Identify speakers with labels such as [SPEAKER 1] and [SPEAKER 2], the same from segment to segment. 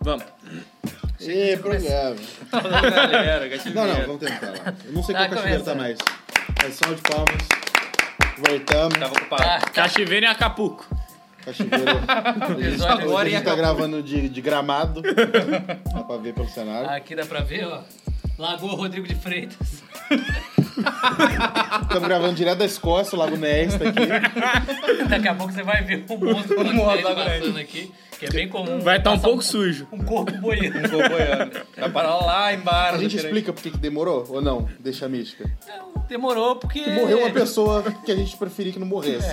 [SPEAKER 1] Vamos.
[SPEAKER 2] É, programa.
[SPEAKER 1] Galera,
[SPEAKER 2] Não, não,
[SPEAKER 1] cativeiro.
[SPEAKER 2] vamos tentar lá. Eu não sei
[SPEAKER 3] Ah,
[SPEAKER 2] qual cativeiro
[SPEAKER 3] começa.
[SPEAKER 2] tá mais. É só de palmas. Voltamos.
[SPEAKER 4] Tá.
[SPEAKER 1] Tava ocupado.
[SPEAKER 3] Ah,
[SPEAKER 5] Cachiveiro Tá em Acapulco.
[SPEAKER 2] Cachoeiro.
[SPEAKER 3] Episódio
[SPEAKER 2] Hoje
[SPEAKER 1] agora
[SPEAKER 2] a
[SPEAKER 1] e
[SPEAKER 2] gente tá
[SPEAKER 1] acabou.
[SPEAKER 2] gravando de, de gramado. Dá pra ver pelo cenário.
[SPEAKER 3] aqui dá pra ver, ó. Lagoa Rodrigo de Freitas.
[SPEAKER 2] Estamos gravando direto da Escócia, o Lago Ness tá aqui.
[SPEAKER 3] Daqui a pouco você vai ver um monte de
[SPEAKER 1] monte
[SPEAKER 3] continente
[SPEAKER 1] lá atrás.
[SPEAKER 3] passando aqui, que é bem comum.
[SPEAKER 5] Vai estar um
[SPEAKER 3] Passar
[SPEAKER 5] pouco sujo.
[SPEAKER 3] Um corpo boiando.
[SPEAKER 1] Ficou boiando. Vai parar lá embaixo.
[SPEAKER 2] A gente explica por que que demorou ou não? Deixa mística.
[SPEAKER 3] Então, demorou porque...
[SPEAKER 2] Morreu uma pessoa que a gente preferia que não
[SPEAKER 3] É,
[SPEAKER 2] morresse.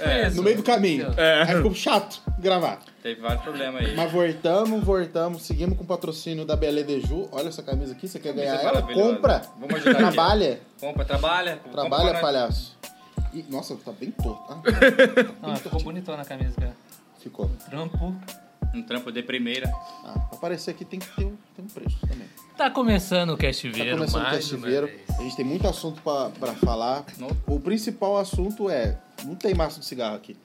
[SPEAKER 3] é isso.
[SPEAKER 2] No meio do caminho.
[SPEAKER 5] É.
[SPEAKER 2] Aí ficou chato gravar.
[SPEAKER 1] Teve vários problemas aí.
[SPEAKER 2] Mas voltamos, voltamos, seguimos com o patrocínio da Belé Deju. Olha essa camisa aqui, você quer ganhar
[SPEAKER 1] Camisa
[SPEAKER 2] ela?
[SPEAKER 1] maravilhosa.
[SPEAKER 2] Compra!
[SPEAKER 1] Vamos ajudar aqui.
[SPEAKER 2] Trabalha!
[SPEAKER 1] Compra, trabalha. compra,
[SPEAKER 2] Trabalha,
[SPEAKER 1] né?
[SPEAKER 2] palhaço! Ih, nossa, tá bem torto. Ah,
[SPEAKER 3] Ah, ficou bonitona a camisa, cara.
[SPEAKER 2] ficou.
[SPEAKER 3] Trampo.
[SPEAKER 1] Um trampo de primeira.
[SPEAKER 2] Ah, pra aparecer aqui tem que ter, um- tem um preço também.
[SPEAKER 3] Tá começando o
[SPEAKER 2] Tá
[SPEAKER 3] Castiveiro,
[SPEAKER 2] começando o
[SPEAKER 3] mais uma
[SPEAKER 2] cativeiro.
[SPEAKER 3] vez.
[SPEAKER 2] A gente tem muito assunto pra, pra falar.
[SPEAKER 1] Não.
[SPEAKER 2] O principal assunto é. Não tem massa de cigarro aqui.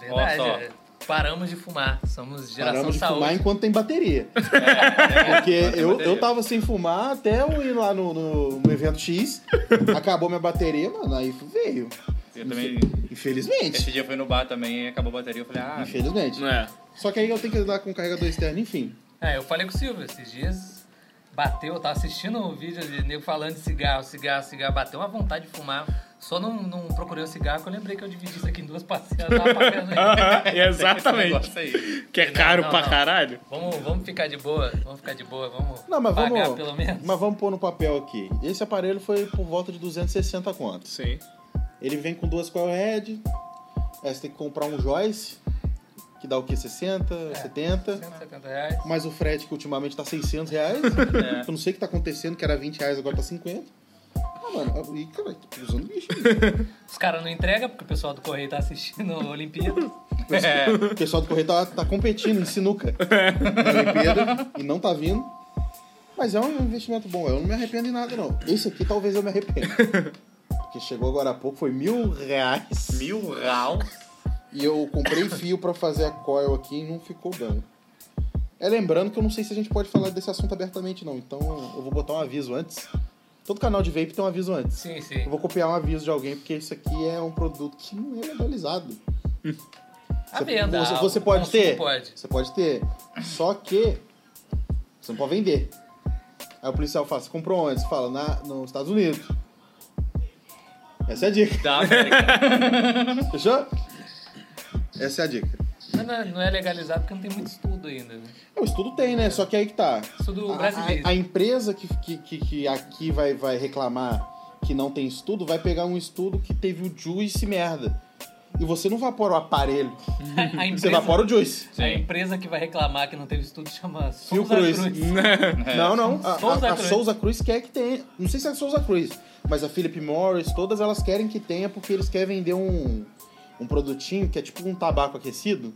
[SPEAKER 3] Verdade,
[SPEAKER 1] Ó, só.
[SPEAKER 3] é. Paramos de fumar. Somos geração
[SPEAKER 2] Paramos de
[SPEAKER 3] saúde.
[SPEAKER 2] fumar enquanto tem
[SPEAKER 1] É,
[SPEAKER 2] bateria. Porque eu, eu tava sem fumar até eu ir lá no, no- no evento X. Acabou minha bateria, mano. Aí veio.
[SPEAKER 1] Eu também. Esse
[SPEAKER 2] Infelizmente.
[SPEAKER 1] dia eu fui no bar também, acabou a bateria. Eu falei, ah,
[SPEAKER 2] Infelizmente.
[SPEAKER 5] Não é?
[SPEAKER 2] Só que aí eu tenho que andar com o carregador externo, enfim.
[SPEAKER 3] É, eu falei com o Silvio esses dias. Bateu, eu tava assistindo um vídeo de nego falando de cigarro, cigarro, cigarro. Bateu uma vontade de fumar. Só não, não procurei um cigarro, que eu lembrei que eu dividi isso aqui em duas parcelas. Tava pagando aí.
[SPEAKER 1] esse
[SPEAKER 5] Exatamente.
[SPEAKER 1] negócio aí.
[SPEAKER 5] Que é caro
[SPEAKER 3] Não, não,
[SPEAKER 5] pra
[SPEAKER 3] não.
[SPEAKER 5] caralho.
[SPEAKER 3] Vamos, vamos ficar de boa, vamos ficar de boa, vamos
[SPEAKER 2] Não, mas
[SPEAKER 3] pagar
[SPEAKER 2] vamos.
[SPEAKER 3] pelo menos.
[SPEAKER 2] Mas vamos pôr no papel aqui. Esse aparelho foi por volta de 260 contos.
[SPEAKER 5] Sim.
[SPEAKER 2] Ele vem com duas coilhead. Aí você tem que comprar um Joyce, que dá o quê? 60,
[SPEAKER 3] É.
[SPEAKER 2] 70.
[SPEAKER 3] 170 reais.
[SPEAKER 2] Mais o frete, que ultimamente tá 600 reais.
[SPEAKER 3] É.
[SPEAKER 2] Eu não sei o que tá acontecendo, que era 20 reais, agora tá 50. Ah, mano, e caralho, tô usando bicho. né?
[SPEAKER 3] Os caras não entregam, porque o pessoal do Correio tá assistindo a Olimpíada.
[SPEAKER 2] O pessoal do Correio tá, tá competindo em sinuca na Olimpíada e não tá vindo. Mas é um investimento bom, eu não me arrependo em nada, não. Esse aqui talvez eu me arrependa. Porque chegou agora há pouco, foi mil reais.
[SPEAKER 1] Mil reais.
[SPEAKER 2] E eu comprei fio pra fazer a coil aqui e não ficou bom. É lembrando que eu não sei se a gente pode falar desse assunto abertamente, não. Então eu vou botar um aviso antes. Todo canal de vape tem um aviso antes.
[SPEAKER 3] Sim,
[SPEAKER 2] Eu
[SPEAKER 3] sim.
[SPEAKER 2] vou copiar um aviso de alguém, porque isso aqui é um produto que não é legalizado.
[SPEAKER 3] A venda.
[SPEAKER 2] Você,
[SPEAKER 3] a-
[SPEAKER 2] você
[SPEAKER 3] o
[SPEAKER 2] pode
[SPEAKER 3] consumo
[SPEAKER 2] ter?
[SPEAKER 3] Pode.
[SPEAKER 2] Você pode ter. Só que você não pode vender. Aí o policial fala, você comprou onde? Você fala, "Na- nos Estados Unidos. Essa é a dica. né?
[SPEAKER 1] Da América.
[SPEAKER 2] Fechou? Essa é a dica.
[SPEAKER 3] Mas não, não é legalizado porque não tem muito estudo ainda. né?
[SPEAKER 2] É, O estudo tem, né? Só que aí que tá.
[SPEAKER 3] Estudo
[SPEAKER 2] A-
[SPEAKER 3] brasileiro.
[SPEAKER 2] A, a empresa que, que, que- que aqui vai, vai reclamar que não tem estudo vai pegar um estudo que teve o Juice merda. E você não vapora o aparelho,
[SPEAKER 3] A,
[SPEAKER 2] você
[SPEAKER 3] empresa,
[SPEAKER 2] vapora o Juice.
[SPEAKER 3] a empresa que vai reclamar que não teve estudo chama
[SPEAKER 2] Fio
[SPEAKER 3] Souza
[SPEAKER 2] Cruz.
[SPEAKER 3] Cruz.
[SPEAKER 2] Não, não. A, a-
[SPEAKER 3] Souza
[SPEAKER 2] a
[SPEAKER 3] Cruz.
[SPEAKER 2] Souza Cruz quer que tenha. Não sei se é a Souza Cruz, mas a Philip Morris, todas elas querem que tenha porque eles querem vender um, um produtinho que é tipo um tabaco aquecido.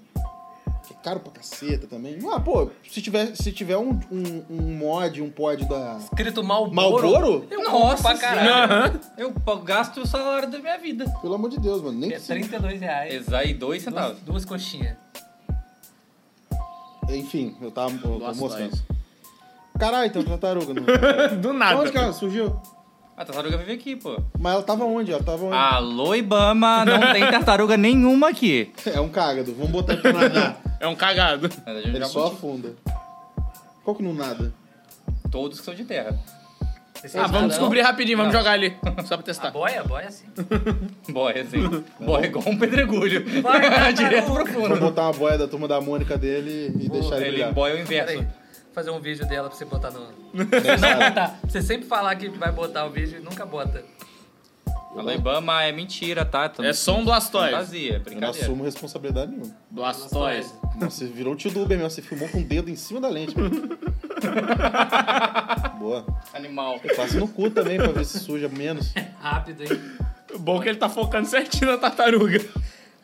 [SPEAKER 2] Que é caro pra caceta também. Ah, pô, se tiver, se tiver um, um, um mod, um pod da.
[SPEAKER 3] Escrito Malboro.
[SPEAKER 2] Malboro?
[SPEAKER 3] Eu compro pra caralho.
[SPEAKER 1] Eu gasto o salário da minha vida.
[SPEAKER 2] Pelo amor de Deus, mano. Nem
[SPEAKER 3] É
[SPEAKER 2] se-
[SPEAKER 3] 32 reais.
[SPEAKER 1] Exai dois centavos.
[SPEAKER 3] Duas, duas coxinhas.
[SPEAKER 2] Enfim, eu tava eu tô
[SPEAKER 5] Nossa,
[SPEAKER 2] mostrando.
[SPEAKER 5] nós.
[SPEAKER 2] Caralho, tem uma tartaruga. No...
[SPEAKER 5] Do
[SPEAKER 2] Onde que é
[SPEAKER 5] nada.
[SPEAKER 2] ela surgiu?
[SPEAKER 1] A tartaruga vive aqui, pô.
[SPEAKER 2] Mas ela tava onde? Ela tava onde?
[SPEAKER 3] Ah.
[SPEAKER 1] Alô, Ibama, não tem tartaruga nenhuma aqui.
[SPEAKER 2] É um cágado. Vamos botar ele pra nadar.
[SPEAKER 5] É um cagado.
[SPEAKER 1] Na verdade,
[SPEAKER 2] ele
[SPEAKER 1] eu já
[SPEAKER 2] só
[SPEAKER 1] botei
[SPEAKER 2] afunda. Qual que não nada?
[SPEAKER 1] Todos que são de terra.
[SPEAKER 3] Esse
[SPEAKER 5] Ah,
[SPEAKER 3] não.
[SPEAKER 5] vamos descobrir rapidinho, vamos jogar ali. Ah, Só pra
[SPEAKER 3] A
[SPEAKER 5] testar.
[SPEAKER 3] boia, a boia sim.
[SPEAKER 1] Boia, assim. Boia igual um pedregulho.
[SPEAKER 3] Vai, tartaruga.
[SPEAKER 1] Direto pro
[SPEAKER 2] Vamos
[SPEAKER 1] fundo.
[SPEAKER 2] botar uma boia da turma da Mônica dele e deixar
[SPEAKER 4] É,
[SPEAKER 2] ele
[SPEAKER 1] Ele
[SPEAKER 2] brilhar.
[SPEAKER 1] boia o inverso.
[SPEAKER 3] Peraí, vou fazer um vídeo dela pra você botar no.
[SPEAKER 2] é
[SPEAKER 3] Você não botar. Você sempre falar que vai botar o vídeo e nunca bota.
[SPEAKER 1] Alô, Ibama, é mentira, tá? Tô-
[SPEAKER 5] É só um Blastoise.
[SPEAKER 1] Fantasia,
[SPEAKER 2] Eu não
[SPEAKER 1] brincadeira.
[SPEAKER 2] assumo responsabilidade nenhuma.
[SPEAKER 5] Blastoise.
[SPEAKER 2] Nossa, Você virou o tio do Uber mesmo, você filmou com o dedo em cima da lente. mano. Boa.
[SPEAKER 1] Animal.
[SPEAKER 2] Eu faço no cu também pra ver se suja menos.
[SPEAKER 3] Rápido, hein?
[SPEAKER 5] Bom que ele tá focando certinho na tartaruga.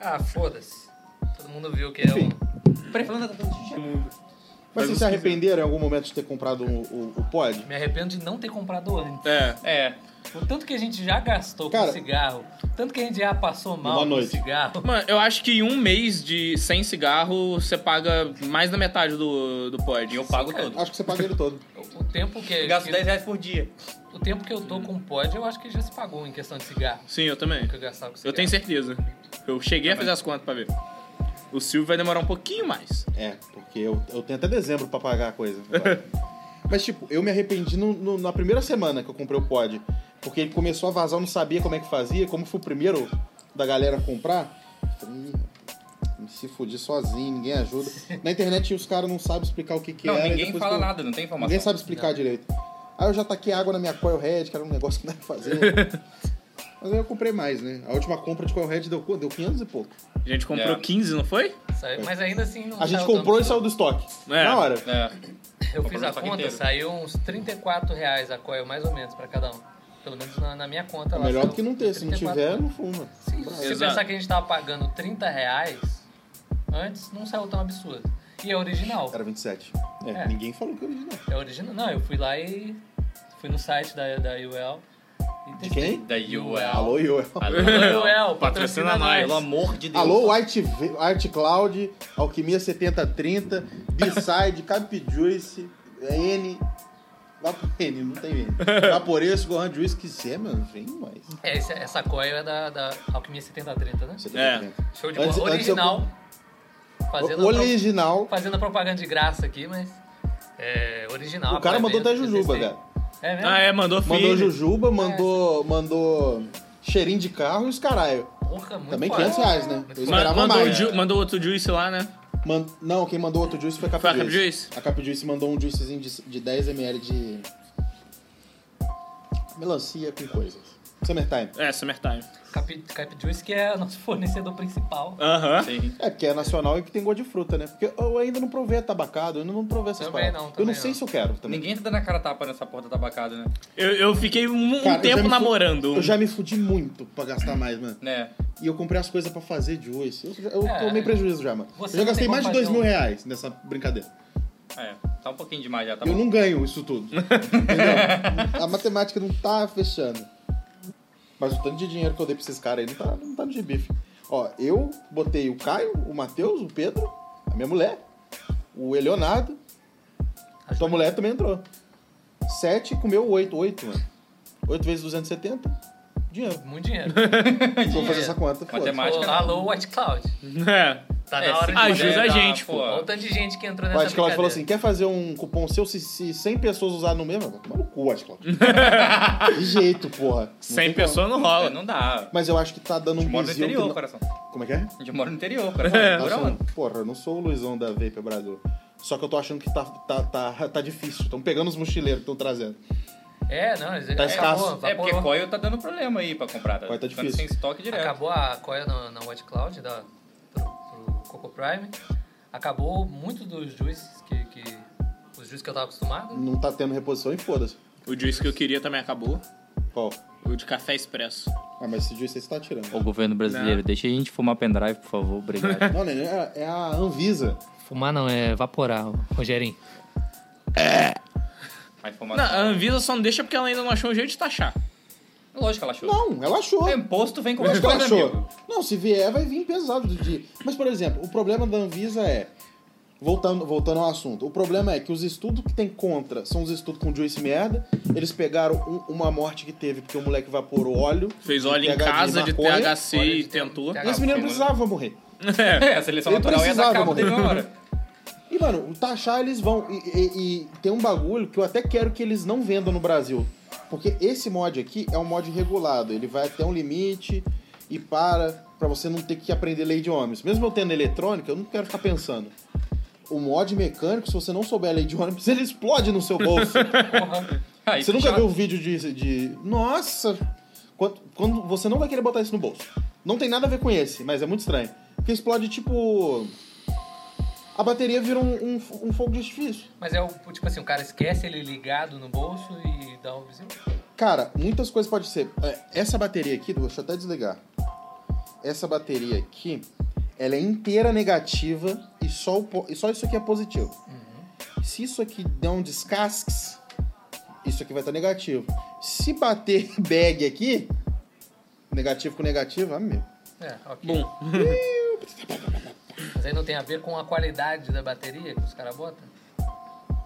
[SPEAKER 3] Ah, foda-se. Todo mundo viu que é um. Peraí, falando da
[SPEAKER 2] Mas
[SPEAKER 5] Mas
[SPEAKER 2] vocês se
[SPEAKER 5] os que-
[SPEAKER 2] arrependeram em algum momento de ter comprado o, o, o pod?
[SPEAKER 3] Me arrependo de não ter comprado antes.
[SPEAKER 5] É.
[SPEAKER 1] É.
[SPEAKER 3] O tanto que a gente já gastou
[SPEAKER 2] Cara,
[SPEAKER 3] com cigarro, o tanto que a gente já passou mal com
[SPEAKER 2] noite.
[SPEAKER 3] cigarro.
[SPEAKER 5] Mano, eu acho que em um mês de sem cigarro, você paga mais da metade do, do pod.
[SPEAKER 4] E eu pago todo.
[SPEAKER 2] Acho que você paga ele todo.
[SPEAKER 3] O tempo que,
[SPEAKER 4] Gasto
[SPEAKER 3] que-
[SPEAKER 4] 10 reais por dia.
[SPEAKER 3] o tempo que eu tô com pod, eu acho que já se pagou em questão de cigarro.
[SPEAKER 5] Sim, eu também.
[SPEAKER 3] Que eu gastava com
[SPEAKER 5] Eu
[SPEAKER 3] cigarro.
[SPEAKER 5] tenho certeza. Eu cheguei a fazer as contas pra ver. O Silvio vai demorar um pouquinho mais.
[SPEAKER 2] É, porque eu, eu tenho até dezembro pra pagar a coisa. Mas, tipo, eu me arrependi no- no- na primeira semana que eu comprei o pod. Porque ele começou a vazar, eu não sabia como é que fazia. Como fui o primeiro da galera a comprar, eu falei, "Ih, me se fudir sozinho, ninguém ajuda. Na internet os caras não sabem explicar o que, que
[SPEAKER 4] não,
[SPEAKER 2] era. e
[SPEAKER 4] ninguém
[SPEAKER 2] depois
[SPEAKER 4] fala
[SPEAKER 2] que eu-
[SPEAKER 4] nada, não tem informação.
[SPEAKER 2] Ninguém sabe explicar direito. Aí eu já taquei água na minha Coilhead, que era um negócio que não era pra fazer. Mas aí eu comprei mais, né? A última compra de Coilhead deu, quanto? deu 500 e pouco.
[SPEAKER 5] A gente comprou
[SPEAKER 4] É.
[SPEAKER 5] 15, não foi?
[SPEAKER 3] Saiu- Mas ainda assim não
[SPEAKER 2] A gente
[SPEAKER 3] saiu tanto.
[SPEAKER 2] comprou e saiu do estoque.
[SPEAKER 5] É.
[SPEAKER 2] Na hora.
[SPEAKER 4] É.
[SPEAKER 3] Eu
[SPEAKER 4] Comprou
[SPEAKER 3] fiz
[SPEAKER 4] no
[SPEAKER 3] a
[SPEAKER 4] saco
[SPEAKER 3] conta,
[SPEAKER 4] inteiro.
[SPEAKER 3] saiu uns 34 reais a coil, mais ou menos, pra cada um. Pelo menos na, na minha conta.
[SPEAKER 2] É
[SPEAKER 3] lá
[SPEAKER 2] melhor
[SPEAKER 3] saiu
[SPEAKER 2] do que não ter. Se não
[SPEAKER 3] 34.
[SPEAKER 2] tiver, não fuma.
[SPEAKER 3] Sim, se você
[SPEAKER 5] Exato.
[SPEAKER 3] pensar que a gente tava pagando 30 reais antes, não saiu tão absurdo. E é original.
[SPEAKER 2] Era 27. É,
[SPEAKER 3] É.
[SPEAKER 2] ninguém falou que era original.
[SPEAKER 3] É original. Não, eu fui lá e fui no site da, da UL. E
[SPEAKER 2] De
[SPEAKER 3] testei.
[SPEAKER 2] quem?
[SPEAKER 4] Da UL.
[SPEAKER 2] Alô, Yo.
[SPEAKER 3] É Alô, UL,
[SPEAKER 5] Patrocina
[SPEAKER 3] patrocina
[SPEAKER 5] nós.
[SPEAKER 4] Pelo amor de Deus.
[SPEAKER 2] Alô, Art, V- Art Cloud, Alquimia 7030, B-Side, Cap Juice, N. Vapo- N, não tem N. Vaporeço, Gohan Juice, quiser, mano, vem mais.
[SPEAKER 3] É, esse- essa coil é da, da Alquimia 7030, né?
[SPEAKER 2] 7030.
[SPEAKER 3] Show de
[SPEAKER 2] Antes-
[SPEAKER 3] bola.
[SPEAKER 2] antes eu-
[SPEAKER 3] Original. Fazendo, a pro-
[SPEAKER 2] Original.
[SPEAKER 3] fazendo a propaganda de graça aqui, mas. É original.
[SPEAKER 2] O cara
[SPEAKER 3] rapaz,
[SPEAKER 2] mandou
[SPEAKER 3] eu-
[SPEAKER 2] até
[SPEAKER 3] eu
[SPEAKER 2] Jujuba,
[SPEAKER 3] testei.
[SPEAKER 2] cara.
[SPEAKER 3] É mesmo?
[SPEAKER 5] Ah, é, mandou filho.
[SPEAKER 2] Mandou
[SPEAKER 3] É.
[SPEAKER 2] Jujuba, mandou, mandou cheirinho de carro e os caralho.
[SPEAKER 3] Porra, muito
[SPEAKER 2] Também
[SPEAKER 3] foda.
[SPEAKER 2] 500 reais, né?
[SPEAKER 3] Muito
[SPEAKER 2] Eu
[SPEAKER 5] Ma-
[SPEAKER 2] esperava
[SPEAKER 5] mandou, o
[SPEAKER 2] mais.
[SPEAKER 5] ju- mandou outro juice lá, né?
[SPEAKER 2] Man- Não, quem mandou outro juice foi a Cap
[SPEAKER 5] Foi a Cap
[SPEAKER 2] Juice.
[SPEAKER 5] Juice?
[SPEAKER 2] A Cap Juice mandou um juicezinho de, de 10ml de. melancia com coisas. Summertime.
[SPEAKER 5] É, Summertime.
[SPEAKER 3] Cap, Cap Juice, que é o nosso fornecedor principal.
[SPEAKER 5] Aham.
[SPEAKER 4] Sim.
[SPEAKER 2] É, porque é nacional e que tem gosto de fruta, né? Porque eu ainda não provei a tabacada, eu ainda não provei essas
[SPEAKER 3] Também
[SPEAKER 2] paradas.
[SPEAKER 3] não,
[SPEAKER 2] eu não
[SPEAKER 3] também
[SPEAKER 2] sei
[SPEAKER 3] não.
[SPEAKER 2] se eu quero também.
[SPEAKER 4] Ninguém tá dando a cara tapa nessa porta tabacada, né?
[SPEAKER 5] Eu, eu fiquei um,
[SPEAKER 2] Cara,
[SPEAKER 5] um
[SPEAKER 2] eu já me
[SPEAKER 5] tempo
[SPEAKER 2] fu-
[SPEAKER 5] namorando.
[SPEAKER 2] Eu já me fudi muito pra gastar mais, mano.
[SPEAKER 4] Né?
[SPEAKER 2] E eu comprei as coisas pra fazer de hoje. Eu, eu
[SPEAKER 3] É.
[SPEAKER 2] tomei prejuízo já, mano.
[SPEAKER 3] Você
[SPEAKER 2] eu já
[SPEAKER 3] não
[SPEAKER 2] gastei
[SPEAKER 3] tem
[SPEAKER 2] mais de
[SPEAKER 3] como
[SPEAKER 2] dois
[SPEAKER 3] fazer
[SPEAKER 2] mil
[SPEAKER 3] um-
[SPEAKER 2] reais nessa brincadeira.
[SPEAKER 4] É, tá um pouquinho demais já, tá
[SPEAKER 2] eu
[SPEAKER 4] bom.
[SPEAKER 2] não ganho isso tudo. entendeu? A matemática não tá fechando. Mas o tanto de dinheiro que eu dei pra esses caras aí não tá, não tá no gibife. Ó, eu botei o Caio, o Matheus, o Pedro, a minha mulher, o Leonardo. Tua mulher também entrou. Sete comeu oito. Oito, mano. Oito vezes 270. Dinheiro.
[SPEAKER 3] Muito dinheiro.
[SPEAKER 2] Vou fazer essa conta. foda-se.
[SPEAKER 4] Matemática. Mágica,
[SPEAKER 3] Ô,
[SPEAKER 4] não.
[SPEAKER 3] Alô, White Cloud.
[SPEAKER 5] É.
[SPEAKER 3] Tá
[SPEAKER 4] É,
[SPEAKER 3] na hora
[SPEAKER 4] se
[SPEAKER 3] de
[SPEAKER 5] ajuda
[SPEAKER 4] puder
[SPEAKER 5] a
[SPEAKER 4] dar,
[SPEAKER 5] gente, pô.
[SPEAKER 3] Olha o tanto de gente que entrou
[SPEAKER 2] O
[SPEAKER 4] é
[SPEAKER 3] nessa
[SPEAKER 2] Ed Cloud falou assim: quer
[SPEAKER 3] brincadeira.
[SPEAKER 2] fazer um cupom seu se, se 100 pessoas usar no mesmo? Vai tomar no cu, Ed Cloud. De jeito, porra. Não
[SPEAKER 5] 100
[SPEAKER 2] tem como.
[SPEAKER 5] pessoas não
[SPEAKER 4] Pô,
[SPEAKER 5] rola.
[SPEAKER 4] É, não dá.
[SPEAKER 2] Mas eu acho que tá dando
[SPEAKER 4] A
[SPEAKER 2] um
[SPEAKER 4] gente mora no
[SPEAKER 2] bizil. que
[SPEAKER 4] interior,
[SPEAKER 2] não-
[SPEAKER 4] coração.
[SPEAKER 2] Como é que é?
[SPEAKER 4] A gente mora no interior, coração.
[SPEAKER 5] É.
[SPEAKER 4] Por
[SPEAKER 2] Nossa,
[SPEAKER 4] onde?
[SPEAKER 2] porra, eu não sou o Luizão da Vape Brasil. Só que eu tô achando que tá, tá, tá, tá difícil. Estão pegando os mochileiros que estão trazendo.
[SPEAKER 3] É, não, eles-
[SPEAKER 2] Tá
[SPEAKER 3] é,
[SPEAKER 2] escasso.
[SPEAKER 3] Acabou,
[SPEAKER 4] É porque
[SPEAKER 3] evaporou.
[SPEAKER 4] coil tá dando problema aí pra comprar. Tá,
[SPEAKER 2] Coil tá
[SPEAKER 4] ficando
[SPEAKER 2] difícil.
[SPEAKER 4] sem estoque direto.
[SPEAKER 3] Acabou a coia na, na White Cloud da, pro, pro Coco Prime. Acabou muito dos juices que, que. Os juices que eu tava acostumado.
[SPEAKER 2] Não tá tendo reposição e foda-se.
[SPEAKER 5] O juice que eu queria também acabou.
[SPEAKER 2] Qual?
[SPEAKER 5] O de café expresso.
[SPEAKER 2] Ah, mas esse dia você está tirando.
[SPEAKER 1] O governo brasileiro, deixa a gente fumar pendrive, por favor. Obrigado.
[SPEAKER 2] Não, neném, é, é a Anvisa.
[SPEAKER 3] Fumar não, é evaporar, Rogerinho.
[SPEAKER 4] A
[SPEAKER 5] Não,
[SPEAKER 4] informação.
[SPEAKER 5] a Anvisa só não deixa porque ela ainda não achou um jeito de taxar.
[SPEAKER 4] Lógico que ela achou.
[SPEAKER 2] Não, ela achou.
[SPEAKER 4] O imposto vem com
[SPEAKER 2] Mas
[SPEAKER 4] coisa,
[SPEAKER 2] achou?
[SPEAKER 4] amigo.
[SPEAKER 2] Não, se vier, vai vir pesado do dia. Mas, por exemplo, o problema da Anvisa é. Voltando, voltando ao assunto, o problema é que os estudos que tem contra são os estudos com Juice merda. Eles pegaram um- uma morte que teve porque o moleque evaporou óleo.
[SPEAKER 5] Fez óleo em
[SPEAKER 2] THD
[SPEAKER 5] casa de
[SPEAKER 2] maconha.
[SPEAKER 5] THC
[SPEAKER 3] Óleo
[SPEAKER 5] e
[SPEAKER 3] de
[SPEAKER 5] tentou.
[SPEAKER 3] THC.
[SPEAKER 2] E esse menino precisava morrer.
[SPEAKER 5] É.
[SPEAKER 4] É, a seleção
[SPEAKER 2] Ele
[SPEAKER 4] natural ia dar
[SPEAKER 2] precisava
[SPEAKER 4] cabo
[SPEAKER 2] morrer.
[SPEAKER 4] dele na hora.
[SPEAKER 2] E, mano, o taxar eles vão. E, e- e tem um bagulho que eu até quero que eles não vendam no Brasil. Porque esse mod aqui é um mod regulado. Ele vai até um limite e para pra você não ter que aprender lei de Ohms. Mesmo eu tendo eletrônica, eu não quero ficar pensando. O mod mecânico, se você não souber a lei de Ohms, ele explode no seu bolso.
[SPEAKER 4] Aí
[SPEAKER 2] você
[SPEAKER 4] tu
[SPEAKER 2] nunca
[SPEAKER 4] já-
[SPEAKER 2] viu um vídeo de. de- Nossa! Quando, quando- você não vai querer botar isso no bolso. Não tem nada a ver com esse, mas é muito estranho. Porque explode tipo. A bateria vira um, um, f- um fogo de artifício.
[SPEAKER 3] Mas é o tipo assim, o cara esquece ele ligado no bolso e dá um vizinho.
[SPEAKER 2] Cara, muitas coisas podem ser. É, Essa bateria aqui, deixa eu até desligar. Essa bateria aqui, ela é inteira negativa e só, o po- e só isso aqui é positivo. Se isso aqui der um descasque, isso aqui vai estar negativo. Se bater bag aqui, negativo com negativo, ah, meu.
[SPEAKER 3] É, ok.
[SPEAKER 5] Bom,
[SPEAKER 3] Mas aí não tem a ver com a qualidade da bateria que os caras botam?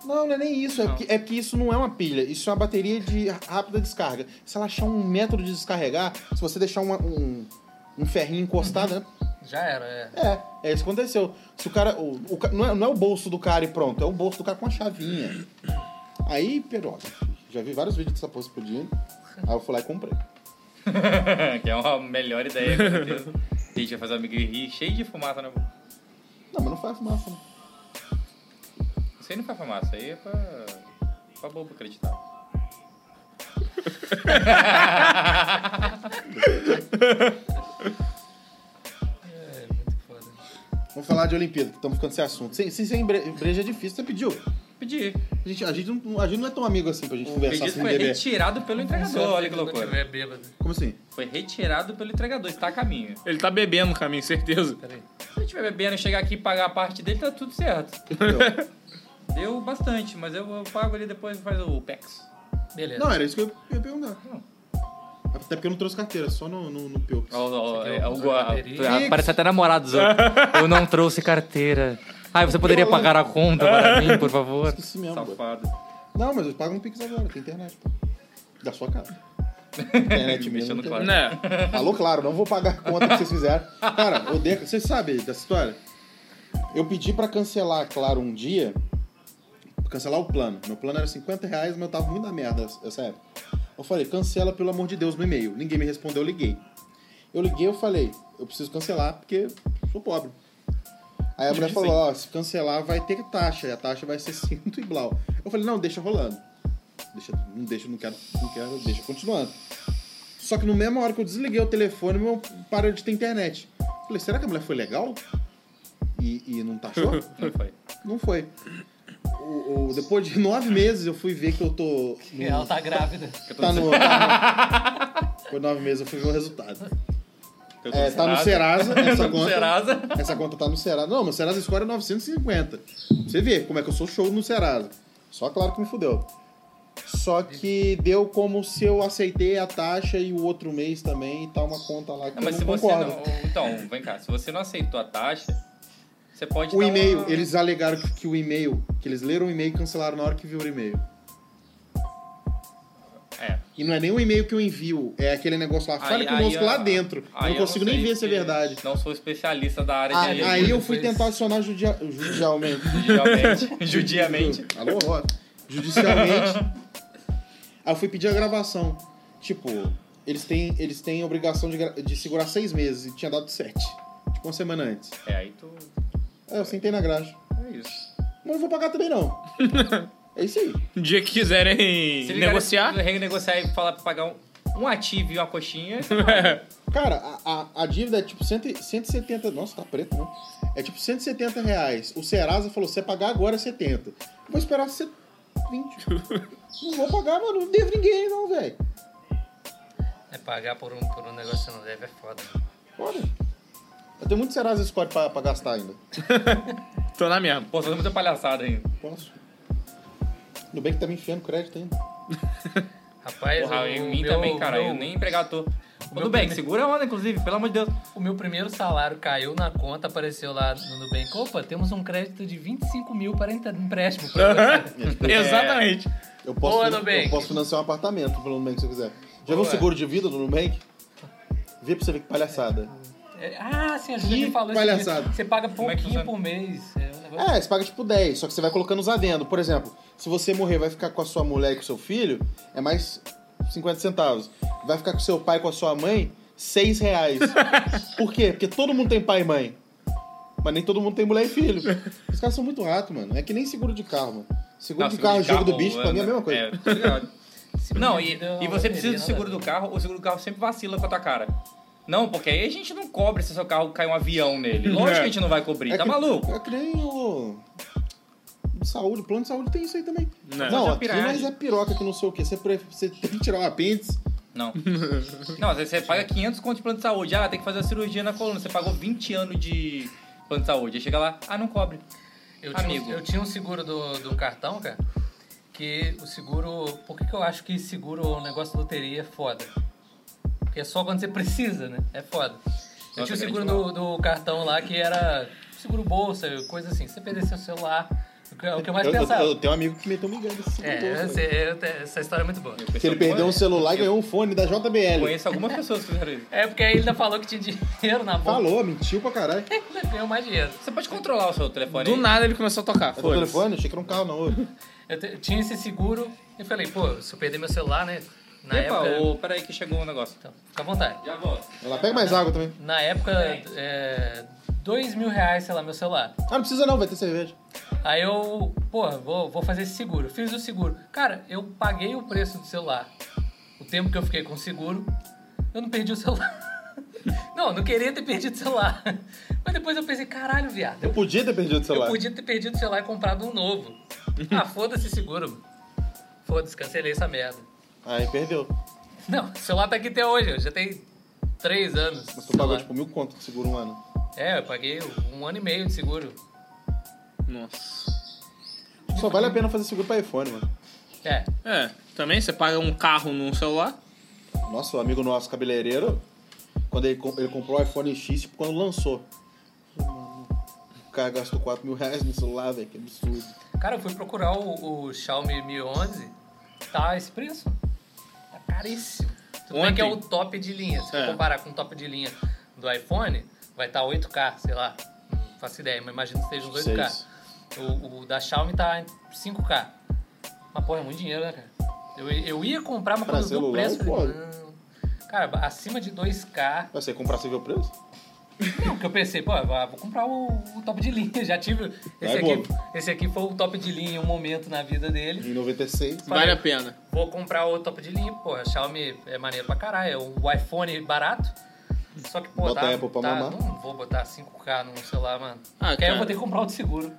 [SPEAKER 2] Não, não é nem isso. É
[SPEAKER 3] Não.
[SPEAKER 2] porque, é porque isso não é uma pilha. Isso é uma bateria de rápida descarga. Se ela achar um método de descarregar, se você deixar uma- um, um ferrinho encostado, né?
[SPEAKER 3] Já era, é.
[SPEAKER 2] É, é isso que aconteceu. Se o cara. O, o ca- não, é, não é o bolso do cara e pronto, é o bolso do cara com a chavinha. Aí, perola. Já vi vários vídeos dessa porra explodindo. Aí eu fui lá e comprei.
[SPEAKER 4] que é uma melhor ideia, com certeza. A gente vai fazer um amigo rir cheio de fumaça né? na boca.
[SPEAKER 2] Não, mas não faz massa, né? não.
[SPEAKER 4] Isso aí não é pra fumaça, isso aí é pra. pra bobo acreditar.
[SPEAKER 3] É, muito foda.
[SPEAKER 2] Vamos falar de Olimpíada, que estamos ficando sem assunto. Se, se, sem bre- breja é difícil, você pediu.
[SPEAKER 4] Pedir.
[SPEAKER 2] A gente, a, gente não, a gente não é tão amigo assim pra gente
[SPEAKER 4] O
[SPEAKER 2] conversar
[SPEAKER 4] pedido
[SPEAKER 2] sem
[SPEAKER 4] foi
[SPEAKER 2] beber.
[SPEAKER 4] retirado pelo entregador,
[SPEAKER 3] Só
[SPEAKER 4] olha
[SPEAKER 3] se
[SPEAKER 4] que
[SPEAKER 3] não
[SPEAKER 4] loucura.
[SPEAKER 3] tiver bêbado.
[SPEAKER 2] Como assim?
[SPEAKER 4] Foi retirado pelo entregador, está a caminho.
[SPEAKER 5] ele tá bebendo no caminho, certeza.
[SPEAKER 3] Peraí.
[SPEAKER 4] Se eu estiver bebendo e chegar aqui e pagar a parte dele, tá tudo certo. Deu bastante, mas eu, eu pago ali depois e faz o PEX.
[SPEAKER 3] Beleza.
[SPEAKER 2] Não, era isso que eu ia perguntar.
[SPEAKER 4] Não.
[SPEAKER 2] Até porque eu não trouxe carteira, só no, no, no Pio.
[SPEAKER 4] Ó, ó,
[SPEAKER 3] Isso aqui é
[SPEAKER 4] ó,
[SPEAKER 3] uma
[SPEAKER 4] ó,
[SPEAKER 3] bateria.
[SPEAKER 4] ó,
[SPEAKER 1] Ah, Parece até namorado dos outros. Eu não trouxe carteira. Ai, você poderia pagar a conta para mim, por favor?
[SPEAKER 2] Esqueci mesmo. boy.
[SPEAKER 4] Safado.
[SPEAKER 2] Não, mas eu pago no Pix agora, tem internet. Pô. Da sua casa. Internet mesmo.
[SPEAKER 4] Mexendo
[SPEAKER 2] não tem-
[SPEAKER 4] claro.
[SPEAKER 5] Né?
[SPEAKER 2] Alô, claro, não vou pagar a conta que vocês fizeram. Cara, odeio. Vocês sabem dessa história? Eu pedi pra cancelar, claro, um dia. Cancelar o plano. Meu plano era 50 reais, mas eu tava muito na merda essa época. Eu falei, cancela pelo amor de Deus no e-mail. Ninguém me respondeu, eu liguei. Eu liguei, eu falei, eu preciso cancelar porque sou pobre. Aí a mulher falou, ó, se cancelar vai ter taxa, e a taxa vai ser 5 e blau. Eu falei, não, deixa rolando. Deixa, não deixa, não quero, não quero, deixa continuando. Só que no mesma hora que eu desliguei o telefone, meu parou de ter internet. Falei, será que a mulher foi legal? E, e não taxou?
[SPEAKER 4] Não foi.
[SPEAKER 2] não foi. O, o- depois de nove meses eu fui ver que eu tô.
[SPEAKER 3] E Ela tá grávida.
[SPEAKER 2] Tá no. tá no- Depois de nove meses eu fui ver o resultado.
[SPEAKER 4] Eu tô
[SPEAKER 2] É, tá no Serasa, essa
[SPEAKER 4] No
[SPEAKER 2] conta.
[SPEAKER 4] Serasa.
[SPEAKER 2] Essa conta tá no Serasa. Não, mas o Serasa Score é 950. Pra Você vê como é que eu sou show no Serasa. Só claro que me fudeu. Só que deu como se eu aceitei a taxa e o outro mês também e tá uma conta lá que
[SPEAKER 4] Não, mas
[SPEAKER 2] eu
[SPEAKER 4] se
[SPEAKER 2] não
[SPEAKER 4] você
[SPEAKER 2] concordo.
[SPEAKER 4] não. Então, vem cá. Se você não aceitou a taxa, você tá pode.
[SPEAKER 2] O
[SPEAKER 4] dar
[SPEAKER 2] e-mail,
[SPEAKER 4] uma-
[SPEAKER 2] eles alegaram que, que o e-mail, que eles leram o e-mail e cancelaram na hora que viram o e-mail.
[SPEAKER 4] É.
[SPEAKER 2] E não é nem o e-mail que eu envio, é aquele negócio lá, fale
[SPEAKER 4] Aí-
[SPEAKER 2] conosco
[SPEAKER 4] aí,
[SPEAKER 2] lá
[SPEAKER 4] ah,
[SPEAKER 2] dentro. Eu
[SPEAKER 4] aí
[SPEAKER 2] não consigo
[SPEAKER 4] sei
[SPEAKER 2] nem ver se é
[SPEAKER 4] porque
[SPEAKER 2] verdade.
[SPEAKER 4] Não sou especialista da área
[SPEAKER 2] Ah,
[SPEAKER 4] de.
[SPEAKER 2] aí eu fui
[SPEAKER 4] depois,
[SPEAKER 2] tentar acionar judia, judicialmente.
[SPEAKER 4] Judicialmente. Judiamente.
[SPEAKER 2] Alô, ó. Judicialmente. Aí eu fui pedir a gravação. Tipo, eles têm, eles têm obrigação de, gra- de segurar seis meses e tinha dado sete. Tipo, uma semana antes.
[SPEAKER 4] É, aí tu.
[SPEAKER 2] Aí eu sentei na graxa.
[SPEAKER 4] É isso.
[SPEAKER 2] Mas não vou pagar também, não. É isso aí.
[SPEAKER 5] Um dia que quiserem
[SPEAKER 4] Se
[SPEAKER 5] negociar.
[SPEAKER 4] ligarem- Renegociar e falar pra pagar um, um ativo e uma coxinha.
[SPEAKER 2] Cara, a, a, a dívida é tipo cento, e- 170. Nossa, tá preto, né? É tipo 170 reais. O Serasa falou: se você pagar agora é 70. Vou esperar ser 20. não vou pagar, mano. Não devo ninguém, não, velho.
[SPEAKER 3] É pagar por um, por um negócio que você não deve é foda.
[SPEAKER 2] Olha. Eu tenho muito Serasa Squad pra, pra gastar ainda.
[SPEAKER 5] Tô na mesma.
[SPEAKER 4] Pô, tô muita palhaçada ainda.
[SPEAKER 2] Posso? Ainda bem que tá me enfiando crédito ainda.
[SPEAKER 3] Rapaz,
[SPEAKER 4] Porra,
[SPEAKER 3] É, o,
[SPEAKER 4] em mim
[SPEAKER 3] meu,
[SPEAKER 4] também, cara.
[SPEAKER 3] meu-
[SPEAKER 4] Eu nem empregado tô. Ô,
[SPEAKER 3] meu
[SPEAKER 4] Nubank,
[SPEAKER 3] primeiro-
[SPEAKER 4] segura a onda, inclusive, pelo amor de Deus.
[SPEAKER 3] O meu primeiro salário caiu na conta, apareceu lá no Nubank. Opa, temos um crédito de 25 mil para empre- empréstimo pra você.
[SPEAKER 2] É.
[SPEAKER 5] Exatamente.
[SPEAKER 2] Eu posso,
[SPEAKER 3] Boa,
[SPEAKER 2] finan-
[SPEAKER 3] Nubank.
[SPEAKER 2] eu posso financiar um apartamento pelo Nubank se eu quiser. Já viu
[SPEAKER 3] Boa.
[SPEAKER 2] o seguro de vida do Nubank? Vê pra você ver que palhaçada.
[SPEAKER 3] É, ah, sim, a Julia
[SPEAKER 2] Que
[SPEAKER 3] me falou
[SPEAKER 2] palhaçada.
[SPEAKER 3] isso. Você paga
[SPEAKER 4] é que
[SPEAKER 3] pouquinho
[SPEAKER 4] funciona?
[SPEAKER 3] por mês. É um negócio...
[SPEAKER 2] É, você paga tipo 10, só que você vai colocando os adendos. Por exemplo, se você morrer vai ficar com a sua mulher e com o seu filho, é mais 50 centavos. Vai ficar com seu pai e com a sua mãe, 6 reais. Por quê? Porque todo mundo tem pai e mãe. Mas nem todo mundo tem mulher e filho. Os caras são muito rato, mano. É que nem seguro de carro, mano. Seguro de
[SPEAKER 4] Não,
[SPEAKER 2] carro,
[SPEAKER 4] de
[SPEAKER 2] jogo do
[SPEAKER 4] carro,
[SPEAKER 2] bicho, pra mim é a mesma coisa.
[SPEAKER 4] É, tô ligado.
[SPEAKER 3] Esse
[SPEAKER 4] Não, e,
[SPEAKER 3] menino deu
[SPEAKER 4] e
[SPEAKER 3] assim, uma
[SPEAKER 4] você
[SPEAKER 3] loteria,
[SPEAKER 4] precisa do
[SPEAKER 3] nada
[SPEAKER 4] seguro
[SPEAKER 3] a
[SPEAKER 4] do
[SPEAKER 3] ver.
[SPEAKER 4] carro, o seguro do carro sempre vacila com a tua cara. Não, porque aí a gente não cobre se seu carro cai um avião nele. Lógico que a gente não vai cobrir,
[SPEAKER 2] É
[SPEAKER 4] tá
[SPEAKER 2] que-
[SPEAKER 4] maluco?
[SPEAKER 2] É que nem o. o Saúde, o plano de saúde tem isso aí também.
[SPEAKER 5] Não.
[SPEAKER 2] Não,
[SPEAKER 4] Mas é
[SPEAKER 2] aqui
[SPEAKER 4] piragem.
[SPEAKER 2] nós é piroca que não sei o quê. Você, pre- você tem que tirar o apêndice.
[SPEAKER 4] Não. Não, às vezes você paga 500 conto de plano de saúde. Ah, tem que fazer a cirurgia na coluna. Você pagou 20 anos de plano de saúde. Aí chega lá, ah, não cobre.
[SPEAKER 3] Eu tinha,
[SPEAKER 4] Amigo.
[SPEAKER 3] um- eu tinha um seguro do, do cartão, cara, que o seguro... Por que, que eu acho que seguro, o negócio de loteria é foda? Porque é só quando você precisa, né? É foda. Eu tinha
[SPEAKER 5] Nossa,
[SPEAKER 3] o
[SPEAKER 5] grande
[SPEAKER 3] seguro do, do cartão lá que era seguro bolsa, coisa assim. Você perder seu celular, o que, é o que eu mais
[SPEAKER 2] Eu, eu,
[SPEAKER 3] pensava.
[SPEAKER 2] eu tenho um amigo que meteu um engano desse segundo
[SPEAKER 3] é,
[SPEAKER 2] bolso,
[SPEAKER 3] eu
[SPEAKER 2] velho.
[SPEAKER 3] sei, eu te- essa história é muito boa.
[SPEAKER 2] Que ele perdeu um celular e ganhou um fone da JBL.
[SPEAKER 4] Conheço algumas pessoas que fizeram isso.
[SPEAKER 3] É porque aí ele ainda falou que tinha dinheiro na mão.
[SPEAKER 2] Falou, mentiu pra caralho.
[SPEAKER 3] Ainda ganhou mais dinheiro.
[SPEAKER 4] Você pode controlar o seu telefone
[SPEAKER 5] Do
[SPEAKER 4] aí?
[SPEAKER 5] nada ele começou a tocar.
[SPEAKER 2] É o
[SPEAKER 5] Foi.
[SPEAKER 2] telefone? Achei que era um carro, não.
[SPEAKER 3] Eu te- tinha esse seguro e falei, pô, se eu perder meu celular, né? Na
[SPEAKER 4] Epa,
[SPEAKER 3] época.
[SPEAKER 4] ô, peraí que chegou um negócio.
[SPEAKER 3] Então, fica à vontade.
[SPEAKER 4] Já volto.
[SPEAKER 2] Ela pega mais água também.
[SPEAKER 3] Na época, é, dois mil reais, sei lá, meu celular.
[SPEAKER 2] Ah, não precisa não, vai ter cerveja.
[SPEAKER 3] Aí eu, porra, vou, vou fazer esse seguro. Fiz o seguro. Cara, eu paguei o preço do celular. O tempo que eu fiquei com o seguro, eu não perdi o celular. Não, não queria ter perdido o celular. Mas depois eu pensei, caralho, viado.
[SPEAKER 2] Eu podia ter perdido o
[SPEAKER 3] Eu
[SPEAKER 2] celular.
[SPEAKER 3] podia ter perdido o celular e comprado um novo. Ah, foda-se seguro. mano. Foda-se, cancelei essa merda.
[SPEAKER 2] Aí perdeu.
[SPEAKER 3] Não, o celular tá aqui até hoje, eu já tem três anos.
[SPEAKER 2] Mas tu pagou
[SPEAKER 3] Celular.
[SPEAKER 2] tipo mil conto de seguro um ano.
[SPEAKER 3] É, eu paguei um ano e meio de seguro.
[SPEAKER 5] Nossa.
[SPEAKER 2] Só vale a pena fazer seguro pra iPhone, mano.
[SPEAKER 3] É,
[SPEAKER 5] É, também você paga um carro num celular.
[SPEAKER 2] Nossa, o amigo nosso cabeleireiro, quando ele, com- ele comprou o iPhone X, tipo, quando lançou. O cara gastou 4 mil reais no celular, velho, que absurdo.
[SPEAKER 3] cara, eu fui procurar o, o Xiaomi Mi 11, tá esse preço. Tá caríssimo. Tudo bem
[SPEAKER 5] Ontem.
[SPEAKER 3] que é o top de linha. Se
[SPEAKER 5] É.
[SPEAKER 3] for comparar com o top de linha do iPhone, vai estar 8K, sei lá. Não faço ideia, mas imagino que seja uns 8K.
[SPEAKER 2] Seis.
[SPEAKER 3] O, o da Xiaomi tá em 5K. Mas, porra, é muito dinheiro, né, cara? Eu, eu ia comprar, mas
[SPEAKER 2] Pra
[SPEAKER 3] quando eu vi o
[SPEAKER 2] celular,
[SPEAKER 3] preço... eu falei,
[SPEAKER 2] pode.
[SPEAKER 3] "Não." Cara, acima de 2K...
[SPEAKER 2] Mas você comprar, você viu o preço?
[SPEAKER 3] Não, porque eu pensei, pô, ah, vou comprar o, o top de linha. Já tive. Esse,
[SPEAKER 2] bobo.
[SPEAKER 3] aqui, esse aqui foi o top de linha em um momento na vida dele.
[SPEAKER 2] Em 96.
[SPEAKER 5] Vale a pena.
[SPEAKER 3] Vou comprar o top de linha, pô. A Xiaomi é maneiro pra caralho. É o iPhone barato. Só que, pô,
[SPEAKER 2] Bota
[SPEAKER 3] tá,
[SPEAKER 2] a Apple pra
[SPEAKER 3] tá-
[SPEAKER 2] mamar.
[SPEAKER 3] não vou botar 5K num celular, mano.
[SPEAKER 5] Ah,
[SPEAKER 3] Porque aí eu
[SPEAKER 5] cara.
[SPEAKER 3] vou ter que comprar outro seguro.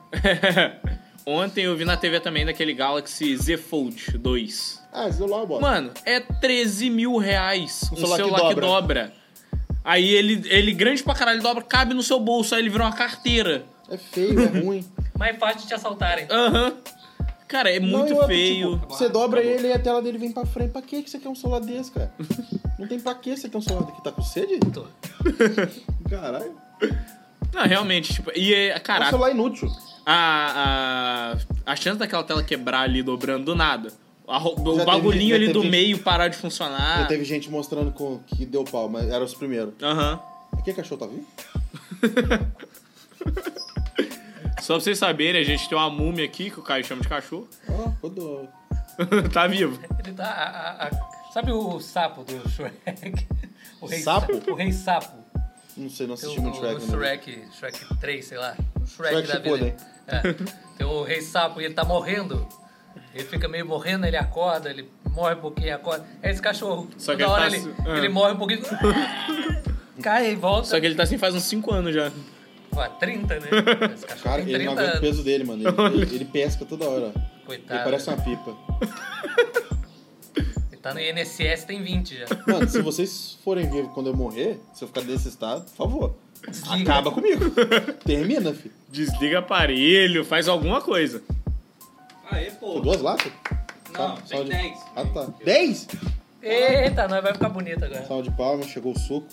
[SPEAKER 5] Ontem eu vi na TV também daquele Galaxy Z Fold 2.
[SPEAKER 2] Ah, esse celular, bota.
[SPEAKER 5] Mano, é 13 mil reais um
[SPEAKER 2] celular
[SPEAKER 5] celular,
[SPEAKER 2] que
[SPEAKER 5] que dobra. Aí ele, ele grande pra caralho, dobra, cabe no seu bolso, aí ele vira uma carteira.
[SPEAKER 2] É feio, é ruim.
[SPEAKER 3] Mais fácil de te assaltarem.
[SPEAKER 5] Aham. Cara, é
[SPEAKER 2] Não, e
[SPEAKER 5] muito
[SPEAKER 2] outra,
[SPEAKER 5] feio.
[SPEAKER 2] tipo, você dobra ele e a tela dele vem pra frente. Pra que que você quer um celular desse, cara? Não tem pra que você quer um celular daqui. Tá com sede?
[SPEAKER 3] Tô.
[SPEAKER 2] Caralho.
[SPEAKER 5] Não, realmente, tipo, e é,
[SPEAKER 2] É um
[SPEAKER 5] cara,
[SPEAKER 2] celular inútil.
[SPEAKER 5] a, a, a chance daquela tela quebrar ali dobrando do nada. A ro- o
[SPEAKER 2] Já teve- já
[SPEAKER 5] bagulhinho ali do
[SPEAKER 2] teve-
[SPEAKER 5] meio parar de
[SPEAKER 2] Já
[SPEAKER 3] Ah.
[SPEAKER 5] funcionar.
[SPEAKER 2] teve gente mostrando com- que deu pau, mas eram os primeiros.
[SPEAKER 5] Aham.
[SPEAKER 2] Aqui cachorro tá vivo?
[SPEAKER 5] Só pra vocês saberem, a gente tem uma múmia aqui, que o Caio chama de cachorro.
[SPEAKER 2] Ó, rodou.
[SPEAKER 5] tá vivo.
[SPEAKER 3] Ele tá. a- a- a- Sabe o sapo do Shrek? O rei
[SPEAKER 2] Sapo?
[SPEAKER 3] O rei sapo.
[SPEAKER 2] Não sei, não
[SPEAKER 3] Tem
[SPEAKER 2] assisti
[SPEAKER 3] o,
[SPEAKER 2] muito
[SPEAKER 3] o
[SPEAKER 2] Shrek. né?
[SPEAKER 3] Shrek, Shrek 3, sei lá. O Shrek,
[SPEAKER 2] Shrek
[SPEAKER 3] da
[SPEAKER 2] Shippuden.
[SPEAKER 3] vida. É. Tem o Rei Sapo e ele tá morrendo. Ele fica meio morrendo, ele acorda, ele morre um pouquinho, acorda. É esse cachorro.
[SPEAKER 5] Só que
[SPEAKER 3] Toda hora
[SPEAKER 5] ele
[SPEAKER 3] ele,
[SPEAKER 5] tá- ah.
[SPEAKER 3] ele morre um pouquinho. Cai e volta.
[SPEAKER 5] Só que ele tá assim faz uns 5 anos já.
[SPEAKER 3] Pô, 30, né? Esse cachorro
[SPEAKER 2] Cara,
[SPEAKER 3] tem
[SPEAKER 2] ele não aguenta
[SPEAKER 3] 30
[SPEAKER 2] o
[SPEAKER 3] anos.
[SPEAKER 2] peso dele, mano. Ele, ele- ele pesca toda hora.
[SPEAKER 3] Coitado.
[SPEAKER 2] Ele parece uma pipa.
[SPEAKER 3] Ele tá no INSS, tem 20 já.
[SPEAKER 2] Mano, se vocês forem ver quando eu morrer, se eu ficar desse estado, por favor.
[SPEAKER 3] Desliga.
[SPEAKER 2] Acaba comigo. Termina, filho.
[SPEAKER 5] Desliga aparelho, faz alguma coisa.
[SPEAKER 4] Aê, pô.
[SPEAKER 2] Duas latas?
[SPEAKER 4] Não,
[SPEAKER 2] Tá,
[SPEAKER 4] tem
[SPEAKER 2] saúde.
[SPEAKER 4] 10.
[SPEAKER 2] Ah, tá. Dez?
[SPEAKER 3] Eita, nós vai ficar bonito agora.
[SPEAKER 2] Salve de palmas, chegou o suco.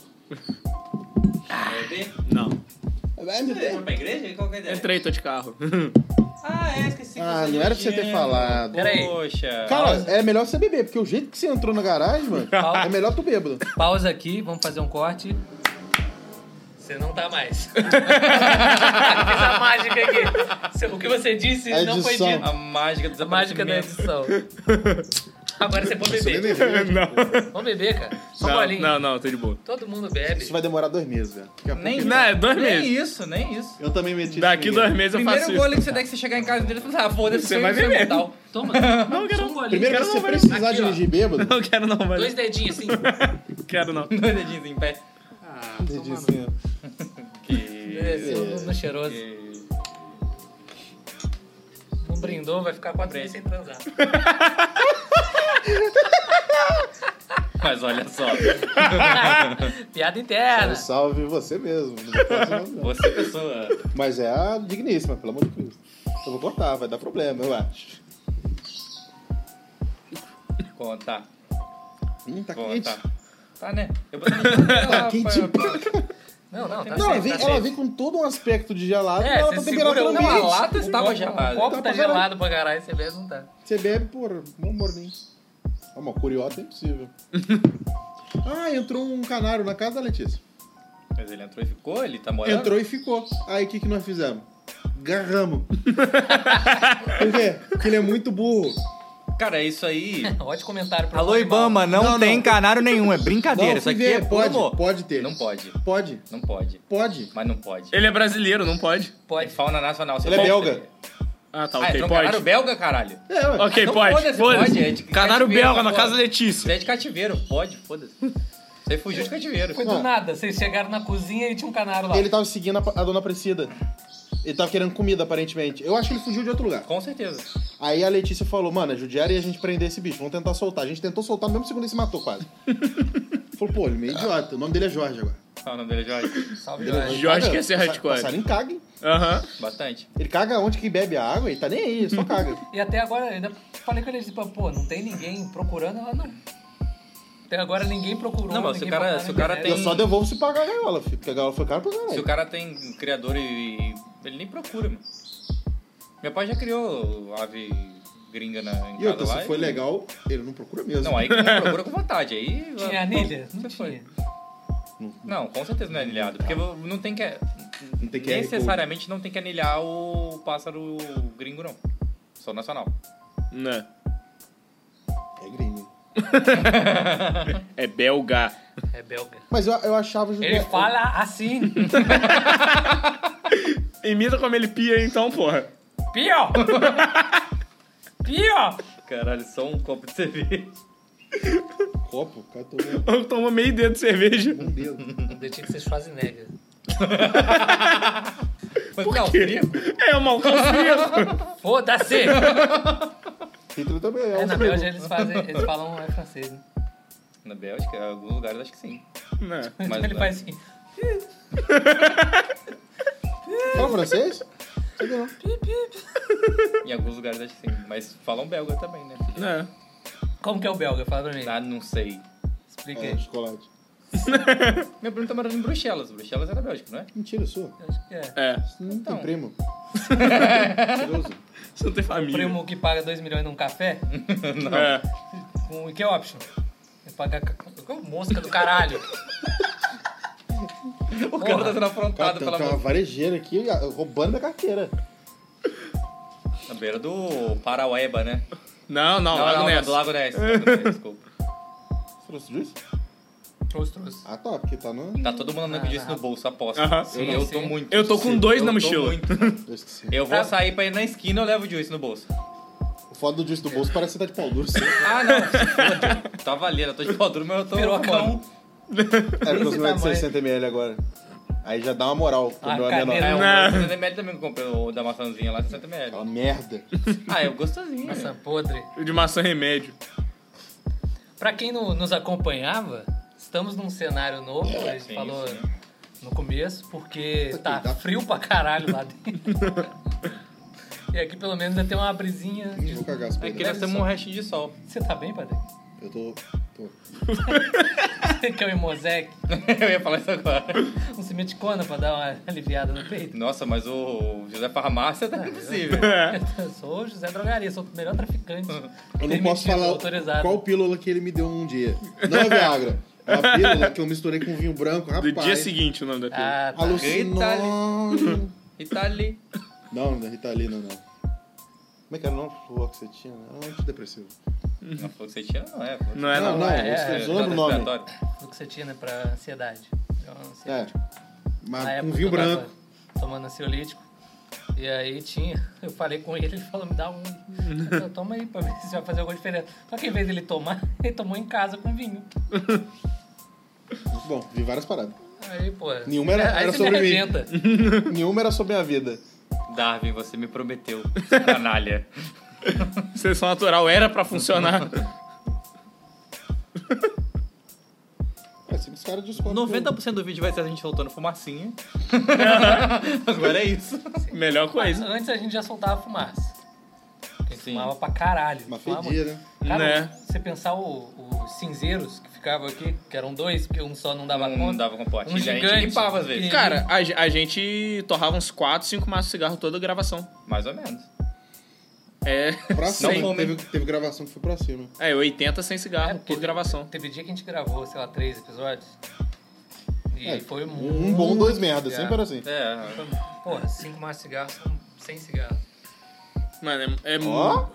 [SPEAKER 4] Quer ver?
[SPEAKER 5] Não.
[SPEAKER 2] Vai, É, meu
[SPEAKER 4] Você foi
[SPEAKER 2] Deus.
[SPEAKER 4] pra igreja? Qual que é a ideia?
[SPEAKER 5] Entrei, tô de carro.
[SPEAKER 4] Ah, é, esqueci.
[SPEAKER 2] Ah,
[SPEAKER 4] que
[SPEAKER 2] não era pra você ter
[SPEAKER 4] tinha.
[SPEAKER 2] falado.
[SPEAKER 3] Pera aí.
[SPEAKER 4] Poxa.
[SPEAKER 2] Cara, é melhor você beber, porque o jeito que você entrou na garagem, mano,
[SPEAKER 3] Calma.
[SPEAKER 2] é melhor tu bêbado.
[SPEAKER 3] Pausa aqui, vamos fazer um corte. Você não tá mais. Fiz a mágica aqui. O que você disse
[SPEAKER 2] A
[SPEAKER 3] não foi
[SPEAKER 2] edição.
[SPEAKER 3] dito.
[SPEAKER 4] A mágica dos
[SPEAKER 3] A mágica da edição. Agora você pode
[SPEAKER 2] Você nem
[SPEAKER 3] beber.
[SPEAKER 2] bebeu. né?
[SPEAKER 3] Vamos beber, cara. Só
[SPEAKER 5] não,
[SPEAKER 3] bolinha.
[SPEAKER 5] não, não, tô de boa.
[SPEAKER 3] Todo mundo
[SPEAKER 2] Isso
[SPEAKER 3] bebe.
[SPEAKER 2] vai demorar dois meses, velho. Daqui a pouco
[SPEAKER 4] Nem,
[SPEAKER 2] eu-
[SPEAKER 5] Não, é dois
[SPEAKER 4] nem
[SPEAKER 5] meses.
[SPEAKER 4] isso, nem isso.
[SPEAKER 2] Eu também meti.
[SPEAKER 5] Daqui dois
[SPEAKER 2] meses.
[SPEAKER 5] meses eu faço
[SPEAKER 4] Primeiro
[SPEAKER 5] isso.
[SPEAKER 4] gole que você der que você chegar em casa dele, você fala, ah, foda-se,
[SPEAKER 5] Você
[SPEAKER 4] isso
[SPEAKER 5] vai
[SPEAKER 4] aí não
[SPEAKER 5] beber.
[SPEAKER 4] é mental.
[SPEAKER 3] Toma.
[SPEAKER 5] quero-
[SPEAKER 3] Só um
[SPEAKER 2] Primeiro
[SPEAKER 3] bolinho.
[SPEAKER 2] que
[SPEAKER 5] Quero
[SPEAKER 2] você
[SPEAKER 5] não, velho.
[SPEAKER 2] precisar
[SPEAKER 3] Aqui, ó.
[SPEAKER 2] dirigir bêbado,
[SPEAKER 5] Não quero não, velho.
[SPEAKER 3] Dois dedinhos assim.
[SPEAKER 5] Quero não.
[SPEAKER 4] Dois dedinhos em pé.
[SPEAKER 2] você diz assim, ó.
[SPEAKER 3] Esse é um cheiroso. Não Um brindou, vai ficar quatro meses sem transar.
[SPEAKER 4] Mas olha só,
[SPEAKER 3] Piada interna.
[SPEAKER 2] Salve você mesmo. não pode não, não.
[SPEAKER 4] você pessoa...
[SPEAKER 2] Mas é a digníssima, pelo amor de Deus. Eu vou botar, vai dar problema, eu acho.
[SPEAKER 4] Conta.
[SPEAKER 2] Hum, tá quente.
[SPEAKER 4] Conta. Tá, né? Eu botei Tá
[SPEAKER 2] quente.
[SPEAKER 3] Não, não, tá
[SPEAKER 2] Não, ela
[SPEAKER 3] certo,
[SPEAKER 2] vem,
[SPEAKER 3] tá
[SPEAKER 2] ela
[SPEAKER 3] certo.
[SPEAKER 2] vem com todo um aspecto de gelado
[SPEAKER 3] É,
[SPEAKER 2] e ela
[SPEAKER 3] você
[SPEAKER 2] tá
[SPEAKER 3] segura
[SPEAKER 2] temperatura
[SPEAKER 3] o- não,
[SPEAKER 4] A
[SPEAKER 2] ambiente.
[SPEAKER 4] lata estava
[SPEAKER 3] O
[SPEAKER 4] gelada.
[SPEAKER 2] Tá
[SPEAKER 3] copo tá
[SPEAKER 2] pra caralho.
[SPEAKER 3] gelado pra caralho, você mesmo não tá.
[SPEAKER 2] Você bebe por bom morninho. É uma curiota é impossível. ah, entrou um canário na casa da Letícia.
[SPEAKER 4] Mas ele entrou e ficou? Ele tá morando?
[SPEAKER 2] Entrou e ficou. Aí o que, que nós fizemos? Garramos. Por quê? Porque ele é muito burro.
[SPEAKER 4] Cara, isso aí...
[SPEAKER 3] Ótimo comentário pra
[SPEAKER 1] Alô, Ibama, não,
[SPEAKER 2] Não, não.
[SPEAKER 1] tem canário nenhum, é brincadeira.
[SPEAKER 2] Não,
[SPEAKER 1] Isso
[SPEAKER 2] fui
[SPEAKER 1] aqui
[SPEAKER 2] ver,
[SPEAKER 1] é
[SPEAKER 2] pode,
[SPEAKER 1] puro amor.
[SPEAKER 2] pode ter.
[SPEAKER 4] Não pode.
[SPEAKER 2] Pode,
[SPEAKER 4] Não pode.
[SPEAKER 2] pode.
[SPEAKER 4] Mas não pode.
[SPEAKER 5] Ele é brasileiro, não pode.
[SPEAKER 4] Pode. Fauna nacional. você
[SPEAKER 2] Ele é
[SPEAKER 4] pode
[SPEAKER 2] belga.
[SPEAKER 4] beber.
[SPEAKER 5] Ah, tá,
[SPEAKER 4] Ah,
[SPEAKER 5] ok,
[SPEAKER 4] entrou um canário
[SPEAKER 5] pode.
[SPEAKER 4] belga, caralho.
[SPEAKER 2] É, ué.
[SPEAKER 5] Ok,
[SPEAKER 4] Ah, não,
[SPEAKER 5] pode.
[SPEAKER 4] foda-se,
[SPEAKER 5] foda-se.
[SPEAKER 4] pode, é de-
[SPEAKER 5] Canário
[SPEAKER 4] cativeiro,
[SPEAKER 5] belga na
[SPEAKER 4] favor.
[SPEAKER 5] casa da
[SPEAKER 4] Você
[SPEAKER 5] Letícia.
[SPEAKER 4] é de cativeiro. Pode, foda-se. Você fugiu de cativeiro.
[SPEAKER 3] Foi do nada, vocês chegaram na cozinha e tinha um canário lá.
[SPEAKER 2] Ele tava seguindo a, a dona Precida. Ele tava querendo comida, aparentemente. Eu acho que ele fugiu de outro lugar.
[SPEAKER 4] Com certeza.
[SPEAKER 2] Aí a Letícia falou, mano, é judiária e a gente prender esse bicho. Vamos tentar soltar. A gente tentou soltar, no mesmo segundo ele se matou quase. falou, pô, ele é meio idiota. O nome dele é Jorge agora.
[SPEAKER 4] Qual o nome dele, Jorge?
[SPEAKER 3] Salve,
[SPEAKER 2] Ele é
[SPEAKER 3] Ah, Jorge.
[SPEAKER 5] Jorge
[SPEAKER 2] Caga.
[SPEAKER 5] quer ser
[SPEAKER 2] Passa-
[SPEAKER 5] hardcore.
[SPEAKER 2] Passarinho caga, hein?
[SPEAKER 5] Aham.
[SPEAKER 4] Bastante.
[SPEAKER 2] Ele caga onde que bebe a água e tá nem aí, só caga.
[SPEAKER 3] E até agora, eu ainda falei com ele, tipo, pô, não tem ninguém procurando ela, não. Até agora ninguém procurou.
[SPEAKER 4] Não, mas
[SPEAKER 3] ninguém
[SPEAKER 4] se o cara-
[SPEAKER 3] procurou
[SPEAKER 4] se o
[SPEAKER 3] na
[SPEAKER 4] cara
[SPEAKER 3] internet.
[SPEAKER 2] Eu só devolvo se pagar a gaiola, filho, porque a gaiola foi cara pra
[SPEAKER 4] Se o
[SPEAKER 2] caralho.
[SPEAKER 4] cara tem criador e. Ele nem procura, mano. Meu pai já criou ave gringa na, em
[SPEAKER 2] E outra,
[SPEAKER 4] casa lá.
[SPEAKER 2] se foi
[SPEAKER 4] e-
[SPEAKER 2] legal, ele não procura mesmo.
[SPEAKER 4] Não, aí que não procura com vontade. Aí.
[SPEAKER 3] Tinha anilha? Não
[SPEAKER 4] Você foi.
[SPEAKER 3] tinha.
[SPEAKER 4] Não, com certeza não é anilhado. Porque não tem que.
[SPEAKER 2] Tá. Não tem é QR
[SPEAKER 4] necessariamente não tem que anilhar o pássaro gringo, não. Só nacional.
[SPEAKER 5] Né.
[SPEAKER 2] Code. É gringo.
[SPEAKER 5] É belga.
[SPEAKER 3] É belga.
[SPEAKER 2] Mas eu, eu achava...
[SPEAKER 3] Ele fala assim.
[SPEAKER 5] Imita como ele pia, então, porra.
[SPEAKER 3] Pio! Pio!
[SPEAKER 4] Caralho, só um copo de cerveja.
[SPEAKER 2] Copo, o cara tomou
[SPEAKER 5] Toma meio dedo de cerveja.
[SPEAKER 2] um dedo.
[SPEAKER 3] Eu tinha que ser Schwarzenegger.
[SPEAKER 4] Mas Por não, frio.
[SPEAKER 5] É, um o mal frio.
[SPEAKER 3] Foda-se!
[SPEAKER 2] Hitler também é,
[SPEAKER 3] É,
[SPEAKER 2] um
[SPEAKER 3] na
[SPEAKER 2] frio.
[SPEAKER 3] Bélgica eles, fazem, eles falam é francês, né?
[SPEAKER 4] Na Bélgica, em alguns lugares acho que sim.
[SPEAKER 5] Né.
[SPEAKER 3] Então
[SPEAKER 4] Mas
[SPEAKER 3] ele
[SPEAKER 4] não.
[SPEAKER 3] faz assim.
[SPEAKER 2] Fala É, francês? Sei que não.
[SPEAKER 4] Em alguns lugares acho que sim. Mas falam belga também, né?
[SPEAKER 5] Né.
[SPEAKER 3] Como que é o belga? Fala pra mim.
[SPEAKER 4] Ah, não sei.
[SPEAKER 3] Explica aí.
[SPEAKER 2] É, chocolate.
[SPEAKER 4] Meu primo tá morando em Bruxelas. Bruxelas é da Bélgica, não é?
[SPEAKER 2] Mentira sua.
[SPEAKER 3] Eu Acho que é.
[SPEAKER 5] É.
[SPEAKER 2] Você não
[SPEAKER 4] Então.
[SPEAKER 2] tem primo. Mentiroso.
[SPEAKER 5] Você não tem família.
[SPEAKER 3] Primo que paga 2 milhões num café?
[SPEAKER 5] É.
[SPEAKER 3] Com que option? É pagar. ca- Qual mosca do caralho?
[SPEAKER 4] O cara tá sendo
[SPEAKER 2] Cara,
[SPEAKER 4] afrontado
[SPEAKER 2] tem,
[SPEAKER 4] pela
[SPEAKER 2] tem uma
[SPEAKER 4] mão.
[SPEAKER 2] varejeira aqui ah, roubando a carteira.
[SPEAKER 4] Na beira do Paraueba, né?
[SPEAKER 5] Não, não,
[SPEAKER 4] Não,
[SPEAKER 5] Lago
[SPEAKER 4] não, não,
[SPEAKER 5] Ness.
[SPEAKER 4] do Lago Ness. Lago Ness, Desculpa.
[SPEAKER 2] Você trouxe juiz?
[SPEAKER 3] Trouxe, trouxe.
[SPEAKER 2] Ah, tá, porque tá no...
[SPEAKER 4] Tá todo mundo andando com
[SPEAKER 3] Ah,
[SPEAKER 4] disso
[SPEAKER 3] não.
[SPEAKER 4] no bolso, aposto.
[SPEAKER 5] Aham.
[SPEAKER 4] Sim, eu
[SPEAKER 3] sim.
[SPEAKER 4] tô muito.
[SPEAKER 5] Eu tô com dois
[SPEAKER 4] Eu
[SPEAKER 5] na
[SPEAKER 4] tô
[SPEAKER 5] mochila.
[SPEAKER 4] muito.
[SPEAKER 2] Eu esqueci.
[SPEAKER 4] Eu vou sair pra ir na esquina e eu levo o juice no bolso.
[SPEAKER 2] O foda do juiz do bolso parece que você tá de pau duro. assim.
[SPEAKER 4] Ah, não. se foda. Tá valendo, eu tô de pau duro, mas eu tô.
[SPEAKER 3] Pirocão.
[SPEAKER 4] roubando.
[SPEAKER 2] É, porque eu
[SPEAKER 3] Esse
[SPEAKER 2] sou de
[SPEAKER 3] tamanho.
[SPEAKER 2] 60ml agora. Aí já dá uma moral pro
[SPEAKER 3] Ah,
[SPEAKER 2] meu
[SPEAKER 3] cadeira.
[SPEAKER 4] É,
[SPEAKER 2] menor.
[SPEAKER 4] o
[SPEAKER 5] Não.
[SPEAKER 4] 60ml também que eu comprei o da maçãzinha lá, 60ml.
[SPEAKER 2] Aquela merda.
[SPEAKER 4] Ah, é gostosinho.
[SPEAKER 3] Nossa,
[SPEAKER 4] Nossa,
[SPEAKER 3] podre.
[SPEAKER 5] De maçã remédio.
[SPEAKER 3] Pra quem no- nos acompanhava, estamos num cenário novo, a gente
[SPEAKER 4] sim,
[SPEAKER 3] falou
[SPEAKER 4] sim.
[SPEAKER 3] no começo, porque
[SPEAKER 2] Aqui,
[SPEAKER 3] tá
[SPEAKER 2] tá
[SPEAKER 3] frio pra caralho lá dentro. e aqui pelo menos ainda tem uma brisinha.
[SPEAKER 2] Ih, Vou cagar as
[SPEAKER 4] é que
[SPEAKER 2] pedras.
[SPEAKER 4] nós temos um restinho de sol.
[SPEAKER 3] Você tá bem, padre?
[SPEAKER 2] Eu tô... tô-
[SPEAKER 3] Você quer um Imosec?
[SPEAKER 4] eu ia falar isso agora.
[SPEAKER 3] Um cimenticona pra dar uma aliviada no peito?
[SPEAKER 4] Nossa, mas o José Farmácia tá impossível.
[SPEAKER 3] Eu sou o José Drogaria, sou o melhor traficante.
[SPEAKER 2] Ah. Eu não
[SPEAKER 3] permitido,
[SPEAKER 2] posso falar
[SPEAKER 3] autorizado.
[SPEAKER 2] qual pílula que ele me deu um dia. Não é Viagra. É uma pílula que eu misturei com vinho branco,
[SPEAKER 5] Do
[SPEAKER 2] rapaz.
[SPEAKER 5] dia seguinte o nome da pílula.
[SPEAKER 3] Ah, tá.
[SPEAKER 2] Alucinógeno.
[SPEAKER 6] tá
[SPEAKER 4] Itali.
[SPEAKER 2] Não, não é Ritalina, não. Como é que era o nome? O Oxetina? Era um antidepressivo.
[SPEAKER 4] Não, fluoxetina não é. fluoxetina.
[SPEAKER 5] Não é
[SPEAKER 2] não,
[SPEAKER 5] não.
[SPEAKER 2] não,
[SPEAKER 3] é,
[SPEAKER 2] eu
[SPEAKER 3] é,
[SPEAKER 2] só
[SPEAKER 6] tá
[SPEAKER 2] lembro o nome.
[SPEAKER 4] Respiratório.
[SPEAKER 3] Fluoxetina né, pra ansiedade. É uma
[SPEAKER 2] É.
[SPEAKER 3] ansiedade.
[SPEAKER 2] Mas com
[SPEAKER 3] Na época
[SPEAKER 2] vinho
[SPEAKER 3] eu tava
[SPEAKER 2] branco.
[SPEAKER 3] Tomando ansiolítico. E aí tinha, eu falei com ele, ele falou, me dá um. Eu falei, Toma aí pra ver se vai fazer alguma diferença. Só que em vez dele tomar, ele tomou em casa com vinho.
[SPEAKER 2] Bom, vi várias paradas.
[SPEAKER 3] Aí, pô.
[SPEAKER 2] Nenhuma era-
[SPEAKER 3] aí
[SPEAKER 2] era
[SPEAKER 3] você
[SPEAKER 2] sobre
[SPEAKER 3] me
[SPEAKER 2] mim.
[SPEAKER 3] arrebenta.
[SPEAKER 2] Nenhuma era sobre a vida.
[SPEAKER 4] Darwin, você me prometeu. seu Canalha.
[SPEAKER 5] Seleção natural era pra funcionar.
[SPEAKER 2] É assim que os caras descobrem.
[SPEAKER 4] 90% do vídeo vai ser a gente soltando fumacinha. Agora é isso.
[SPEAKER 5] Melhor
[SPEAKER 3] Mas
[SPEAKER 5] coisa.
[SPEAKER 3] antes a gente já soltava fumaça. Porque
[SPEAKER 4] Sim.
[SPEAKER 3] fumava pra caralho.
[SPEAKER 2] Uma
[SPEAKER 3] fumava-
[SPEAKER 2] fedia, né?
[SPEAKER 3] Cara,
[SPEAKER 5] Né?
[SPEAKER 3] você pensar o- os cinzeiros que ficavam aqui, que eram dois, porque um só não dava
[SPEAKER 6] Não
[SPEAKER 3] conta.
[SPEAKER 6] dava comporte.
[SPEAKER 3] Um
[SPEAKER 6] a gente
[SPEAKER 3] gigante.
[SPEAKER 6] limpava às vezes.
[SPEAKER 3] Que-
[SPEAKER 5] Cara, a, ge- a gente torrava uns 4, 5 maços de cigarro toda a gravação.
[SPEAKER 6] Mais ou menos.
[SPEAKER 5] É,
[SPEAKER 2] Pra cima.
[SPEAKER 5] fomem.
[SPEAKER 2] Teve, teve gravação que foi pra cima.
[SPEAKER 5] é 80 sem cigarro
[SPEAKER 3] É,
[SPEAKER 5] por
[SPEAKER 3] teve-
[SPEAKER 5] gravação.
[SPEAKER 3] Teve dia que a gente gravou, sei lá, três episódios. E
[SPEAKER 2] É,
[SPEAKER 3] foi
[SPEAKER 2] Um bom, dois merda.
[SPEAKER 3] É.
[SPEAKER 2] Sempre era assim.
[SPEAKER 6] É.
[SPEAKER 3] Foi- Porra, cinco mais cigarros são 100 cigarros.
[SPEAKER 5] Mano, é, é, mu-
[SPEAKER 2] Ó.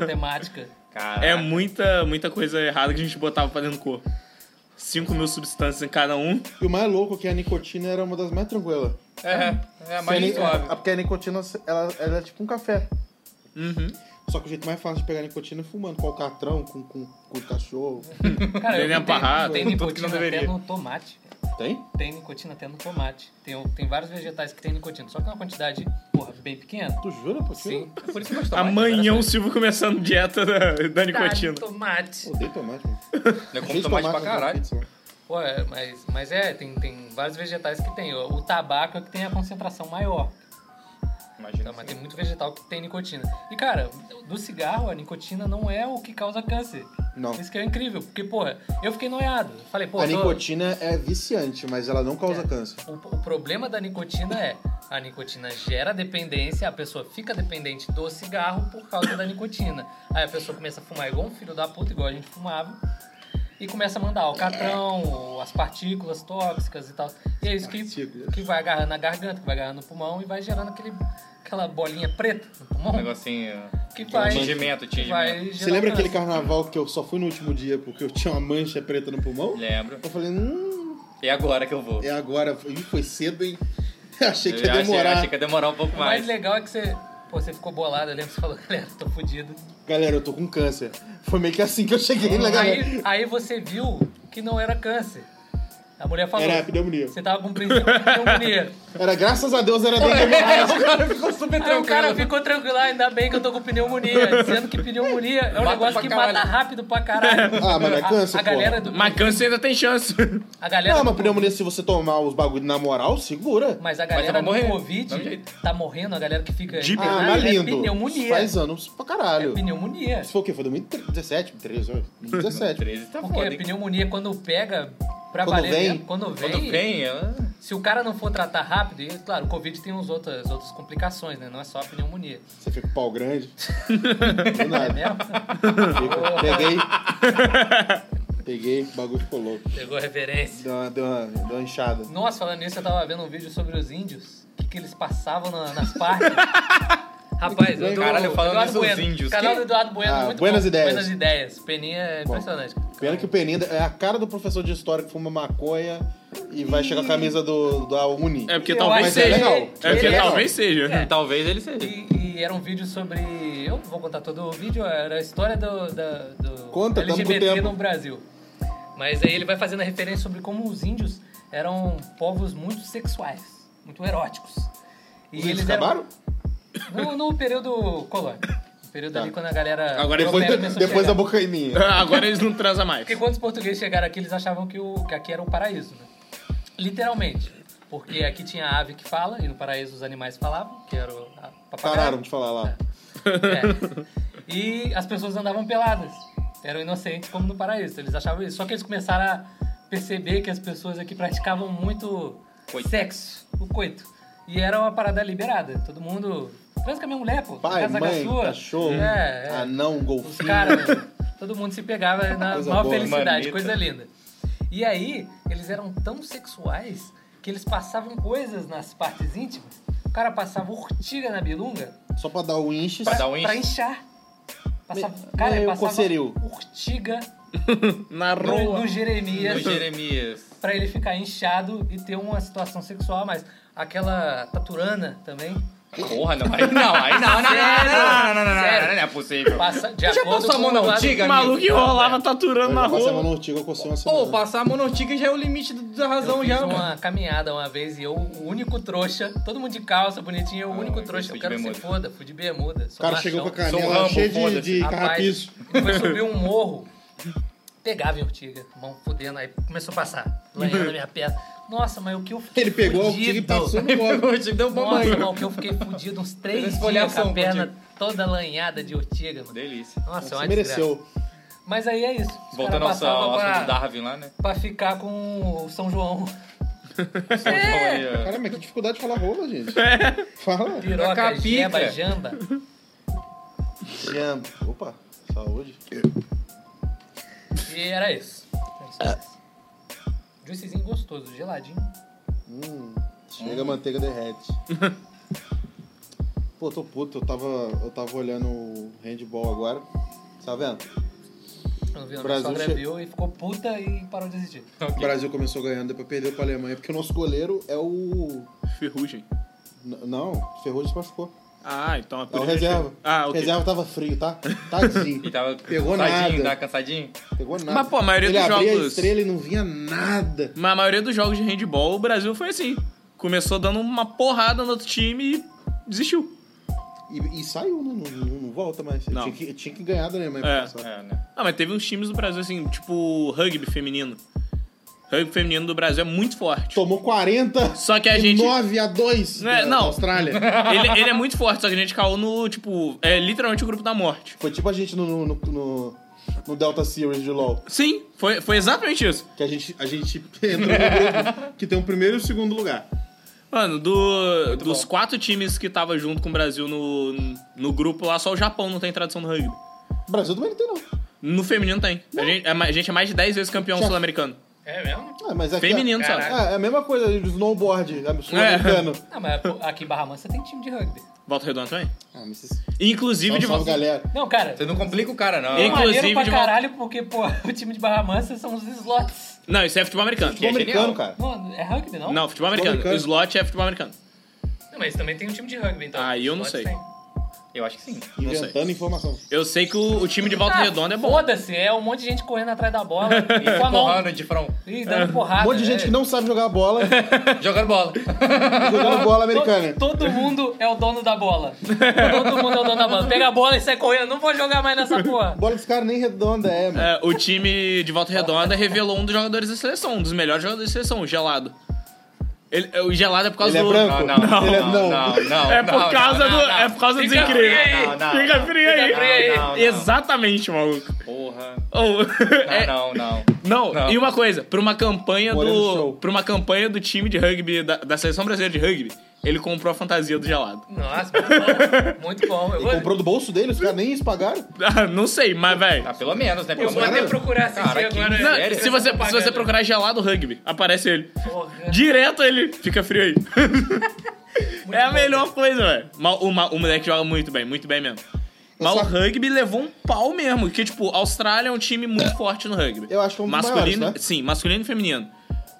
[SPEAKER 3] Matemática.
[SPEAKER 6] Cara.
[SPEAKER 5] é muita, muita coisa errada que a gente botava pra dentro do corpo. 5 mil substâncias em cada um.
[SPEAKER 2] E o mais louco é que a nicotina era uma das mais tranquilas.
[SPEAKER 4] É, é a
[SPEAKER 2] Porque a ni-
[SPEAKER 4] mais suave.
[SPEAKER 2] a- Porque a nicotina, ela, ela é tipo um café.
[SPEAKER 5] Uhum.
[SPEAKER 2] Só que o jeito mais fácil de pegar nicotina é fumando. Com alcatrão, com, com, com cachorro.
[SPEAKER 3] Cara,
[SPEAKER 5] Ele é parrado,
[SPEAKER 3] tem
[SPEAKER 5] tudo que
[SPEAKER 3] nicotina
[SPEAKER 5] não
[SPEAKER 3] até
[SPEAKER 5] deveria.
[SPEAKER 3] no tomate. velho.
[SPEAKER 2] Tem?
[SPEAKER 3] Tem nicotina até no tomate. Tem, o- tem vários vegetais que tem nicotina, só que é uma quantidade, porra, bem pequena.
[SPEAKER 2] Tu jura, pô?
[SPEAKER 3] Sim.
[SPEAKER 4] É por isso que eu gosto
[SPEAKER 5] Amanhã o Silvio começando dieta da, da nicotina.
[SPEAKER 3] Tá, Tomate.
[SPEAKER 2] Odeio tomate, mano.
[SPEAKER 6] Eu como
[SPEAKER 2] Cheio de
[SPEAKER 6] tomate pra
[SPEAKER 2] na minha
[SPEAKER 6] caralho.
[SPEAKER 2] pizza, mano.
[SPEAKER 3] Pô, é, mas, mas é, tem, tem vários vegetais que tem. O, o tabaco é que tem a concentração maior.
[SPEAKER 6] Imagina. assim,
[SPEAKER 3] Tá? Mas tem muito vegetal que tem nicotina. E, cara, do cigarro, a nicotina não é o que causa câncer.
[SPEAKER 2] Não.
[SPEAKER 3] Isso que é incrível, porque, porra, eu fiquei noiado. Falei, pô,
[SPEAKER 2] a
[SPEAKER 3] tô-
[SPEAKER 2] nicotina é viciante, mas ela não causa
[SPEAKER 3] É.
[SPEAKER 2] câncer.
[SPEAKER 3] O, o problema da nicotina é a nicotina gera dependência, a pessoa fica dependente do cigarro por causa da nicotina. Aí a pessoa começa a fumar igual um filho da puta, igual a gente fumava, e começa a mandar alcatrão, as partículas tóxicas e tal. E é isso que,
[SPEAKER 2] Partículas.
[SPEAKER 3] que vai agarrando na garganta, que vai agarrando no pulmão e vai gerando aquele, aquela bolinha preta no pulmão.
[SPEAKER 6] Um negocinho. um
[SPEAKER 3] Que vai.
[SPEAKER 6] Tingimento,
[SPEAKER 3] que
[SPEAKER 6] tingimento.
[SPEAKER 3] vai
[SPEAKER 2] Você lembra aquele carnaval que eu só fui no último dia porque eu tinha uma mancha preta no pulmão?
[SPEAKER 6] Lembro.
[SPEAKER 2] Eu falei, hum,
[SPEAKER 6] E agora que eu vou.
[SPEAKER 2] é agora. Ih, foi cedo, hein? achei que
[SPEAKER 6] Eu
[SPEAKER 2] ia
[SPEAKER 6] achei,
[SPEAKER 2] demorar.
[SPEAKER 6] achei que ia demorar um pouco
[SPEAKER 3] O
[SPEAKER 6] mais.
[SPEAKER 3] mais legal é que você. Pô, você ficou bolado, eu lembro que você falou, galera, tô fudido.
[SPEAKER 2] Galera, eu tô com câncer. Foi meio que assim que eu cheguei na galera.
[SPEAKER 3] Aí, aí você viu que não era câncer. A mulher falou.
[SPEAKER 2] Era pneumonia.
[SPEAKER 3] Você tava com princípio de pneumonia.
[SPEAKER 2] Era graças a Deus, era pneumonia.
[SPEAKER 6] É,
[SPEAKER 4] Ah,
[SPEAKER 3] Aí Então, o cara ficou tranquilo, "Ah, ainda bem que eu tô com pneumonia. Dizendo que pneumonia é um
[SPEAKER 5] Mata
[SPEAKER 3] negócio
[SPEAKER 5] pra
[SPEAKER 3] que
[SPEAKER 5] caralho.
[SPEAKER 3] mata rápido pra caralho.
[SPEAKER 2] Ah, mas não é
[SPEAKER 3] A-
[SPEAKER 2] câncer,
[SPEAKER 3] a,
[SPEAKER 2] porra.
[SPEAKER 3] galera do.
[SPEAKER 5] Mas câncer ainda tem chance.
[SPEAKER 3] A galera
[SPEAKER 2] Não,
[SPEAKER 3] do-
[SPEAKER 2] mas pneumonia, se você tomar os bagulho na moral, segura.
[SPEAKER 3] mas a
[SPEAKER 6] Mas
[SPEAKER 3] galera
[SPEAKER 6] vai
[SPEAKER 3] do
[SPEAKER 6] morrer.
[SPEAKER 3] Covid
[SPEAKER 6] Dá um jeito.
[SPEAKER 3] tá morrendo, a galera que fica
[SPEAKER 5] De-
[SPEAKER 2] Ah,
[SPEAKER 3] internada
[SPEAKER 2] mas
[SPEAKER 3] é
[SPEAKER 2] lindo.
[SPEAKER 3] pneumonia.
[SPEAKER 2] Faz anos pra
[SPEAKER 3] É
[SPEAKER 2] caralho.
[SPEAKER 3] pneumonia.
[SPEAKER 2] Isso foi o quê? Foi 2017, 2013, olha. 2017.
[SPEAKER 6] 13 tá
[SPEAKER 3] Porque
[SPEAKER 6] foda.
[SPEAKER 3] a
[SPEAKER 6] hein?
[SPEAKER 3] pneumonia quando pega pra
[SPEAKER 2] Quando
[SPEAKER 3] valer
[SPEAKER 2] vem.
[SPEAKER 3] mesmo, quando vem,
[SPEAKER 6] Quando vem, eu...
[SPEAKER 3] se o cara não for tratar rápido, e claro, o Covid tem uns outras, outras complicações, né? Não é só a pneumonia.
[SPEAKER 2] Você fica com pau grande. Do
[SPEAKER 3] É
[SPEAKER 2] nada.
[SPEAKER 3] mesmo?
[SPEAKER 2] Fica. Peguei. Peguei, o bagulho ficou louco.
[SPEAKER 3] Pegou a referência.
[SPEAKER 2] Deu uma, deu uma, deu uma inchada.
[SPEAKER 3] Nossa, falando nisso, eu tava vendo um vídeo sobre os índios. O que, que eles passavam na- nas partes. Rapaz, eu
[SPEAKER 6] Caralho, falando
[SPEAKER 3] Eduardo
[SPEAKER 6] nisso, os
[SPEAKER 3] Bueno.
[SPEAKER 6] índios.
[SPEAKER 3] canal
[SPEAKER 6] Que-
[SPEAKER 3] do Eduardo Bueno, é
[SPEAKER 2] Ah,
[SPEAKER 3] muito
[SPEAKER 2] Buenas
[SPEAKER 3] bom.
[SPEAKER 2] Ideias.
[SPEAKER 3] Buenas ideias. Peninha é impressionante.
[SPEAKER 2] Pena que o Peninda é a cara do professor de história que fuma maconha e vai chegar com a camisa do, da Uni.
[SPEAKER 5] É porque
[SPEAKER 3] Eu
[SPEAKER 5] talvez
[SPEAKER 3] acho que
[SPEAKER 5] seja.
[SPEAKER 2] ele-
[SPEAKER 5] É porque
[SPEAKER 2] ele-
[SPEAKER 5] talvez seja.
[SPEAKER 4] É.
[SPEAKER 3] É.
[SPEAKER 6] Talvez ele seja.
[SPEAKER 3] E, e era um vídeo sobre. Eu vou contar todo o vídeo, era a história do, da- do
[SPEAKER 2] Conta, tamo com
[SPEAKER 3] LGBT
[SPEAKER 2] tempo.
[SPEAKER 3] no Brasil. Mas aí ele vai fazendo a referência sobre como os índios eram povos muito sexuais, muito eróticos. E
[SPEAKER 2] Os índios
[SPEAKER 3] eram-
[SPEAKER 2] acabaram?
[SPEAKER 3] No, no período colônia. No período ali quando a galera.
[SPEAKER 5] Agora
[SPEAKER 3] europeia
[SPEAKER 2] Tá. Depois,
[SPEAKER 3] começou a
[SPEAKER 2] depois
[SPEAKER 3] chegar.
[SPEAKER 2] da bocaninha.
[SPEAKER 5] Agora eles não transam mais.
[SPEAKER 3] Porque quando os portugueses chegaram aqui, eles achavam que, o, que aqui era o paraíso, né? Literalmente. Porque aqui tinha ave que fala, e no paraíso os animais falavam, que era o a papagaio.
[SPEAKER 2] Pararam de falar lá.
[SPEAKER 3] É. E as pessoas andavam peladas. Eram inocentes como no paraíso. Eles achavam isso. Só que eles começaram a perceber que as pessoas aqui praticavam muito
[SPEAKER 6] Coito.
[SPEAKER 3] sexo, o coito. E era uma parada liberada. Todo mundo. Transa com a minha mulher, pô.
[SPEAKER 2] Pai,
[SPEAKER 3] casa com a
[SPEAKER 2] mãe,
[SPEAKER 3] sua.
[SPEAKER 2] cachorro,
[SPEAKER 3] É, é.
[SPEAKER 2] anão,
[SPEAKER 3] Os
[SPEAKER 2] golfinho.
[SPEAKER 3] caras, todo mundo se pegava na
[SPEAKER 2] Coisa
[SPEAKER 3] maior
[SPEAKER 2] boa, né?
[SPEAKER 3] felicidade,
[SPEAKER 6] marmita.
[SPEAKER 3] coisa linda. E aí, eles eram tão sexuais que eles passavam coisas nas partes íntimas. O cara passava urtiga na bilunga
[SPEAKER 2] Só pra dar o inches.
[SPEAKER 5] Tá
[SPEAKER 6] Pra dar um
[SPEAKER 3] pra
[SPEAKER 6] inch.
[SPEAKER 3] inchar. Passava,
[SPEAKER 2] Me-
[SPEAKER 3] cara, ele
[SPEAKER 2] meio
[SPEAKER 3] passava
[SPEAKER 2] coceril.
[SPEAKER 3] urtiga
[SPEAKER 5] Na
[SPEAKER 3] no,
[SPEAKER 5] rua.
[SPEAKER 3] no Jeremias
[SPEAKER 6] No Jeremias.
[SPEAKER 3] pra ele ficar inchado e ter uma situação sexual a mais. Aquela taturana também.
[SPEAKER 6] Porra, não. Aí não, aí não, não, não, não, não, não, não, não, não, não, não, não é possível.
[SPEAKER 3] Passa, de
[SPEAKER 6] Já
[SPEAKER 3] acordo
[SPEAKER 6] passou a mão
[SPEAKER 3] com
[SPEAKER 6] na
[SPEAKER 3] o lado-
[SPEAKER 6] urtiga,
[SPEAKER 5] O
[SPEAKER 6] amigo?
[SPEAKER 5] maluco enrolava taturando na
[SPEAKER 2] Eu passei a mão
[SPEAKER 5] rua.
[SPEAKER 2] no ortigo, eu cocei uma
[SPEAKER 4] Ou
[SPEAKER 2] semana.
[SPEAKER 4] passar a monotica já é o limite do- da
[SPEAKER 3] Eu
[SPEAKER 4] razão
[SPEAKER 3] fiz
[SPEAKER 4] já, mano.
[SPEAKER 3] uma caminhada uma vez e eu, o único trouxa, todo mundo de calça, bonitinho, eu, o
[SPEAKER 6] Ah,
[SPEAKER 3] único
[SPEAKER 6] eu
[SPEAKER 3] trouxa,
[SPEAKER 6] fui de
[SPEAKER 3] eu quero que se
[SPEAKER 6] bermuda.
[SPEAKER 3] foda, fui de bermuda.
[SPEAKER 2] o cara chegou com a
[SPEAKER 6] Sou
[SPEAKER 2] canela
[SPEAKER 6] Rambo,
[SPEAKER 2] cheia de,
[SPEAKER 6] foda-se.
[SPEAKER 2] de
[SPEAKER 3] um Rapaz,
[SPEAKER 2] carrapicho.
[SPEAKER 3] ele foi subir um morro pegava em urtiga, mão fudendo, aí começou a passar, lanhando na minha perna. Nossa, mas o que eu fiquei
[SPEAKER 2] Ele pegou a urtiga e
[SPEAKER 3] fudido.
[SPEAKER 2] passou no móvel.
[SPEAKER 4] Deu um bom
[SPEAKER 3] Nossa,
[SPEAKER 4] banho.
[SPEAKER 3] irmão, que eu fiquei fudido uns três dias com
[SPEAKER 4] Esfoliação
[SPEAKER 3] a perna toda lanhada de urtiga, mano.
[SPEAKER 5] Delícia.
[SPEAKER 3] Nossa, é
[SPEAKER 2] Você
[SPEAKER 3] uma
[SPEAKER 2] mereceu.
[SPEAKER 3] desgraça. Mas aí é isso. Os
[SPEAKER 5] Voltando
[SPEAKER 3] cara
[SPEAKER 5] ao assunto
[SPEAKER 3] passava
[SPEAKER 5] ao assunto
[SPEAKER 3] pra,
[SPEAKER 5] do Darwin lá, né?
[SPEAKER 3] pra ficar com o São João.
[SPEAKER 5] É.
[SPEAKER 2] Caramba, que dificuldade de falar rola, gente. Fala.
[SPEAKER 3] Piroca,
[SPEAKER 5] Capica.
[SPEAKER 3] jeba, jamba.
[SPEAKER 2] Jamba. Opa, saúde.
[SPEAKER 3] E era isso. Era isso. Juicezinho gostoso, geladinho.
[SPEAKER 2] Hum, chega a manteiga derrete. Pô, tô puto, eu tava, eu tava olhando o handball agora. Tá vendo?
[SPEAKER 3] Eu vi, a minha
[SPEAKER 2] Brasil
[SPEAKER 3] sogra
[SPEAKER 2] che-
[SPEAKER 3] viu e ficou puta e parou de assistir.
[SPEAKER 2] O Brasil começou ganhando, depois perdeu pra Alemanha, porque o nosso goleiro é o.
[SPEAKER 5] Ferrugem.
[SPEAKER 2] N- Não, Ferrugem se machucou.
[SPEAKER 5] Ah, então é
[SPEAKER 2] É o
[SPEAKER 5] por isso.
[SPEAKER 2] reserva.
[SPEAKER 5] Ah, ok.
[SPEAKER 2] Reserva tava frio, tá? Tadinho.
[SPEAKER 6] E tava
[SPEAKER 2] Pegou
[SPEAKER 6] cansadinho,
[SPEAKER 2] nada.
[SPEAKER 6] tava cansadinho.
[SPEAKER 2] Pegou nada.
[SPEAKER 5] Mas, pô, a maioria
[SPEAKER 2] Ele
[SPEAKER 5] dos
[SPEAKER 2] abria a
[SPEAKER 5] jogos-
[SPEAKER 2] estrela e não vinha nada.
[SPEAKER 5] Mas a maioria dos jogos de handball, o Brasil foi assim. Começou dando uma porrada no outro time e desistiu.
[SPEAKER 2] E, e saiu, né? Não, não- não volta mais.
[SPEAKER 5] Não.
[SPEAKER 2] Tinha, que, tinha que ganhar da Alemanha.
[SPEAKER 5] É,
[SPEAKER 2] pra passar.
[SPEAKER 6] É, né?
[SPEAKER 5] Ah, mas teve uns times do Brasil, assim, tipo rugby feminino. Rugby feminino do Brasil é muito forte.
[SPEAKER 2] Tomou 40.
[SPEAKER 5] Só que a
[SPEAKER 2] e
[SPEAKER 5] gente-
[SPEAKER 2] 9 a 2
[SPEAKER 5] Não é-
[SPEAKER 2] da-
[SPEAKER 5] não.
[SPEAKER 2] da Austrália.
[SPEAKER 5] Ele, ele é muito forte, só que a gente caiu no, tipo, é literalmente o grupo da morte.
[SPEAKER 2] Foi tipo a gente no, no, no- no- no Delta Series de LoL.
[SPEAKER 5] Sim, foi, foi exatamente isso.
[SPEAKER 2] Que a gente, a gente entrou no grupo que tem o primeiro e o segundo lugar.
[SPEAKER 5] Mano, do, dos quatro times que tava junto com o Brasil no, no grupo lá, só o Japão não tem tradição no rugby.
[SPEAKER 2] O Brasil também não tem, não.
[SPEAKER 5] No feminino tem. A gente, é ma- a gente é mais de 10 vezes campeão
[SPEAKER 2] Já-
[SPEAKER 5] sul-americano.
[SPEAKER 3] É mesmo?
[SPEAKER 2] Ah, mas aqui
[SPEAKER 5] Feminino,
[SPEAKER 2] é,
[SPEAKER 5] sabe?
[SPEAKER 2] É, é a mesma coisa de snowboard é, sul-americano.
[SPEAKER 3] Não, mas pô, aqui em Barra Mansa tem time de rugby.
[SPEAKER 5] Volta Redonda também.
[SPEAKER 2] Ah, mas vocês...
[SPEAKER 5] Inclusive
[SPEAKER 2] Salve,
[SPEAKER 5] É. de
[SPEAKER 2] salve,
[SPEAKER 5] volta.
[SPEAKER 2] galera.
[SPEAKER 3] Não, cara.
[SPEAKER 6] Você não complica o cara, não.
[SPEAKER 3] É
[SPEAKER 5] Inclusive,
[SPEAKER 3] maneiro pra
[SPEAKER 5] de volta-
[SPEAKER 3] caralho, porque, pô, o time de Barra Mansa são os slots.
[SPEAKER 5] Não, isso é futebol americano.
[SPEAKER 2] Futebol americano,
[SPEAKER 6] genial.
[SPEAKER 2] cara.
[SPEAKER 3] Não, é rugby, não?
[SPEAKER 5] Não, futebol americano.
[SPEAKER 2] americano.
[SPEAKER 5] O slot é futebol americano.
[SPEAKER 3] Não, mas também tem um time de rugby, então.
[SPEAKER 5] Ah, eu não sei.
[SPEAKER 3] Tem.
[SPEAKER 6] Eu acho que sim.
[SPEAKER 5] sei.
[SPEAKER 2] Inventando informação.
[SPEAKER 5] Eu sei que o, o time de volta
[SPEAKER 3] Ah,
[SPEAKER 5] redonda é bom.
[SPEAKER 3] Foda-se, é um monte de gente correndo atrás da bola.
[SPEAKER 6] E
[SPEAKER 3] e com a mão.
[SPEAKER 6] empurrando de front.
[SPEAKER 3] E dando porrada.
[SPEAKER 2] Um monte de gente
[SPEAKER 3] é.
[SPEAKER 2] que não sabe jogar bola,
[SPEAKER 6] Jogando bola.
[SPEAKER 2] jogando bola americana.
[SPEAKER 3] Todo, todo mundo é o dono da bola. Todo mundo é o dono da bola. Pega a bola e sai correndo. Não vou jogar mais nessa porra.
[SPEAKER 2] Bola dos caras nem redonda é, mano.
[SPEAKER 5] É, o time de volta redonda revelou um dos jogadores da seleção, um dos melhores jogadores da seleção, o Gelado. Ele- é, o Gelado é por causa
[SPEAKER 2] Ele é
[SPEAKER 5] do.
[SPEAKER 2] branco?
[SPEAKER 6] Não, não, não.
[SPEAKER 2] Ele é- não.
[SPEAKER 6] não, não, não,
[SPEAKER 5] É por
[SPEAKER 6] não,
[SPEAKER 5] causa
[SPEAKER 6] não, não,
[SPEAKER 5] do.
[SPEAKER 6] não.
[SPEAKER 5] É por causa dos
[SPEAKER 3] Fica frio
[SPEAKER 5] incríveis.
[SPEAKER 6] aí.
[SPEAKER 5] Fica frio aí.
[SPEAKER 3] Fica frio aí.
[SPEAKER 6] Não, não, não.
[SPEAKER 5] Exatamente, maluco.
[SPEAKER 6] Porra.
[SPEAKER 5] Oh, é-
[SPEAKER 6] Não, não, não.
[SPEAKER 5] não,
[SPEAKER 6] Não.
[SPEAKER 5] e uma coisa, pra uma campanha
[SPEAKER 2] Moreno
[SPEAKER 5] do.
[SPEAKER 2] Show.
[SPEAKER 5] Pra uma campanha do time de rugby, da, da seleção brasileira de rugby, ele comprou a fantasia do gelado.
[SPEAKER 3] Nossa, muito bom. Muito bom. Eu vou,
[SPEAKER 2] Comprou do bolso dele, os caras nem isso pagaram.
[SPEAKER 5] Ah, não sei, mas, velho.
[SPEAKER 6] Ah, pelo menos, né?
[SPEAKER 3] eu vou
[SPEAKER 5] é
[SPEAKER 3] até procurar assistir
[SPEAKER 6] Cara, que
[SPEAKER 3] agora.
[SPEAKER 5] Não,
[SPEAKER 6] sério?
[SPEAKER 5] se, você, se você procurar gelado rugby, aparece ele.
[SPEAKER 3] Porra.
[SPEAKER 5] Direto ele fica frio aí. é a
[SPEAKER 3] bom,
[SPEAKER 5] melhor coisa, velho. Mas O, ma- o moleque joga muito bem, muito bem mesmo. Mas
[SPEAKER 2] só-
[SPEAKER 5] o rugby levou um pau mesmo. Que, tipo, a Austrália é um time muito forte no rugby.
[SPEAKER 2] Eu acho que é um dos
[SPEAKER 5] masculino,
[SPEAKER 2] maiores, né?
[SPEAKER 5] Sim, masculino e feminino.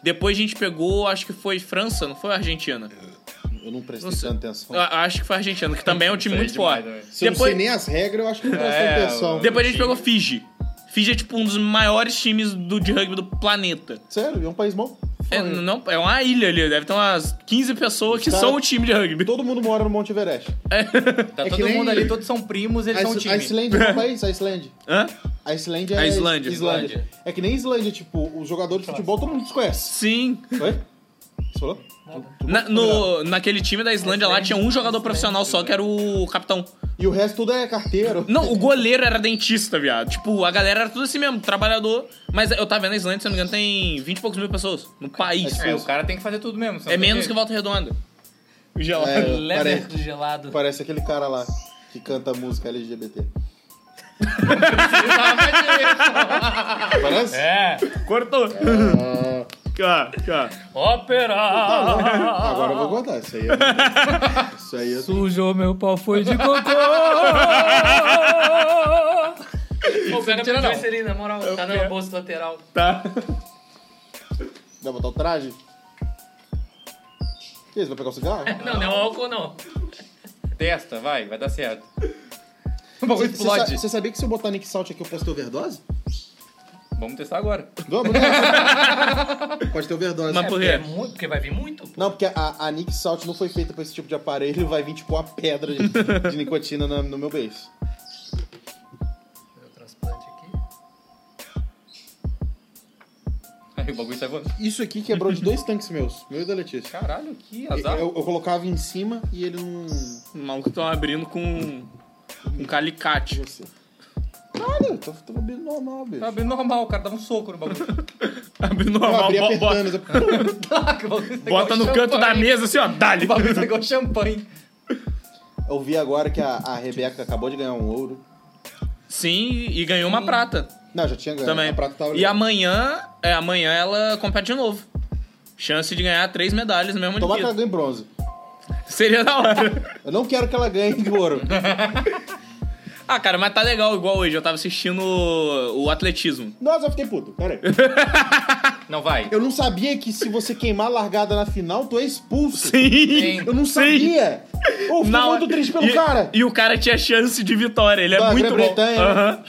[SPEAKER 5] Depois a gente pegou, acho que foi França, não foi Argentina?
[SPEAKER 6] É,
[SPEAKER 2] Eu não prestei
[SPEAKER 5] Não sei.
[SPEAKER 2] tanta atenção.
[SPEAKER 5] Eu acho que foi Argentina, que também é um time
[SPEAKER 6] Isso aí é
[SPEAKER 5] muito
[SPEAKER 6] demais,
[SPEAKER 5] forte.
[SPEAKER 6] né?
[SPEAKER 2] Se eu não sei
[SPEAKER 5] Depois,
[SPEAKER 2] nem as regras, eu acho que não prestei
[SPEAKER 6] É,
[SPEAKER 2] atenção.
[SPEAKER 5] depois a gente
[SPEAKER 6] time.
[SPEAKER 5] pegou Fiji. Fiji é, tipo, um dos maiores times do, de rugby do planeta.
[SPEAKER 2] Sério, é um país bom.
[SPEAKER 5] É, não, é uma ilha ali, deve ter umas 15 pessoas que
[SPEAKER 2] Cara,
[SPEAKER 5] são o time de rugby.
[SPEAKER 2] Todo mundo mora no Monte Everest.
[SPEAKER 6] Tá
[SPEAKER 2] É que
[SPEAKER 6] todo
[SPEAKER 2] nem-
[SPEAKER 6] mundo ali, todos são primos, eles são um
[SPEAKER 2] Ice-
[SPEAKER 6] time.
[SPEAKER 2] Iceland é um país, Iceland.
[SPEAKER 5] Hã?
[SPEAKER 2] Iceland é
[SPEAKER 5] A Islândia.
[SPEAKER 2] Islândia. É que nem Islândia, tipo, os jogadores de futebol todo mundo desconhece.
[SPEAKER 5] Sim.
[SPEAKER 2] Oi? Você falou? Tu- tu-
[SPEAKER 5] Na-
[SPEAKER 2] tu-
[SPEAKER 5] no, naquele time da Islândia lá tinha um jogador profissional só, que era o capitão.
[SPEAKER 2] E o resto tudo é carteiro.
[SPEAKER 5] Não, o goleiro era dentista, viado. Tipo, a galera era tudo assim mesmo, trabalhador. Mas eu tava vendo a Islândia, se eu não me engano, tem 20 e poucos mil pessoas no país.
[SPEAKER 6] É, o cara tem que fazer tudo mesmo. senão
[SPEAKER 5] É
[SPEAKER 6] tem
[SPEAKER 5] menos que Volta Redonda. O gelado.
[SPEAKER 2] É,
[SPEAKER 3] Lever
[SPEAKER 2] parece,
[SPEAKER 3] do gelado.
[SPEAKER 2] parece aquele cara lá que canta música LGBT. Parece?
[SPEAKER 3] É.
[SPEAKER 5] Cortou.
[SPEAKER 2] É.
[SPEAKER 5] Cá, cá.
[SPEAKER 3] Ópera.
[SPEAKER 2] Agora eu vou guardar. Isso aí é. Isso aí é.
[SPEAKER 4] Sujou meu pau, foi de cocô.
[SPEAKER 3] Pô, pega
[SPEAKER 6] tira, não.
[SPEAKER 3] meu ali, na moral. Tá na bolsa lateral.
[SPEAKER 5] Tá.
[SPEAKER 2] Vai botar o traje? Que isso? Vai pegar o cigarro?
[SPEAKER 3] Não, não é álcool, não.
[SPEAKER 6] Testa, vai, vai dar certo.
[SPEAKER 2] O bagulho
[SPEAKER 6] explode.
[SPEAKER 2] Você sabia que se eu botar Nick Salt aqui eu posso ter overdose?
[SPEAKER 6] Vamos testar agora.
[SPEAKER 2] Vamos, né? Pode ter overdose.
[SPEAKER 5] Mas por
[SPEAKER 3] Porque,
[SPEAKER 5] quê?
[SPEAKER 3] é muito, porque vai vir muito. pô.
[SPEAKER 2] Não, porque a, a Nick Salt não foi feita pra esse tipo de aparelho, vai vir tipo uma pedra de, de nicotina na- no meu beijo.
[SPEAKER 3] Meu transplante aqui.
[SPEAKER 4] Aí o bagulho sai voando.
[SPEAKER 2] Isso aqui quebrou de dois tanques meus, meu e da Letícia.
[SPEAKER 4] Caralho,
[SPEAKER 5] É,
[SPEAKER 4] que azar.
[SPEAKER 2] Eu, eu colocava em cima e ele não.
[SPEAKER 5] O maluco tá abrindo com um calicate.
[SPEAKER 2] Você. Nada, eu tô, tô bebendo normal, bicho.
[SPEAKER 4] Tá bem normal, o cara dava um soco no bagulho.
[SPEAKER 5] Abrindo
[SPEAKER 2] Eu
[SPEAKER 5] normal,
[SPEAKER 2] abri
[SPEAKER 5] bo- bo-
[SPEAKER 2] apertando. eu-
[SPEAKER 4] Caraca, o bagulho
[SPEAKER 6] é
[SPEAKER 4] sai
[SPEAKER 5] bota
[SPEAKER 4] igual
[SPEAKER 5] no canto da
[SPEAKER 4] champanhe.
[SPEAKER 5] mesa assim, ó, dali.
[SPEAKER 4] O bagulho sai igual champanhe.
[SPEAKER 2] Eu vi agora que a, a Rebeca acabou de ganhar um ouro.
[SPEAKER 5] Sim, e ganhou uma prata
[SPEAKER 2] Não, já tinha ganho.
[SPEAKER 5] também.
[SPEAKER 2] É, A prata tava
[SPEAKER 5] e amanhã, é, amanhã ela compete de novo. Chance de ganhar três medalhas no mesmo
[SPEAKER 2] Tomar que ela
[SPEAKER 5] dia.
[SPEAKER 2] ganhe bronze.
[SPEAKER 5] Seria da hora.
[SPEAKER 2] Eu não quero que ela ganhe ouro.
[SPEAKER 5] Ah, cara, mas tá legal igual hoje. Eu tava assistindo o, o atletismo.
[SPEAKER 2] Nossa, eu fiquei puto. Pera aí.
[SPEAKER 1] Não vai.
[SPEAKER 5] É
[SPEAKER 2] Eu não sabia que se você queimar a largada na final, tu é expulso.
[SPEAKER 5] Sim.
[SPEAKER 2] Eu não sabia. Ô, fiquei
[SPEAKER 5] Não,
[SPEAKER 2] muito triste pelo
[SPEAKER 5] e,
[SPEAKER 2] cara.
[SPEAKER 5] E o cara tinha chance de vitória. Ele é
[SPEAKER 2] Da
[SPEAKER 5] muito bom.
[SPEAKER 2] Grã-Bretanha, né?
[SPEAKER 5] Aham.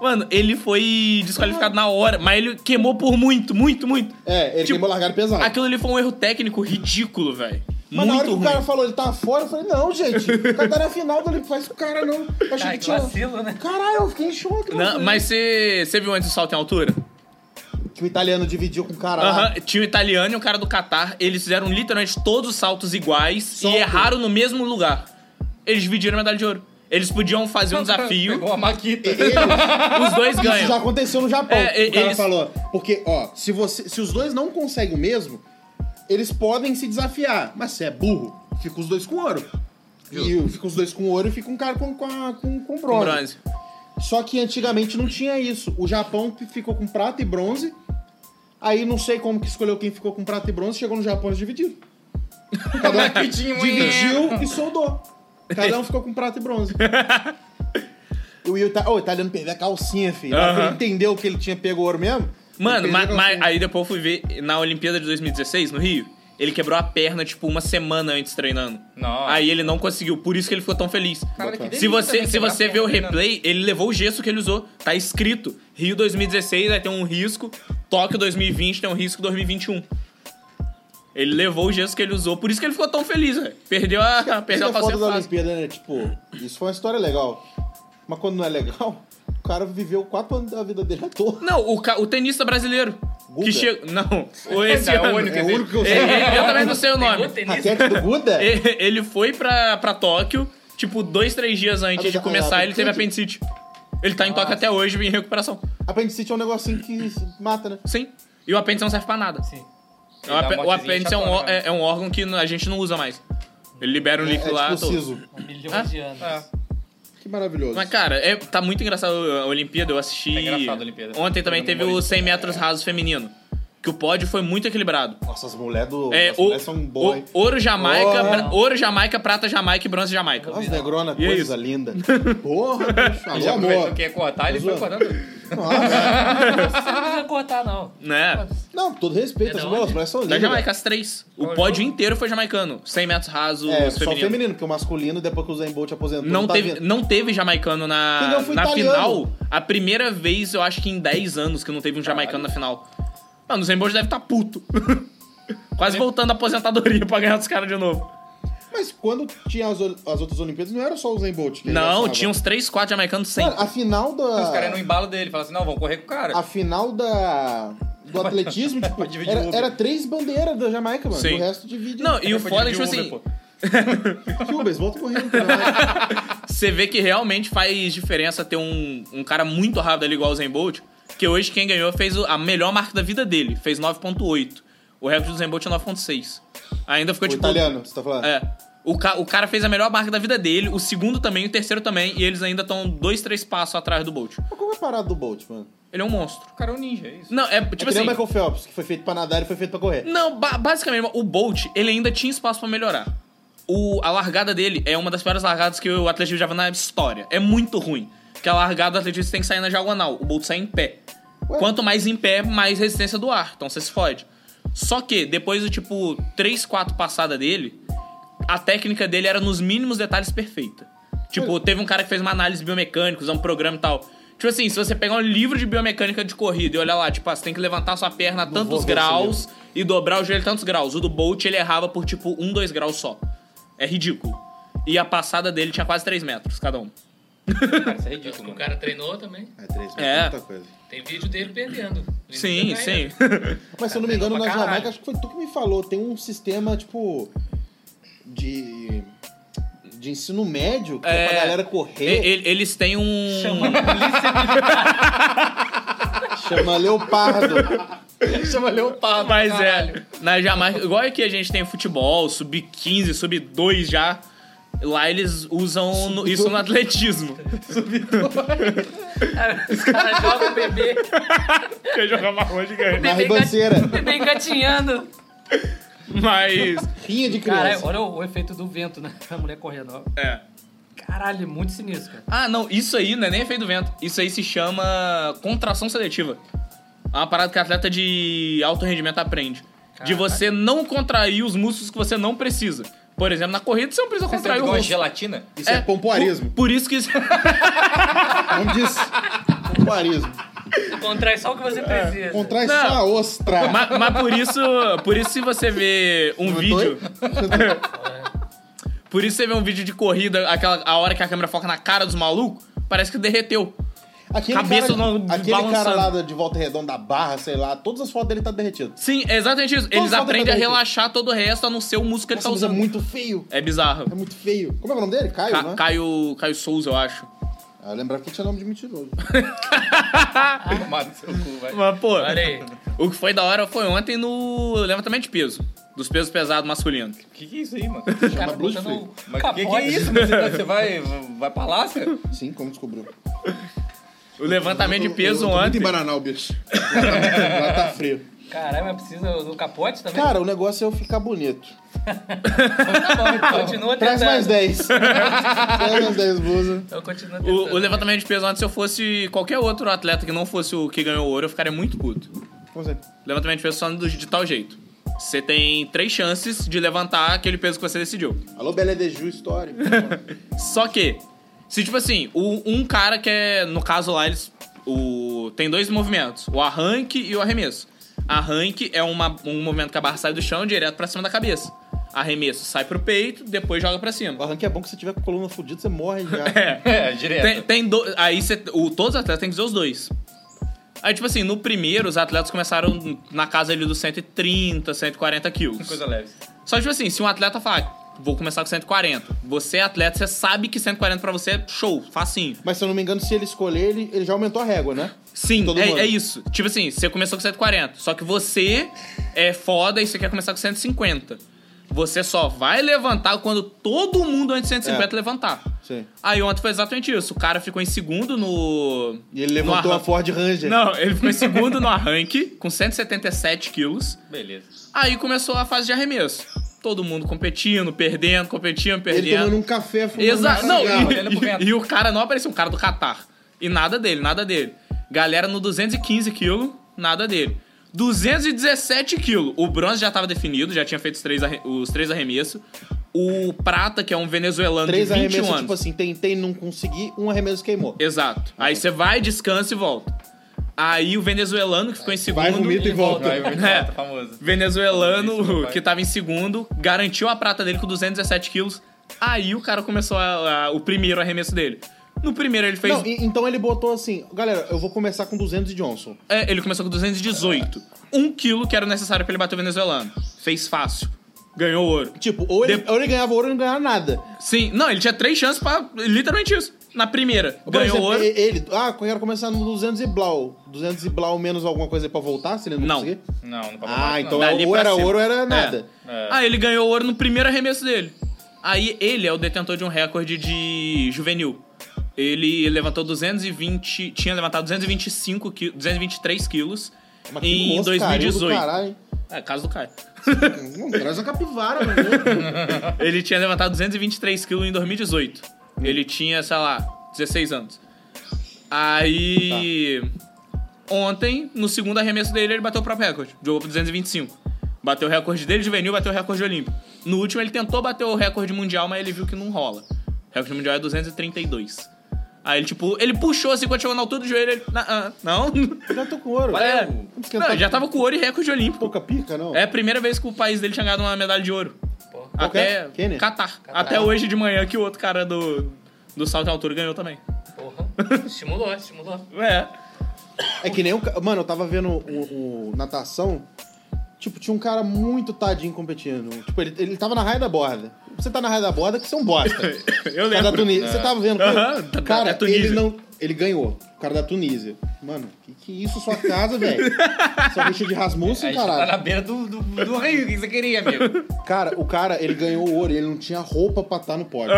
[SPEAKER 5] Mano, ele foi desqualificado na hora, mas ele queimou por muito, muito, muito.
[SPEAKER 2] É, ele
[SPEAKER 5] Tipo,
[SPEAKER 2] queimou a largada pesado.
[SPEAKER 5] Aquilo ali foi um erro técnico ridículo, velho.
[SPEAKER 2] Mas na hora
[SPEAKER 5] Muito
[SPEAKER 2] que o
[SPEAKER 5] ruim.
[SPEAKER 2] cara falou, ele tá fora, eu falei, não, gente, o cara tá na final, ele faz com o cara, não. Eu achei
[SPEAKER 3] Ai,
[SPEAKER 2] que
[SPEAKER 3] que
[SPEAKER 2] tinha...
[SPEAKER 3] vacilo, né?
[SPEAKER 2] Caralho, eu fiquei em choque.
[SPEAKER 5] Não,
[SPEAKER 2] mano.
[SPEAKER 5] mas você você viu antes do salto em altura?
[SPEAKER 2] Que o italiano dividiu com o cara
[SPEAKER 5] Aham,
[SPEAKER 2] lá.
[SPEAKER 5] tinha o italiano e o cara do Catar. Eles fizeram literalmente todos os saltos iguais
[SPEAKER 2] Só
[SPEAKER 5] e
[SPEAKER 2] um.
[SPEAKER 5] erraram no mesmo lugar. Eles dividiram a medalha de ouro. Eles podiam fazer um desafio, É,
[SPEAKER 4] Pegou a maquita.
[SPEAKER 2] Ele,
[SPEAKER 5] os dois
[SPEAKER 2] isso já
[SPEAKER 5] ganham.
[SPEAKER 2] aconteceu no Japão.
[SPEAKER 5] É,
[SPEAKER 2] o cara
[SPEAKER 5] eles-
[SPEAKER 2] falou, porque, ó, se, você, se os dois não conseguem o mesmo, eles podem se desafiar. Mas se é burro, fica os dois com ouro. E o- fica os dois com ouro e fica um cara com, com, a- com, com
[SPEAKER 5] Com
[SPEAKER 2] bronze.
[SPEAKER 5] bronze.
[SPEAKER 2] Só que antigamente não tinha isso. O Japão ficou com prata e bronze. Aí não sei como que escolheu quem ficou com prata e bronze. Chegou no Japão e dividiu. Cada
[SPEAKER 5] é
[SPEAKER 2] um dividiu e soldou. Cada um ficou com prata e bronze. O, tá, Ita... o italiano perdeu a é calcinha, filho. Na hora que
[SPEAKER 5] Aham.
[SPEAKER 2] Ele entendeu que ele tinha pego ouro mesmo. ele
[SPEAKER 5] Mano,
[SPEAKER 2] perdeu a
[SPEAKER 5] mas,
[SPEAKER 2] calcinha.
[SPEAKER 5] mas aí depois eu fui ver na Olimpíada de 2016, no Rio. Ele quebrou a perna, tipo, uma semana antes treinando.
[SPEAKER 1] Nossa.
[SPEAKER 5] Aí ele não conseguiu, por isso que ele ficou tão feliz.
[SPEAKER 4] Cara, que
[SPEAKER 5] se
[SPEAKER 4] delícia
[SPEAKER 5] você,
[SPEAKER 4] também
[SPEAKER 5] se
[SPEAKER 4] quebrar a
[SPEAKER 5] você
[SPEAKER 4] perna
[SPEAKER 5] ver o
[SPEAKER 4] treinando.
[SPEAKER 5] replay, ele levou o gesso que ele usou. Tá escrito Rio 2016, aí tem um risco. Tóquio 2020 tem um risco 2021. Ele levou o gesso que ele usou, por isso que ele ficou tão feliz, velho. Perdeu a,
[SPEAKER 2] Isso
[SPEAKER 5] perdeu
[SPEAKER 2] é
[SPEAKER 5] a
[SPEAKER 2] foda
[SPEAKER 5] calcinha
[SPEAKER 2] da
[SPEAKER 5] fácil.
[SPEAKER 2] Olimpíada, né? Tipo, isso foi uma história legal. Mas quando não é legal, o cara viveu quatro anos da vida dele à toa.
[SPEAKER 5] Não, o, ca- o tenista brasileiro.
[SPEAKER 2] Guga?
[SPEAKER 5] Que chegou. Não, o esse
[SPEAKER 6] Não, é o
[SPEAKER 5] ano.
[SPEAKER 6] único,
[SPEAKER 2] É o único que eu
[SPEAKER 5] Ele- ele- eu também não sei o
[SPEAKER 3] Pegou
[SPEAKER 5] nome.
[SPEAKER 3] o tenista.
[SPEAKER 2] Raquete do Buda?
[SPEAKER 5] E- Ele foi pra, pra Tóquio, tipo, dois, três dias antes de
[SPEAKER 2] Amiga,
[SPEAKER 5] começar,
[SPEAKER 2] amiga,
[SPEAKER 5] ele teve
[SPEAKER 2] tudo.
[SPEAKER 5] apendicite. Ele tá em Tóquio até hoje, em recuperação.
[SPEAKER 2] Apendicite é um negocinho que se mata, né?
[SPEAKER 5] Sim. E o apêndice não serve pra nada.
[SPEAKER 3] Sim.
[SPEAKER 5] O,
[SPEAKER 6] dá
[SPEAKER 5] ape-
[SPEAKER 6] uma
[SPEAKER 5] o
[SPEAKER 6] mortezinha
[SPEAKER 5] apêndice é um, ó-
[SPEAKER 6] chapona, né?
[SPEAKER 5] é, é um órgão que a gente não usa mais. Ele libera um
[SPEAKER 2] É, é
[SPEAKER 5] líquido lá.
[SPEAKER 2] tipo
[SPEAKER 5] todo.
[SPEAKER 2] siso.
[SPEAKER 3] Um milhão de anos.
[SPEAKER 6] É.
[SPEAKER 2] Que maravilhoso.
[SPEAKER 5] Mas, cara, é- tá muito engraçado a Olimpíada. Eu assisti.
[SPEAKER 6] Tá engraçado a Olimpíada.
[SPEAKER 5] Ontem também
[SPEAKER 6] Eu
[SPEAKER 5] teve
[SPEAKER 6] não
[SPEAKER 5] o 100 metros rasos feminino. Que o pódio foi muito equilibrado.
[SPEAKER 2] Nossa, as mulheres do.
[SPEAKER 5] É,
[SPEAKER 2] as
[SPEAKER 5] o,
[SPEAKER 2] mulheres são boas. hein?
[SPEAKER 5] o- ouro Jamaica,
[SPEAKER 2] Porra.
[SPEAKER 5] bra- ouro Jamaica, prata Jamaica e bronze Jamaica.
[SPEAKER 2] Nossa, negrona,
[SPEAKER 5] E é
[SPEAKER 2] coisa linda. Porra, bicho. Alô,
[SPEAKER 6] Ah, Já aproveitou
[SPEAKER 2] amor.
[SPEAKER 6] que é ia cortar, ele foi
[SPEAKER 2] Azul.
[SPEAKER 6] cortando.
[SPEAKER 2] Nossa.
[SPEAKER 3] Você não precisa cortar, não.
[SPEAKER 5] Né?
[SPEAKER 2] Não, todo respeito,
[SPEAKER 3] É
[SPEAKER 2] as
[SPEAKER 3] da
[SPEAKER 2] mulheres,
[SPEAKER 3] onde?
[SPEAKER 2] as mulheres são
[SPEAKER 5] Da
[SPEAKER 2] lindas.
[SPEAKER 5] Jamaica, as três. O pódio inteiro foi jamaicano. 100 metros raso,
[SPEAKER 2] É, só o
[SPEAKER 5] feminino.
[SPEAKER 2] feminino, porque o masculino, depois que o Zen Bolt aposentou,
[SPEAKER 5] Não,
[SPEAKER 2] tá
[SPEAKER 5] teve,
[SPEAKER 2] vindo.
[SPEAKER 5] não teve jamaicano
[SPEAKER 2] Quem
[SPEAKER 5] na,
[SPEAKER 2] ganhou foi
[SPEAKER 5] na
[SPEAKER 2] italiano.
[SPEAKER 5] final. A primeira vez, eu acho que em 10 anos, que não teve um jamaicano na final. Mano, o Zembold deve estar tá puto. Quase
[SPEAKER 2] É.
[SPEAKER 5] voltando à aposentadoria pra ganhar dos caras de novo.
[SPEAKER 2] Mas quando tinha as, ol- as outras Olimpíadas, não era só o Zen Bolt. que
[SPEAKER 5] Não,
[SPEAKER 2] engraçava.
[SPEAKER 5] tinha um uns 3, 4 jamaicanos sem.
[SPEAKER 2] Mano, a final da.
[SPEAKER 4] Os caras no embalo dele, falam assim, não, vamos correr com o cara.
[SPEAKER 2] A final da. Do atletismo, tipo,
[SPEAKER 4] dividir
[SPEAKER 2] era,
[SPEAKER 4] Uber.
[SPEAKER 2] era três bandeiras da Jamaica, mano.
[SPEAKER 5] Sim.
[SPEAKER 2] O resto divide.
[SPEAKER 5] Não, e o
[SPEAKER 4] Foi
[SPEAKER 5] foda é,
[SPEAKER 4] dividir
[SPEAKER 5] tipo
[SPEAKER 4] o Uber,
[SPEAKER 5] assim,
[SPEAKER 4] pô.
[SPEAKER 2] Cubas, volta correndo. cara.
[SPEAKER 5] você vê que realmente faz diferença ter um, um cara muito rápido ali igual o Zembolt, que hoje quem ganhou fez o- a melhor marca da vida dele, fez 9.8. O recorde do Zembolt é 9.6. Ainda ficou
[SPEAKER 2] O
[SPEAKER 5] tipo...
[SPEAKER 2] italiano, você tá falando?
[SPEAKER 5] É. O, ca- o cara fez a melhor marca da vida dele, o segundo também, o terceiro também, e eles ainda estão dois, três passos atrás do Bolt.
[SPEAKER 2] Mas Qual é a parada do Bolt, mano?
[SPEAKER 5] Ele é um monstro.
[SPEAKER 4] O cara é um ninja, é isso.
[SPEAKER 5] Não, é
[SPEAKER 2] É que nem
[SPEAKER 5] tipo assim. Hum.
[SPEAKER 2] o Michael Phelps, que foi feito pra nadar e foi feito pra correr.
[SPEAKER 5] Não, ba- basicamente, o Bolt, ele ainda tinha espaço pra melhorar. O, a largada dele é uma das piores largadas que o atletismo já viu na história. É muito ruim. Porque a largada do atletismo tem que sair na diagonal. O Bolt sai em pé.
[SPEAKER 2] Ué?
[SPEAKER 5] Quanto mais em pé, mais resistência do ar. Então você se fode. Só que, depois do tipo 3, 4 passada dele, a técnica dele era nos mínimos detalhes perfeita. Tipo, teve um cara que fez uma análise biomecânica, usando um programa e tal. Tipo assim, se você pegar um livro de biomecânica de corrida e olhar lá, tipo, ah, você tem que levantar sua perna a
[SPEAKER 2] Não vou
[SPEAKER 5] tantos
[SPEAKER 2] ver esse
[SPEAKER 5] graus e dobrar o joelho tantos graus. O do Bolt ele errava por tipo 1, 2 graus só. É ridículo. E a passada dele tinha quase 3 metros, cada um.
[SPEAKER 4] Cara, isso é ridículo,
[SPEAKER 3] O
[SPEAKER 4] mano.
[SPEAKER 3] cara treinou também.
[SPEAKER 2] É, três meses,
[SPEAKER 5] É.
[SPEAKER 2] muita coisa.
[SPEAKER 3] Tem vídeo dele perdendo. Ele
[SPEAKER 5] Sim,
[SPEAKER 3] ganha.
[SPEAKER 5] sim.
[SPEAKER 2] Mas se eu não me engano,
[SPEAKER 3] Treinou
[SPEAKER 2] na
[SPEAKER 3] pra caralho.
[SPEAKER 2] Jamaica, acho que foi tu que me falou, tem um sistema, tipo, de. de ensino médio, que é,
[SPEAKER 5] É.
[SPEAKER 2] pra galera
[SPEAKER 5] E-
[SPEAKER 2] correr,
[SPEAKER 5] e- Eles têm
[SPEAKER 3] né?
[SPEAKER 5] um. é.
[SPEAKER 2] chama Leopardo.
[SPEAKER 6] Chama Leopardo.
[SPEAKER 5] Mas é, na Jamaica, igual aqui a gente tem futebol, sub-15, sub-2 já, lá eles usam no- isso no atletismo.
[SPEAKER 3] Os caras jogam o bebê.
[SPEAKER 5] Quer jogar marrom de ganha.
[SPEAKER 2] Na
[SPEAKER 3] Bebê
[SPEAKER 2] ribanceira.
[SPEAKER 3] engat- Bebê engatinhando.
[SPEAKER 5] Mas,
[SPEAKER 2] Rinha de
[SPEAKER 3] Caralho,
[SPEAKER 2] criança.
[SPEAKER 3] olha o, o efeito do vento, né? A mulher correndo. ó.
[SPEAKER 5] é.
[SPEAKER 3] Caralho, é muito sinistro, cara.
[SPEAKER 5] Ah, não, isso aí não é nem efeito do vento. Isso aí se chama contração seletiva. É uma parada que atleta de alto rendimento aprende. De
[SPEAKER 3] Caralho.
[SPEAKER 5] você não contrair os músculos que você não precisa. Por exemplo, na corrida você não precisa
[SPEAKER 4] Você
[SPEAKER 5] contrair o
[SPEAKER 4] gosta de
[SPEAKER 5] rosto.
[SPEAKER 4] gelatina?
[SPEAKER 2] Isso é, pompoarismo.
[SPEAKER 5] Por, por isso que isso...
[SPEAKER 2] Não diz pompoarismo.
[SPEAKER 3] Contrai é só o que você precisa.
[SPEAKER 2] Contrai
[SPEAKER 5] Não.
[SPEAKER 2] só a ostra.
[SPEAKER 5] Ma- Mas, por isso, por isso se você vê um vídeo, por isso você vê um vídeo de corrida, aquela a hora que a câmera foca na cara dos malucos, parece que derreteu.
[SPEAKER 2] Aquele
[SPEAKER 5] Cabeça
[SPEAKER 2] cara,
[SPEAKER 5] não-
[SPEAKER 2] aquele cara
[SPEAKER 5] balançando.
[SPEAKER 2] lá da- de volta redonda da barra, sei lá, todas as fotos dele tá derretido.
[SPEAKER 5] Sim, é exatamente isso.
[SPEAKER 2] Todo
[SPEAKER 5] Eles
[SPEAKER 2] mundo
[SPEAKER 5] aprendem a
[SPEAKER 2] derreteu.
[SPEAKER 5] relaxar todo o resto a não ser o músculo que ele
[SPEAKER 2] Nossa,
[SPEAKER 5] tá
[SPEAKER 2] mas é
[SPEAKER 5] usando.
[SPEAKER 2] muito feio.
[SPEAKER 5] É bizarro.
[SPEAKER 2] É muito feio. Como é o nome dele? Caio,
[SPEAKER 5] Ca-
[SPEAKER 2] né?
[SPEAKER 5] Caio, Caio Souza, eu acho.
[SPEAKER 2] Ah, eu lembrava que tinha nome de mentiroso.
[SPEAKER 6] Tomar no seu cu, vai.
[SPEAKER 5] Mas, pô,
[SPEAKER 3] Olha aí.
[SPEAKER 5] o que foi da hora foi ontem no levantamento de peso. Dos pesos pesados masculinos.
[SPEAKER 6] Que que é isso aí, mano?
[SPEAKER 3] O cara
[SPEAKER 2] Bruce
[SPEAKER 3] puxando
[SPEAKER 2] Lee.
[SPEAKER 3] o
[SPEAKER 6] Mas que
[SPEAKER 3] capote.
[SPEAKER 6] que é isso? Você, você vai, vai pra Alasca?
[SPEAKER 2] Sim, como descobriu.
[SPEAKER 5] O levantamento de peso
[SPEAKER 2] Muito
[SPEAKER 5] ontem.
[SPEAKER 2] em Baraná, o bicho. Lá tá frio.
[SPEAKER 3] Caralho, mas precisa do capote também?
[SPEAKER 2] Cara, o negócio é eu ficar bonito.
[SPEAKER 3] tá bom, então continua tentando.
[SPEAKER 2] Traz mais 10. Traz mais 10 blusas.
[SPEAKER 3] Então continua
[SPEAKER 5] O,
[SPEAKER 3] tentando.
[SPEAKER 5] o levantamento de peso ontem, se eu fosse qualquer outro atleta que não fosse o que ganhou o ouro, eu ficaria muito puto.
[SPEAKER 2] Como assim?
[SPEAKER 5] Levantamento de peso só do- de tal jeito. Você tem três chances de levantar aquele peso que você decidiu.
[SPEAKER 2] Alô, Belé de Ju, história.
[SPEAKER 5] Só que, se tipo assim, o- um cara que é, no caso lá, eles o, tem dois movimentos, o arranque e o arremesso. Arranque é uma- um movimento que a barra sai do chão direto pra cima da cabeça. Arremesso sai pro peito, depois joga pra
[SPEAKER 2] O
[SPEAKER 5] cima.
[SPEAKER 2] arranque é bom que se tiver com a coluna fudida, você morre já.
[SPEAKER 5] É.
[SPEAKER 6] É, direto.
[SPEAKER 5] Tem, tem do- aí cê- o, todos os atletas têm que dizer os dois. Aí, tipo assim, no primeiro, os atletas começaram na casa ali dos 130, 140 quilos.
[SPEAKER 6] Coisa leve.
[SPEAKER 5] Só, tipo assim, se um atleta falar, vou começar com 140. Você é atleta, você sabe que 140 pra você é show, facinho.
[SPEAKER 2] Mas se eu não me engano, se ele escolher, ele, ele já aumentou a régua, né?
[SPEAKER 5] Sim,
[SPEAKER 2] Todo mundo.
[SPEAKER 5] é, é isso. Tipo assim, você começou com 140. Só que você é foda e você quer começar com 150. Você só vai levantar quando todo mundo antes de 150
[SPEAKER 2] É.
[SPEAKER 5] levantar.
[SPEAKER 2] Sim.
[SPEAKER 5] Aí ontem foi exatamente isso. O cara ficou em segundo no.
[SPEAKER 2] E ele
[SPEAKER 5] no
[SPEAKER 2] levantou a
[SPEAKER 5] arran-
[SPEAKER 2] Ford Ranger.
[SPEAKER 5] Não, ele ficou em segundo no arranque, com 177 quilos.
[SPEAKER 6] Beleza.
[SPEAKER 5] Aí começou a fase de arremesso. Todo mundo competindo, perdendo, competindo,
[SPEAKER 2] ele
[SPEAKER 5] perdendo.
[SPEAKER 2] tomando um café fumando
[SPEAKER 5] Exato.
[SPEAKER 2] um
[SPEAKER 5] Não,
[SPEAKER 2] cigarro.
[SPEAKER 5] e,
[SPEAKER 6] né? olhando pro vento.
[SPEAKER 5] e- e o cara não apareceu, um cara do Catar. E nada dele, nada dele. Galera no 215 quilos, nada dele. 217 quilos. O bronze já tava definido, já tinha feito os três, arre- os três arremessos. O prata, que é um venezuelano
[SPEAKER 2] Três
[SPEAKER 5] de 21
[SPEAKER 2] arremessos,
[SPEAKER 5] anos.
[SPEAKER 2] tipo assim, tentei não consegui, um arremesso queimou.
[SPEAKER 5] Exato. Aí você vai, descansa e volta. Aí o venezuelano que ficou em segundo.
[SPEAKER 2] Vai, vomita e volta.
[SPEAKER 6] Vai, vai,
[SPEAKER 5] É.
[SPEAKER 6] tá famoso.
[SPEAKER 5] venezuelano
[SPEAKER 6] Isso,
[SPEAKER 5] que tava em segundo garantiu a prata dele com 217 quilos. Aí o cara começou a- a- o primeiro arremesso dele. No primeiro ele fez.
[SPEAKER 2] Não, e- então ele botou assim, galera, eu vou começar com 200 de Johnson.
[SPEAKER 5] é, ele começou com 218. Um quilo que era necessário pra ele bater o venezuelano. Fez fácil. Ganhou ouro.
[SPEAKER 2] Tipo, ou ele,
[SPEAKER 5] De-
[SPEAKER 2] ou ele ganhava ouro ou ele não ganhava nada.
[SPEAKER 5] Sim, não, ele tinha três chances pra. Literalmente isso. Na primeira,
[SPEAKER 2] Por
[SPEAKER 5] ganhou
[SPEAKER 2] exemplo,
[SPEAKER 5] ouro.
[SPEAKER 2] e- Ele, ah, eu quero começar no 200 e blau. 200 e blau menos alguma coisa pra voltar, se ele não,
[SPEAKER 5] Não.
[SPEAKER 2] conseguir?
[SPEAKER 6] Não, não pode falar
[SPEAKER 2] Ah,
[SPEAKER 6] isso,
[SPEAKER 2] então
[SPEAKER 6] não.
[SPEAKER 5] Dali
[SPEAKER 2] ou
[SPEAKER 5] pra
[SPEAKER 2] era
[SPEAKER 5] cima.
[SPEAKER 2] ouro ou era nada.
[SPEAKER 6] É.
[SPEAKER 5] Ah, ele ganhou ouro no primeiro arremesso dele. Aí ele é o detentor de um recorde de juvenil. Ele levantou 220. Tinha levantado 225 qui- 223 quilos
[SPEAKER 2] Mas que
[SPEAKER 5] em
[SPEAKER 2] mosca, do
[SPEAKER 5] 2018.
[SPEAKER 2] caralho.
[SPEAKER 5] É, caso do cara.
[SPEAKER 2] Hum, Traz uma capivara, mano.
[SPEAKER 5] ele tinha levantado 223 quilos em 2018. Ele tinha, sei lá, 16 anos. Aí. Ontem, no segundo arremesso dele, ele bateu o próprio recorde. Jogou pro 225. Bateu o recorde dele juvenil, bateu o recorde olímpico. No último, ele tentou bater o recorde mundial, mas ele viu que não rola. O recorde mundial é 232. Aí ele, tipo, ele puxou assim quando chegou na altura do joelho, ele. "Não, ah, Não.
[SPEAKER 2] Já tô com ouro.
[SPEAKER 5] É.
[SPEAKER 2] Vamos
[SPEAKER 5] Não,
[SPEAKER 2] esquentar
[SPEAKER 5] ele já tava com ouro e recorde olímpico.
[SPEAKER 2] pouca pica, não?
[SPEAKER 5] É a primeira vez que o país dele tinha ganhado uma medalha de ouro.
[SPEAKER 3] Porra.
[SPEAKER 2] Qual que é?
[SPEAKER 5] Até
[SPEAKER 2] Quênia?
[SPEAKER 5] Catar. Até hoje de manhã que o outro cara do, do salto em altura ganhou também.
[SPEAKER 3] Estimulou, estimulou.
[SPEAKER 5] É.
[SPEAKER 2] É que nem o. ca- Mano, eu tava vendo o, o natação. Tipo, tinha um cara muito tadinho competindo. Tipo, ele, ele tava na raia da borda. Você tá na raia da borda que são bosta.
[SPEAKER 5] Eu
[SPEAKER 2] O cara da
[SPEAKER 5] lembro.
[SPEAKER 2] Tunísia. Você tava vendo? né?
[SPEAKER 5] Aham, da-
[SPEAKER 2] cara,
[SPEAKER 5] da Tunísia.
[SPEAKER 2] ele não. Ele ganhou. O cara da Tunísia. Mano, que que isso, sua casa, velho? Sua rixa de
[SPEAKER 5] É,
[SPEAKER 2] Rasmussen,
[SPEAKER 6] Aí já tá
[SPEAKER 2] é caralho.
[SPEAKER 6] na beira do, do, do rio, o que você queria, amigo?
[SPEAKER 2] Cara, o cara, ele ganhou o ouro e ele não tinha roupa pra estar no pódio.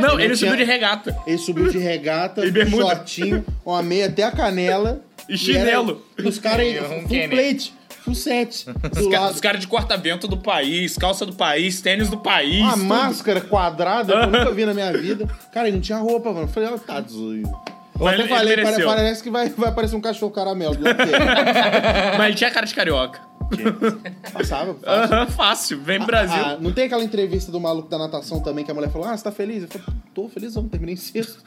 [SPEAKER 5] Não, ele
[SPEAKER 2] tinha-
[SPEAKER 5] subiu de regata.
[SPEAKER 2] Ele subiu de regata,
[SPEAKER 5] E bermuda.
[SPEAKER 2] shortinho, uma meia até a canela.
[SPEAKER 5] E chinelo.
[SPEAKER 2] era- os caras aí,
[SPEAKER 6] Um
[SPEAKER 2] full
[SPEAKER 6] Kennedy.
[SPEAKER 2] plate, full set, do
[SPEAKER 5] Os ca-
[SPEAKER 2] lado.
[SPEAKER 5] Os caras de corta-vento do país, calça do país, tênis do país.
[SPEAKER 2] Uma
[SPEAKER 5] tudo.
[SPEAKER 2] máscara quadrada que eu nunca vi na minha vida. Cara, ele não tinha roupa, mano. Eu falei, ó, tá doido. Eu
[SPEAKER 5] Mas
[SPEAKER 2] até
[SPEAKER 5] ele-
[SPEAKER 2] falei,
[SPEAKER 5] ele
[SPEAKER 2] pare-
[SPEAKER 5] mereceu.
[SPEAKER 2] parece que vai, vai aparecer um cachorro caramelo. do lado dele.
[SPEAKER 5] Mas ele tinha cara de carioca.
[SPEAKER 2] Passava.
[SPEAKER 5] Aham, fácil, vem pro Brasil.
[SPEAKER 2] Ah, não tem aquela entrevista do maluco da natação também que a mulher falou: Ah, você tá feliz? Eu falei, tô felizão, terminei em sexto.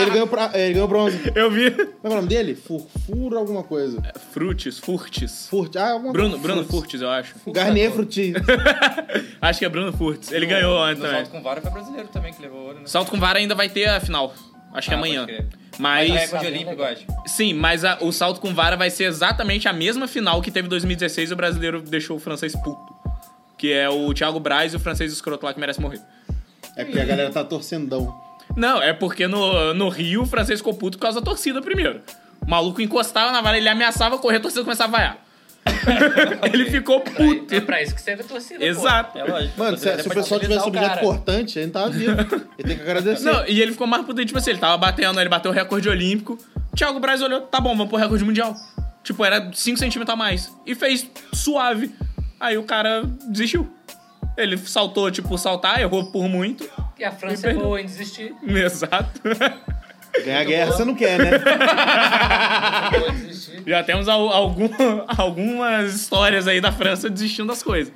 [SPEAKER 2] ele, ganhou pra- ele ganhou bronze. Como
[SPEAKER 5] Eu vi.
[SPEAKER 2] é que é o nome dele? Furfura alguma coisa.
[SPEAKER 5] Frutis, Furtis.
[SPEAKER 2] Furt. Ah, alguma
[SPEAKER 5] Bruno,
[SPEAKER 2] coisa.
[SPEAKER 5] Bruno Furtis, eu acho.
[SPEAKER 2] Garnier é Frutti.
[SPEAKER 5] Acho que é Bruno Furtis. Ele ganhou ontem
[SPEAKER 4] No
[SPEAKER 5] também.
[SPEAKER 4] salto com vara foi brasileiro também que levou ouro, né?
[SPEAKER 5] Salto com vara ainda vai ter a final. Acho que é
[SPEAKER 4] Ah,
[SPEAKER 5] amanhã.
[SPEAKER 4] pode crer.
[SPEAKER 5] Mas,
[SPEAKER 6] É,
[SPEAKER 5] é,
[SPEAKER 4] Mas recorde olímpico, eu acho.
[SPEAKER 5] sim, mas a- o salto com vara vai ser exatamente a mesma final que teve em 2016 e o brasileiro deixou o francês puto. Que é o Thiago Braz e o francês escroto lá que merece morrer.
[SPEAKER 2] É porque a galera tá torcendão.
[SPEAKER 5] Não, é porque no, no Rio o francês ficou puto por causa da torcida primeiro. O maluco encostava na vara, ele ameaçava correr, a torcida começava a vaiar. ele ficou puto.
[SPEAKER 3] É pra isso que serve a torcida, pô.
[SPEAKER 5] Exato.
[SPEAKER 4] É lógico.
[SPEAKER 2] Mano, se,
[SPEAKER 4] Você
[SPEAKER 2] se o
[SPEAKER 4] pode
[SPEAKER 2] pessoal
[SPEAKER 4] habilitar
[SPEAKER 2] tivesse
[SPEAKER 4] o
[SPEAKER 2] objeto
[SPEAKER 4] cara.
[SPEAKER 2] cortante, ele não tava vivo. Ele tem que agradecer.
[SPEAKER 5] Não, e ele ficou mais puto, tipo assim, ele tava batendo, ele bateu o recorde olímpico. Thiago Braz olhou, tá bom, vamos pro recorde mundial. Tipo, era 5 centímetros a mais. E fez suave. Aí o cara desistiu. Ele saltou, tipo, saltar, errou por muito.
[SPEAKER 3] E a França é
[SPEAKER 5] perdeu.
[SPEAKER 3] boa em desistir.
[SPEAKER 5] Exato.
[SPEAKER 2] Ganhar guerra você não quer, né?
[SPEAKER 3] Boa em desistir.
[SPEAKER 5] Já temos al- algum- algumas histórias aí da França desistindo das coisas.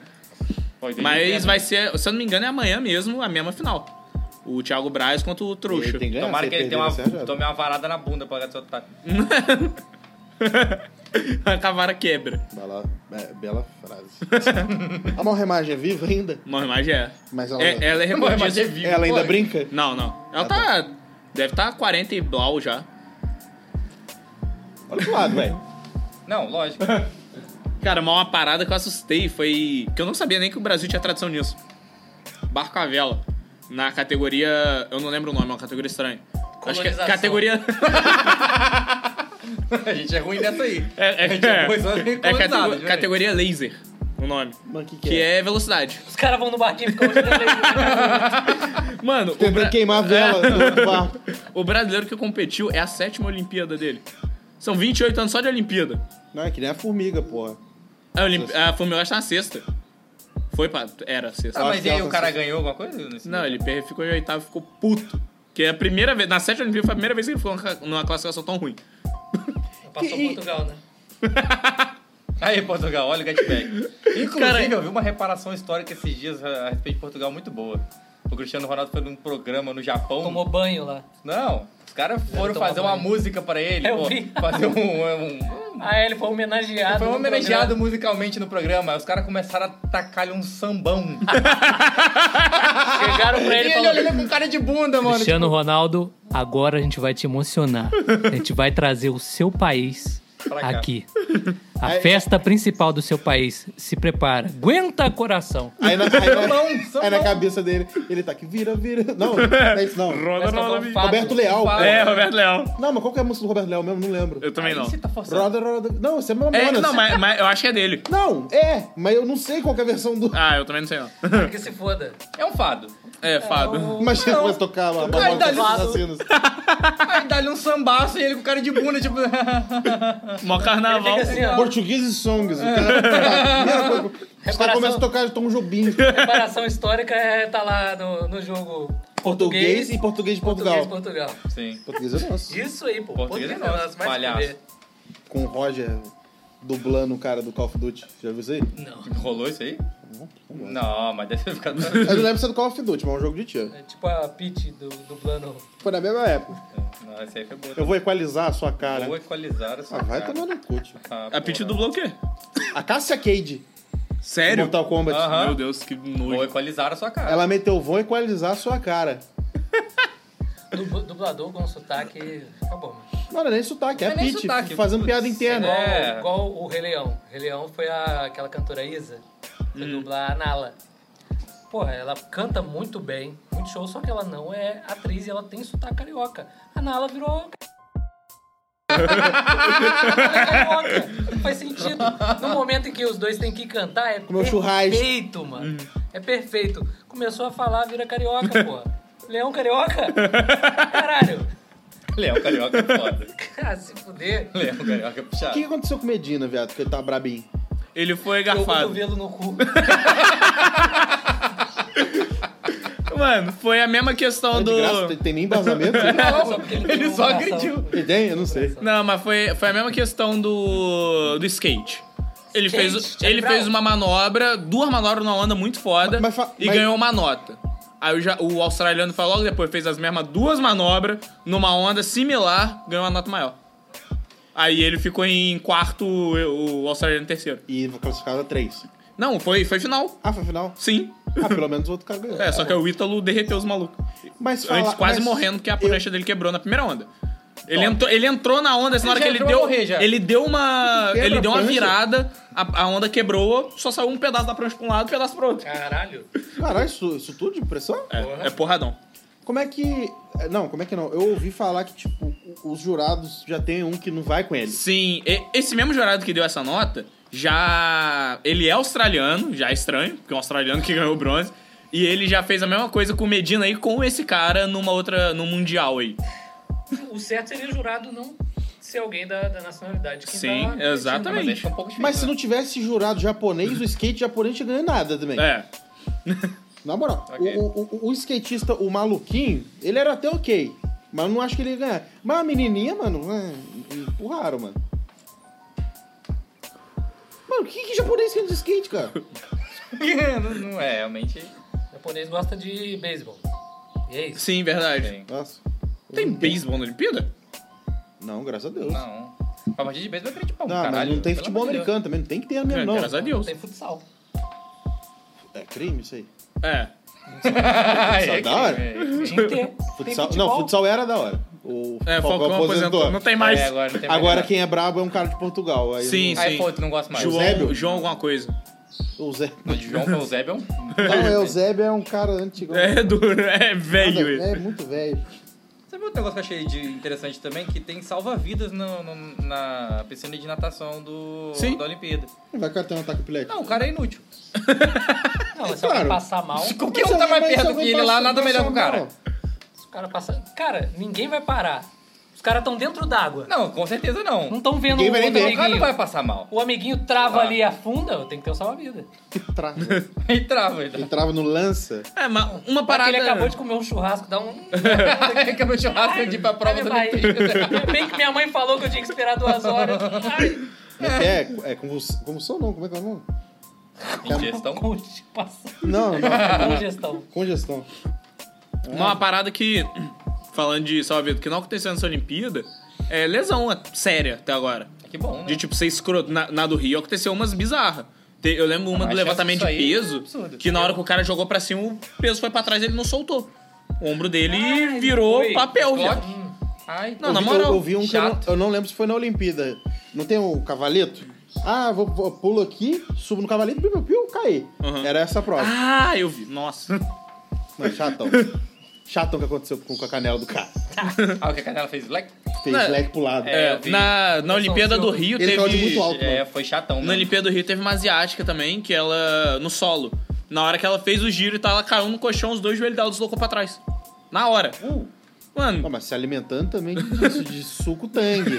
[SPEAKER 5] Mas vai ser, se eu não me engano, é amanhã mesmo a mesma final. O Thiago Braz contra o Trouxa.
[SPEAKER 2] Ele tem que ganhar.
[SPEAKER 6] Tomara
[SPEAKER 2] se
[SPEAKER 6] que ele tenha
[SPEAKER 2] perder,
[SPEAKER 6] uma,
[SPEAKER 2] você é já-
[SPEAKER 6] tome uma varada na bunda pra garoto tá.
[SPEAKER 5] a cavara quebra.
[SPEAKER 2] Bela, be- bela frase. a Malremagem é viva ainda?
[SPEAKER 5] Uma imagem é.
[SPEAKER 2] Mas ela-
[SPEAKER 5] ela é, ela é recordista.
[SPEAKER 2] Ela ainda brinca?
[SPEAKER 5] Não, não. Ela tá. Deve estar tá 40 e blau já.
[SPEAKER 2] Olha pro lado, velho.
[SPEAKER 6] Não, lógico.
[SPEAKER 5] Cara, mas uma parada que eu assustei foi. Que eu não sabia nem que o Brasil tinha tradição nisso. Barco à vela. Na categoria. Eu não lembro o nome, é uma categoria estranha. Acho que é
[SPEAKER 3] Colonização.
[SPEAKER 5] categoria.
[SPEAKER 6] A gente é ruim dessa aí.
[SPEAKER 5] É, é, é,
[SPEAKER 6] Pois é,
[SPEAKER 5] é
[SPEAKER 6] colonizado,
[SPEAKER 5] catego-
[SPEAKER 6] diferente.
[SPEAKER 5] categoria laser, o nome.
[SPEAKER 2] Mas o que, que,
[SPEAKER 5] Que
[SPEAKER 2] é?
[SPEAKER 5] é velocidade.
[SPEAKER 3] Os caras vão no barquinho e ficam olhando.
[SPEAKER 5] Mano, o,
[SPEAKER 2] Tentando
[SPEAKER 5] bra-
[SPEAKER 2] queimar a vela do outro barco.
[SPEAKER 5] o brasileiro que competiu é a sétima Olimpíada dele. São 28 anos só de Olimpíada.
[SPEAKER 2] Não, é que nem a formiga, porra.
[SPEAKER 5] A, Olim... a Fórmula tá na sexta. Foi pra. Era a sexta.
[SPEAKER 6] Ah,
[SPEAKER 2] Acho
[SPEAKER 6] mas
[SPEAKER 2] que
[SPEAKER 6] e aí
[SPEAKER 2] ela
[SPEAKER 6] o
[SPEAKER 2] tá
[SPEAKER 6] cara
[SPEAKER 2] assim.
[SPEAKER 6] ganhou alguma coisa? nesse
[SPEAKER 5] Não,
[SPEAKER 6] dia?
[SPEAKER 5] ele per- ficou em oitavo, ficou puto. Que é a primeira vez, na sétima Olimpíada foi a primeira vez que ele ficou numa ca- numa classificação tão ruim.
[SPEAKER 3] Passou
[SPEAKER 2] E- e-
[SPEAKER 3] Portugal, né?
[SPEAKER 6] Aí, Portugal, olha o getback. Inclusive,
[SPEAKER 5] Cara,
[SPEAKER 3] é-
[SPEAKER 6] eu vi uma reparação histórica esses dias a a respeito de Portugal muito boa. O Cristiano Ronaldo foi num programa no Japão.
[SPEAKER 3] Tomou banho lá.
[SPEAKER 6] Não, os caras foram
[SPEAKER 3] tomar
[SPEAKER 6] fazer uma
[SPEAKER 3] banho.
[SPEAKER 6] música pra ele.
[SPEAKER 3] Eu
[SPEAKER 6] pô,
[SPEAKER 3] vi.
[SPEAKER 6] fazer um... um- um-
[SPEAKER 3] Ah, ele foi homenageado.
[SPEAKER 6] foi
[SPEAKER 3] no
[SPEAKER 6] homenageado musicalmente no programa. Aí Os caras começaram a tacar-lhe um sambão.
[SPEAKER 3] programa. Chegaram pra ele e
[SPEAKER 6] ele
[SPEAKER 3] falaram...
[SPEAKER 6] olhando com cara de bunda, mano.
[SPEAKER 3] Cristiano Ronaldo, agora a gente vai te emocionar. A gente vai trazer o seu país
[SPEAKER 6] Pra cá.
[SPEAKER 3] aqui. A festa principal do seu país. Se prepara. Aguenta coração.
[SPEAKER 2] Aí na, aí na-
[SPEAKER 6] Não, só
[SPEAKER 2] aí na
[SPEAKER 6] não.
[SPEAKER 2] cabeça dele, ele tá aqui, vira, vira. Não, não é isso não.
[SPEAKER 5] Roda,
[SPEAKER 3] Mas
[SPEAKER 5] roda,
[SPEAKER 3] tocou
[SPEAKER 5] me-
[SPEAKER 3] fado.
[SPEAKER 2] Roberto Leal.
[SPEAKER 6] Fala.
[SPEAKER 5] É, Roberto Leal.
[SPEAKER 2] Não, mas qual que é a música do Roberto Leal mesmo? Não lembro.
[SPEAKER 5] Eu também não.
[SPEAKER 6] Você tá forçando.
[SPEAKER 2] Roda, roda. Não, isso é
[SPEAKER 5] É,
[SPEAKER 2] Mamonas.
[SPEAKER 5] não, mas, mas eu acho que é dele.
[SPEAKER 2] Não, é, mas eu não sei qual que é a versão do.
[SPEAKER 5] Ah, eu também não sei não.
[SPEAKER 3] Que se foda.
[SPEAKER 6] É um fado.
[SPEAKER 5] É, Fábio.
[SPEAKER 2] Imagina que vai tocar a
[SPEAKER 6] Ai,
[SPEAKER 2] Mamonas
[SPEAKER 6] dá-lhe
[SPEAKER 2] Assassinas.
[SPEAKER 6] Aí dá-lhe um sambaço e ele com cara de bunda, tipo...
[SPEAKER 5] Mó carnaval.
[SPEAKER 3] Ele fica assim, ó.
[SPEAKER 2] Portugueses e songs. O cara, os caras
[SPEAKER 3] Reparação.
[SPEAKER 2] começam a tocar Tom Jobim.
[SPEAKER 3] Preparação histórica é, tá lá no, no jogo
[SPEAKER 2] Português e português de Portugal.
[SPEAKER 3] Português Portugal.
[SPEAKER 6] Sim.
[SPEAKER 2] Português é nosso.
[SPEAKER 3] Isso aí, pô.
[SPEAKER 6] Português é
[SPEAKER 3] Português
[SPEAKER 6] nosso,
[SPEAKER 3] nosso, vai se
[SPEAKER 6] palhaço.
[SPEAKER 3] fuder.
[SPEAKER 2] Com o Roger dublando o cara do Call of Duty. Já viu isso aí?
[SPEAKER 3] Não.
[SPEAKER 6] Rolou isso aí? Não, mas deve ter ficado...
[SPEAKER 2] Eu não lembro se é do Call of Duty, mas é um jogo de tiro.
[SPEAKER 3] É tipo a Pete do, dublando.
[SPEAKER 2] Foi na mesma época.
[SPEAKER 6] Não, esse aí foi boa.
[SPEAKER 2] Eu vou equalizar a sua cara.
[SPEAKER 6] Vou equalizar essa
[SPEAKER 2] Ah, vai
[SPEAKER 6] cara.
[SPEAKER 2] tomar no cu, tio.
[SPEAKER 6] Ah,
[SPEAKER 5] A Pete dublou o quê?
[SPEAKER 2] A Cassia Cage,
[SPEAKER 5] Sério?
[SPEAKER 2] Mortal Kombat.
[SPEAKER 6] Aham.
[SPEAKER 5] Meu Deus, que
[SPEAKER 6] Vou
[SPEAKER 5] nojo.
[SPEAKER 6] equalizar a sua cara.
[SPEAKER 2] Ela meteu, vou equalizar a sua cara.
[SPEAKER 3] Dubl- Dublador com sotaque. Acabou, mano.
[SPEAKER 2] Não era nem sotaque, é a
[SPEAKER 4] Não é nem
[SPEAKER 2] Pete
[SPEAKER 4] sotaque,
[SPEAKER 2] fazendo
[SPEAKER 4] putz,
[SPEAKER 2] piada interna.
[SPEAKER 3] Igual,
[SPEAKER 6] É.
[SPEAKER 3] igual o Rei Leão. Rei Leão foi a- aquela cantora Isa, foi dublar a Nala. Porra, ela canta muito bem, muito show, só que ela não é atriz e ela tem sotaque carioca. A Nala virou. carioca. Não faz sentido. No momento em que os dois têm que cantar, é
[SPEAKER 2] Comeu churrasco.
[SPEAKER 3] perfeito, mano. É perfeito. Começou a falar, vira carioca, porra. Leão carioca? Caralho.
[SPEAKER 6] Leão Carioca é foda.
[SPEAKER 3] Cara, se fuder.
[SPEAKER 6] Leão Carioca é
[SPEAKER 2] O
[SPEAKER 6] puxado.
[SPEAKER 2] que que aconteceu com o Medina, viado? Que ele tá brabinho.
[SPEAKER 5] Ele foi
[SPEAKER 3] Jogou o
[SPEAKER 5] garfado.
[SPEAKER 3] cotovelo no cu.
[SPEAKER 5] Mano, foi a mesma questão
[SPEAKER 2] É de
[SPEAKER 5] do.
[SPEAKER 2] graça, tem- tem nem embasamento?
[SPEAKER 3] Só porque ele
[SPEAKER 6] Ele
[SPEAKER 3] tem um
[SPEAKER 6] só
[SPEAKER 3] coração.
[SPEAKER 6] agrediu.
[SPEAKER 2] Ele tem? Eu não sei.
[SPEAKER 5] Não, mas foi, foi a mesma questão do. do skate. Ele,
[SPEAKER 3] Skate,
[SPEAKER 5] fez,
[SPEAKER 3] Charlie
[SPEAKER 5] ele
[SPEAKER 3] Brown.
[SPEAKER 5] fez uma manobra, duas manobras numa onda muito foda
[SPEAKER 2] Mas- mas fa-
[SPEAKER 5] e
[SPEAKER 2] mas-
[SPEAKER 5] ganhou uma nota. Aí o, ja- o australiano falou logo depois, fez as mesmas duas manobras numa onda similar, ganhou uma nota maior. Aí ele ficou em quarto, o o australiano em terceiro.
[SPEAKER 2] E classificado a 3.
[SPEAKER 5] Não, foi, foi final.
[SPEAKER 2] Ah, foi final?
[SPEAKER 5] Sim.
[SPEAKER 2] Ah, pelo menos o outro cara ganhou.
[SPEAKER 5] É, só que o Ítalo derreteu os malucos.
[SPEAKER 2] Mas
[SPEAKER 5] Antes
[SPEAKER 2] fala-
[SPEAKER 5] quase
[SPEAKER 2] mas
[SPEAKER 5] morrendo porque a
[SPEAKER 2] eu-
[SPEAKER 5] prancha dele quebrou na primeira onda. Ele entrou, ele entrou na onda, assim, na
[SPEAKER 4] Ele
[SPEAKER 5] hora que
[SPEAKER 4] já
[SPEAKER 5] ele
[SPEAKER 4] entrou a
[SPEAKER 5] deu.
[SPEAKER 4] morrer, já.
[SPEAKER 5] Ele deu uma.
[SPEAKER 2] Quebra
[SPEAKER 5] Ele
[SPEAKER 2] a
[SPEAKER 5] deu uma
[SPEAKER 2] prancha.
[SPEAKER 5] virada, a, a onda quebrou, só saiu um pedaço da prancha pra um lado e um pedaço pro outro.
[SPEAKER 3] Caralho.
[SPEAKER 2] Caralho, isso, isso tudo de pressão?
[SPEAKER 5] É, é porradão.
[SPEAKER 2] Como é que. é, Não, como é que não? Eu ouvi falar que, tipo, o- os jurados já tem um que não vai com ele.
[SPEAKER 5] Sim, e- esse mesmo jurado que deu essa nota, já. Ele é australiano, já é estranho, porque é um australiano que ganhou o bronze. E ele já fez a mesma coisa com o Medina aí com esse cara numa outra. no Mundial aí.
[SPEAKER 3] O certo seria o jurado não ser alguém da, da nacionalidade. Que
[SPEAKER 5] Sim,
[SPEAKER 3] tá-
[SPEAKER 6] Mas aí
[SPEAKER 5] exatamente.
[SPEAKER 6] fica um pouco difícil.
[SPEAKER 2] Mas se não tivesse jurado japonês, o skate japonês não tinha ganho nada também.
[SPEAKER 5] É.
[SPEAKER 2] Na moral,
[SPEAKER 6] Ok.
[SPEAKER 2] o, o, o, o skatista, o maluquinho, ele era até ok. Mas eu não acho que ele ia ganhar. Mas a menininha, mano, é, empurraram, mano. Mano, que, que japonês que anda de skate, cara?
[SPEAKER 6] não... não é, realmente.
[SPEAKER 3] O japonês gosta de beisebol. E é isso.
[SPEAKER 5] Sim, verdade.
[SPEAKER 6] Sim.
[SPEAKER 2] Nossa.
[SPEAKER 5] Tem beisebol na Olimpíada?
[SPEAKER 2] Não, graças a Deus. Não,
[SPEAKER 6] Não. A partir de beisebol é crente pra um
[SPEAKER 2] mas
[SPEAKER 6] caralho.
[SPEAKER 2] não tem
[SPEAKER 6] pelo
[SPEAKER 2] futebol
[SPEAKER 6] amor de Deus.
[SPEAKER 2] americano também, não tem que ter mesmo,
[SPEAKER 5] É,
[SPEAKER 2] não.
[SPEAKER 5] graças a Deus.
[SPEAKER 3] Tem futsal.
[SPEAKER 2] É crime isso aí.
[SPEAKER 5] É.
[SPEAKER 6] Ah, é,
[SPEAKER 2] da hora.
[SPEAKER 6] crime, é.
[SPEAKER 3] Tinha que ter. Tem
[SPEAKER 2] Futsal, não, futsal era da hora. O
[SPEAKER 5] É, Falcão, aposentou. Não tem mais.
[SPEAKER 6] É, agora não tem mais
[SPEAKER 2] Agora
[SPEAKER 6] nada.
[SPEAKER 2] quem é brabo é um cara de Portugal. Aí
[SPEAKER 5] Sim,
[SPEAKER 6] Aí,
[SPEAKER 5] sim.
[SPEAKER 6] pô, tu não gosta mais.
[SPEAKER 2] Eusébio?
[SPEAKER 5] João, João alguma coisa.
[SPEAKER 2] O, o Zé.
[SPEAKER 6] O João foi o Zé, é um...
[SPEAKER 2] Não, é o Zébio é um cara antigo.
[SPEAKER 5] É duro, é velho ele.
[SPEAKER 2] é muito velho.
[SPEAKER 6] Sabe outro negócio que eu achei de interessante também? Que tem salva-vidas no- no- na piscina de natação do,
[SPEAKER 5] Sim.
[SPEAKER 6] da Olimpíada.
[SPEAKER 2] Vai que ela tem um ataque epilético.
[SPEAKER 6] Não, o cara é inútil.
[SPEAKER 3] Não, mas se
[SPEAKER 2] Claro.
[SPEAKER 3] alguém passar mal,
[SPEAKER 6] Se
[SPEAKER 3] se
[SPEAKER 6] qualquer
[SPEAKER 2] Mas
[SPEAKER 6] um tá mais
[SPEAKER 2] alguém- mas
[SPEAKER 6] perto que
[SPEAKER 2] alguém
[SPEAKER 6] ele lá,
[SPEAKER 2] passa-
[SPEAKER 6] nada melhor que o
[SPEAKER 2] passa
[SPEAKER 6] cara.
[SPEAKER 2] mal.
[SPEAKER 3] o cara passar... Cara, ninguém vai parar. Os caras estão dentro d'água.
[SPEAKER 6] Não, com certeza
[SPEAKER 3] Não
[SPEAKER 6] não. Então,
[SPEAKER 3] estão vendo
[SPEAKER 2] Ninguém
[SPEAKER 3] o
[SPEAKER 2] vai nem
[SPEAKER 3] outro
[SPEAKER 2] ver.
[SPEAKER 6] O cara não
[SPEAKER 3] amiguinho.
[SPEAKER 6] vai passar mal.
[SPEAKER 3] O amiguinho trava
[SPEAKER 6] Ah.
[SPEAKER 3] ali e afunda, tem que ter um salva-vida.
[SPEAKER 2] Tra-
[SPEAKER 6] Ele trava, então. ele
[SPEAKER 2] Entrava no lança.
[SPEAKER 5] É, mas uma
[SPEAKER 3] Porque
[SPEAKER 5] parada.
[SPEAKER 3] ele acabou de comer um churrasco, dá um...
[SPEAKER 6] trava. Quebra o churrasco de ir pra prova
[SPEAKER 3] Ai,
[SPEAKER 6] da
[SPEAKER 3] vai.
[SPEAKER 6] Olimpíada.
[SPEAKER 3] Bem que minha mãe falou que eu tinha que esperar duas horas. Ai,
[SPEAKER 2] Como é que é? É convuls- convulsão não, como é que é o nome?
[SPEAKER 6] Ingestão.
[SPEAKER 3] constipação.
[SPEAKER 2] Não, não.
[SPEAKER 3] Congestão.
[SPEAKER 2] Congestão.
[SPEAKER 5] Uma parada que. Falando de salva que não aconteceu nessa Olimpíada, é lesão é, séria até agora.
[SPEAKER 6] Que bom, né?
[SPEAKER 5] De tipo, ser escroto na, na do Rio, aconteceu umas bizarras. Te- Eu lembro uma
[SPEAKER 6] Ah,
[SPEAKER 5] do
[SPEAKER 6] mas
[SPEAKER 5] levantamento de
[SPEAKER 6] isso aí é
[SPEAKER 5] peso,
[SPEAKER 6] absurdo.
[SPEAKER 5] que na hora que o cara jogou pra cima, o peso foi pra trás e ele não soltou. O ombro dele
[SPEAKER 3] Ah,
[SPEAKER 5] virou
[SPEAKER 3] foi.
[SPEAKER 5] papel,
[SPEAKER 6] Glock.
[SPEAKER 5] viado.
[SPEAKER 6] Hum. Ai,
[SPEAKER 5] Não,
[SPEAKER 2] eu
[SPEAKER 5] na
[SPEAKER 2] vi,
[SPEAKER 5] moral,
[SPEAKER 2] Eu, eu vi um que eu não,
[SPEAKER 6] chato.
[SPEAKER 2] eu não lembro se foi na Olimpíada. Não tem o cavaleto? Ah, vou, vou- pulo aqui, subo no cavaleto, piu, piu, piu, caí.
[SPEAKER 5] Uhum.
[SPEAKER 2] Era essa a prova.
[SPEAKER 5] Ah, eu vi. Nossa.
[SPEAKER 2] Não, chatão. chatão que aconteceu com, com a canela do cara.
[SPEAKER 6] Ah, o que a canela fez? Like?
[SPEAKER 2] Fez
[SPEAKER 5] Não.
[SPEAKER 2] leque pro lado.
[SPEAKER 6] É,
[SPEAKER 5] É,
[SPEAKER 6] eu vi. um
[SPEAKER 5] na, na Olimpíada do Rio
[SPEAKER 2] Ele caiu de
[SPEAKER 5] teve.
[SPEAKER 2] muito alto, mano.
[SPEAKER 6] É, foi chatão.
[SPEAKER 5] Na
[SPEAKER 6] né?
[SPEAKER 5] Olimpíada do Rio teve uma asiática também, que ela. no solo. Na hora que ela fez o giro e tal, ela caiu no colchão, os dois joelhos dela deslocou pra trás. Na hora.
[SPEAKER 6] Uh.
[SPEAKER 2] Pô,
[SPEAKER 5] Mano,
[SPEAKER 2] mas se alimentando também de, de suco tangue.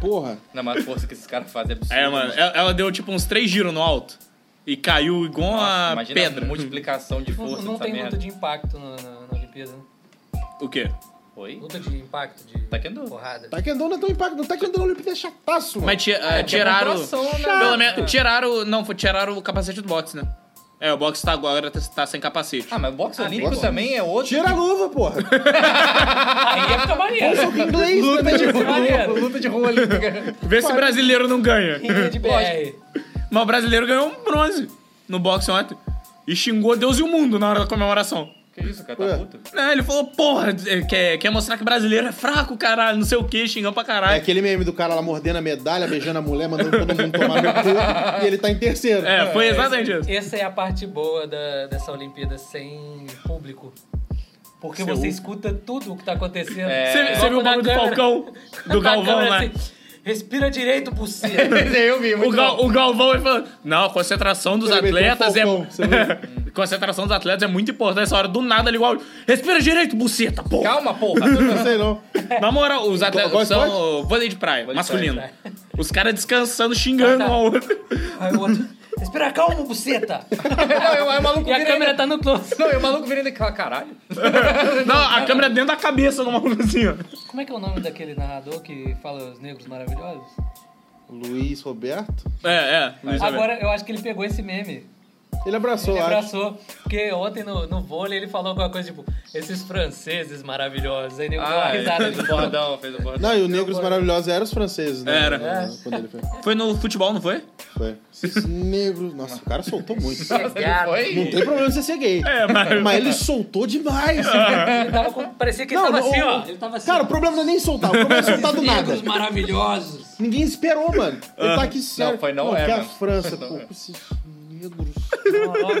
[SPEAKER 2] Porra.
[SPEAKER 6] Não, mas a força que esses caras fazem é absurda.
[SPEAKER 5] é, mano, ela ela deu tipo uns três giros no alto. E caiu igual
[SPEAKER 6] Nossa,
[SPEAKER 5] uma
[SPEAKER 6] imagina
[SPEAKER 5] pedra.
[SPEAKER 6] a multiplicação de
[SPEAKER 3] Não,
[SPEAKER 6] força
[SPEAKER 3] não
[SPEAKER 6] dessa
[SPEAKER 3] tem luta
[SPEAKER 6] merda.
[SPEAKER 3] de impacto na, na- na Olimpíada, né?
[SPEAKER 5] O quê?
[SPEAKER 6] Oi? Tá
[SPEAKER 3] Luta de impacto, de
[SPEAKER 4] Tá
[SPEAKER 6] Taekwondo.
[SPEAKER 3] porrada.
[SPEAKER 2] Taekwondo não é tão impacto. não. Taekwondo na Olimpíada é chataço, mano.
[SPEAKER 5] Mas ti- ah,
[SPEAKER 6] é
[SPEAKER 5] tiraram.
[SPEAKER 6] né?
[SPEAKER 5] Pelo menos. Tiraram. Não, foi- tiraram o capacete do boxe, né? É, o boxe tá agora tá sem capacete.
[SPEAKER 6] Ah, mas o boxe olímpico
[SPEAKER 2] boxe.
[SPEAKER 6] também é outro.
[SPEAKER 2] Tira a luva, porra.
[SPEAKER 3] Aí ia ficar maneiro.
[SPEAKER 2] Só que inglês também. tipo,
[SPEAKER 3] maneiro.
[SPEAKER 6] Luta de rua olímpica.
[SPEAKER 5] Vê se brasileiro não ganha.
[SPEAKER 3] Rinha de BR.
[SPEAKER 5] Mas o brasileiro ganhou um bronze no boxe ontem. E xingou Deus e o mundo na hora da comemoração.
[SPEAKER 4] Que isso, cara?
[SPEAKER 2] Ué.
[SPEAKER 4] Tá puto?
[SPEAKER 5] Não, ele falou, porra, é, quer, quer mostrar que brasileiro é fraco, caralho, não sei o que, xingando pra
[SPEAKER 2] É
[SPEAKER 5] caralho.
[SPEAKER 2] aquele meme do cara lá mordendo a medalha, beijando a mulher, mandando todo mundo tomar no cu, e ele tá em terceiro.
[SPEAKER 5] É, foi exatamente isso.
[SPEAKER 3] Essa é a parte boa da- dessa Olimpíada sem público. Porque
[SPEAKER 5] Seu- É.
[SPEAKER 3] você escuta tudo o que tá acontecendo.
[SPEAKER 5] Você você viu o
[SPEAKER 3] Na
[SPEAKER 5] bagulho do
[SPEAKER 3] é. câmera-
[SPEAKER 5] Falcão, do
[SPEAKER 3] na
[SPEAKER 5] Galvão
[SPEAKER 3] câmera,
[SPEAKER 5] lá?
[SPEAKER 3] assim, Respira direito, buceta.
[SPEAKER 2] Eu vi,
[SPEAKER 5] O, Gal- o Galvão ele falou, não, a concentração dos
[SPEAKER 2] Ele meteu um
[SPEAKER 5] atletas é...
[SPEAKER 2] Falcão, você viu?
[SPEAKER 5] concentração dos atletas é muito importante essa hora. Do nada, ele igual... Respira direito, buceta, porra.
[SPEAKER 4] Calma, porra!
[SPEAKER 2] Não sei não.
[SPEAKER 5] Na moral, os atletas
[SPEAKER 2] Qual
[SPEAKER 5] são
[SPEAKER 2] esporte?
[SPEAKER 5] o vôlei de praia, masculino.
[SPEAKER 3] praia. né?
[SPEAKER 5] Os caras descansando, xingando um ao outro.
[SPEAKER 3] Aí o outro, Respira calmo, buceta.
[SPEAKER 4] não, eu, aí o maluco
[SPEAKER 3] E a
[SPEAKER 4] vira
[SPEAKER 3] câmera
[SPEAKER 4] ainda-
[SPEAKER 3] tá no close.
[SPEAKER 4] Não, e o maluco vira ainda e fala, caralho.
[SPEAKER 5] Não, a câmera dentro da cabeça do maluco assim, ó.
[SPEAKER 3] Como é que é o nome daquele narrador que fala os negros maravilhosos?
[SPEAKER 2] Luiz Roberto?
[SPEAKER 5] É, é.
[SPEAKER 3] Agora eu acho que ele pegou esse meme.
[SPEAKER 2] Ele abraçou,
[SPEAKER 3] Ele
[SPEAKER 2] acho.
[SPEAKER 3] abraçou. Porque ontem no, no vôlei ele falou alguma coisa tipo: esses franceses maravilhosos. Aí nego deu uma
[SPEAKER 2] é.
[SPEAKER 4] Ah,
[SPEAKER 3] risada.
[SPEAKER 4] fez o bordão, fez o bordão.
[SPEAKER 2] Não, e o Negros Maravilhosos eram os franceses, né?
[SPEAKER 5] Era.
[SPEAKER 2] É. Quando ele foi.
[SPEAKER 5] Foi no futebol, não foi?
[SPEAKER 2] foi. Esses negros. Nossa, o cara soltou muito. Não
[SPEAKER 3] Chegado.
[SPEAKER 4] Foi?
[SPEAKER 2] tem problema você ser gay.
[SPEAKER 5] É, mas-
[SPEAKER 2] Mas ele soltou demais.
[SPEAKER 3] Ele tava com- parecia que ele
[SPEAKER 2] Não,
[SPEAKER 3] tava
[SPEAKER 2] não,
[SPEAKER 3] assim,
[SPEAKER 2] o-
[SPEAKER 3] ó. Ele tava assim.
[SPEAKER 2] Cara, o problema não é nem soltar, o problema é soltar do nada.
[SPEAKER 3] negros maravilhosos.
[SPEAKER 2] Ninguém esperou, mano. Ele tá aqui sério.
[SPEAKER 4] foi não,
[SPEAKER 2] Pô,
[SPEAKER 4] é,
[SPEAKER 2] que a
[SPEAKER 4] mano.
[SPEAKER 2] França, pô, com esses negros.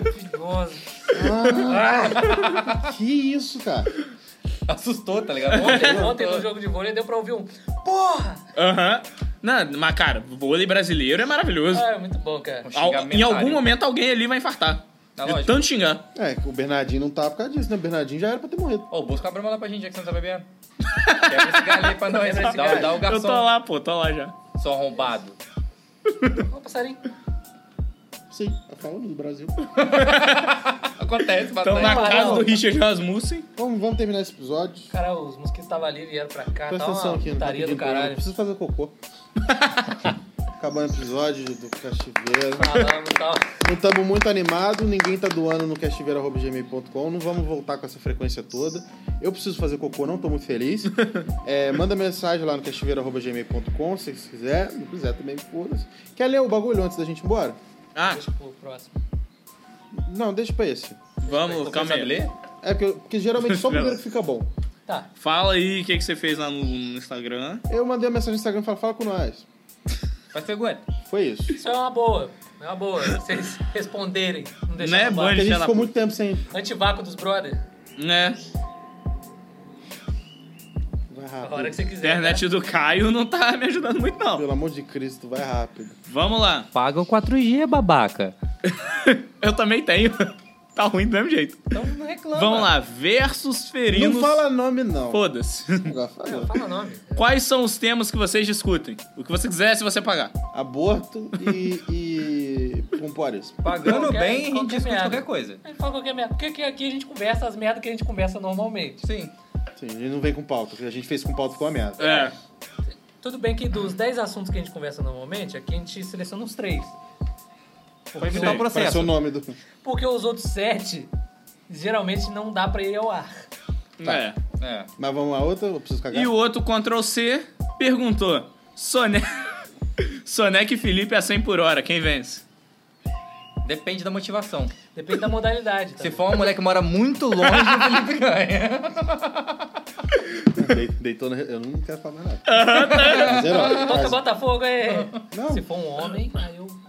[SPEAKER 3] maravilhosos. Ah.
[SPEAKER 2] Que isso, cara?
[SPEAKER 4] Assustou, tá ligado?
[SPEAKER 3] Ontem,
[SPEAKER 2] Ah.
[SPEAKER 3] ontem no jogo de vôlei deu pra ouvir um. Porra!
[SPEAKER 5] Aham. Não, mas cara, vôlei brasileiro é maravilhoso.
[SPEAKER 3] Ah, é muito bom, cara.
[SPEAKER 5] Al- em
[SPEAKER 4] xingamentário.
[SPEAKER 5] algum momento alguém ali vai infartar.
[SPEAKER 4] Tá
[SPEAKER 5] de
[SPEAKER 4] lógico.
[SPEAKER 5] tanto xingar.
[SPEAKER 2] É, que o Bernardinho não tá por causa disso, né? O Bernardinho já era pra ter morrido.
[SPEAKER 4] Ô, busca uma brama lá pra gente, já que você não tá bebendo. Quebra esse galho aí pra nós.
[SPEAKER 3] Quebra esse
[SPEAKER 4] Dá,
[SPEAKER 3] galho.
[SPEAKER 4] dá o garçom. Tá
[SPEAKER 5] Eu tô lá, pô, tô lá já.
[SPEAKER 4] Sou arrombado.
[SPEAKER 3] Ô, passarinho.
[SPEAKER 2] Sim, tá falando do Brasil.
[SPEAKER 4] Acontece,
[SPEAKER 5] Então
[SPEAKER 4] batalha.
[SPEAKER 5] na
[SPEAKER 3] Não,
[SPEAKER 5] casa
[SPEAKER 3] não.
[SPEAKER 5] do Richard Rasmussen.
[SPEAKER 2] Vamos, vamos terminar esse episódio.
[SPEAKER 3] Cara, os mosquitos estavam ali, vieram pra cá.
[SPEAKER 2] Presta
[SPEAKER 3] tá
[SPEAKER 2] atenção
[SPEAKER 3] uma
[SPEAKER 2] aqui.
[SPEAKER 3] putaria do
[SPEAKER 2] rapidinho, eu
[SPEAKER 3] caralho.
[SPEAKER 2] Preciso fazer cocô. Acabando o episódio do cativeiro.
[SPEAKER 3] Falamos e tal.
[SPEAKER 2] Não estamos Então, muito animados, ninguém tá doando no castiveiro.gmail.com, não vamos voltar com essa frequência toda. Eu preciso fazer cocô, não tô muito feliz. É, manda mensagem lá no castiveiro.gmail.com, se você quiser. Não quiser também, foda-se. Quer ler o bagulho antes da gente ir embora?
[SPEAKER 5] Ah,
[SPEAKER 3] Deixa pro próximo.
[SPEAKER 2] Não, deixa pra esse.
[SPEAKER 5] vamos, calma aí.
[SPEAKER 2] É porque, porque geralmente só o primeiro que fica bom.
[SPEAKER 3] Tá.
[SPEAKER 5] Fala aí o que, que você fez lá no, no Instagram.
[SPEAKER 2] Eu mandei uma mensagem no Instagram e falei, fala com nós.
[SPEAKER 4] Mas você aguenta.
[SPEAKER 2] Foi isso.
[SPEAKER 3] Isso é uma boa. É uma boa. Vocês responderem. Não deixar
[SPEAKER 5] Né,
[SPEAKER 3] no
[SPEAKER 5] Bunny?
[SPEAKER 2] Porque a
[SPEAKER 5] Filha
[SPEAKER 2] gente
[SPEAKER 5] da
[SPEAKER 2] ficou
[SPEAKER 5] puta.
[SPEAKER 2] muito tempo sem.
[SPEAKER 3] bar. Antivácuo dos brother.
[SPEAKER 5] Né?
[SPEAKER 2] Vai
[SPEAKER 3] A hora que
[SPEAKER 2] rápido.
[SPEAKER 3] você quiser. né?
[SPEAKER 5] Internet do Caio não tá me ajudando muito, não.
[SPEAKER 2] Pelo amor de Cristo, vai rápido.
[SPEAKER 5] Vamos lá.
[SPEAKER 1] Paga o 4G, babaca.
[SPEAKER 5] Eu também tenho. Tá ruim do mesmo jeito.
[SPEAKER 3] Então não reclama.
[SPEAKER 5] Vamos lá, versus ferinos.
[SPEAKER 2] Não fala nome, não.
[SPEAKER 5] Foda-se.
[SPEAKER 2] Agora falou.
[SPEAKER 3] Fala o nome.
[SPEAKER 5] Quais são os temas que vocês discutem? O que você quiser, se você pagar.
[SPEAKER 2] Aborto e. e. pompoarismo.
[SPEAKER 4] Pagando
[SPEAKER 3] Qualquer-
[SPEAKER 4] bem, a gente
[SPEAKER 3] qualquer
[SPEAKER 4] discute
[SPEAKER 3] merda.
[SPEAKER 4] qualquer coisa.
[SPEAKER 3] A gente fala qualquer merda. Porque aqui- aqui a gente conversa as merdas que a gente conversa normalmente.
[SPEAKER 4] Sim.
[SPEAKER 2] Sim, ele não vem com pauta. O que a gente fez com pauta ficou uma merda.
[SPEAKER 5] É.
[SPEAKER 3] Tudo bem que dos 10 assuntos que a gente conversa normalmente, aqui a gente seleciona uns 3.
[SPEAKER 4] Vai evitar o
[SPEAKER 2] Parece
[SPEAKER 4] processo.
[SPEAKER 2] o nome do.
[SPEAKER 3] Porque os outros 7 geralmente não dá pra ir ao ar.
[SPEAKER 5] é.
[SPEAKER 4] É.
[SPEAKER 2] Mas vamos lá, outra? Eu preciso cagar.
[SPEAKER 5] E o outro Ctrl C perguntou: Sone... Soneca e Felipe a 100 por hora, quem vence?
[SPEAKER 4] Depende da motivação.
[SPEAKER 3] Depende da modalidade. tá?
[SPEAKER 4] Se
[SPEAKER 3] também.
[SPEAKER 4] for uma mulher que mora muito longe, o Felipe ganha.
[SPEAKER 2] Dei- Deitou na... Eu não quero falar mais nada.
[SPEAKER 5] tá.
[SPEAKER 2] Mas era,
[SPEAKER 3] Toca
[SPEAKER 2] mas-
[SPEAKER 3] Botafogo aí.
[SPEAKER 2] Não.
[SPEAKER 3] Se for um homem, aí eu.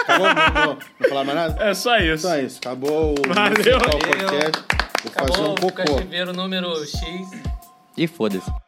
[SPEAKER 2] Acabou? Não, não, não falar mais nada?
[SPEAKER 5] É só isso.
[SPEAKER 2] Então é isso. Acabou o
[SPEAKER 5] Valeu.
[SPEAKER 2] Municipal podcast. Vou fazer
[SPEAKER 3] Acabou
[SPEAKER 2] um
[SPEAKER 3] o
[SPEAKER 2] cocô.
[SPEAKER 3] cativeiro número X.
[SPEAKER 1] E foda-se.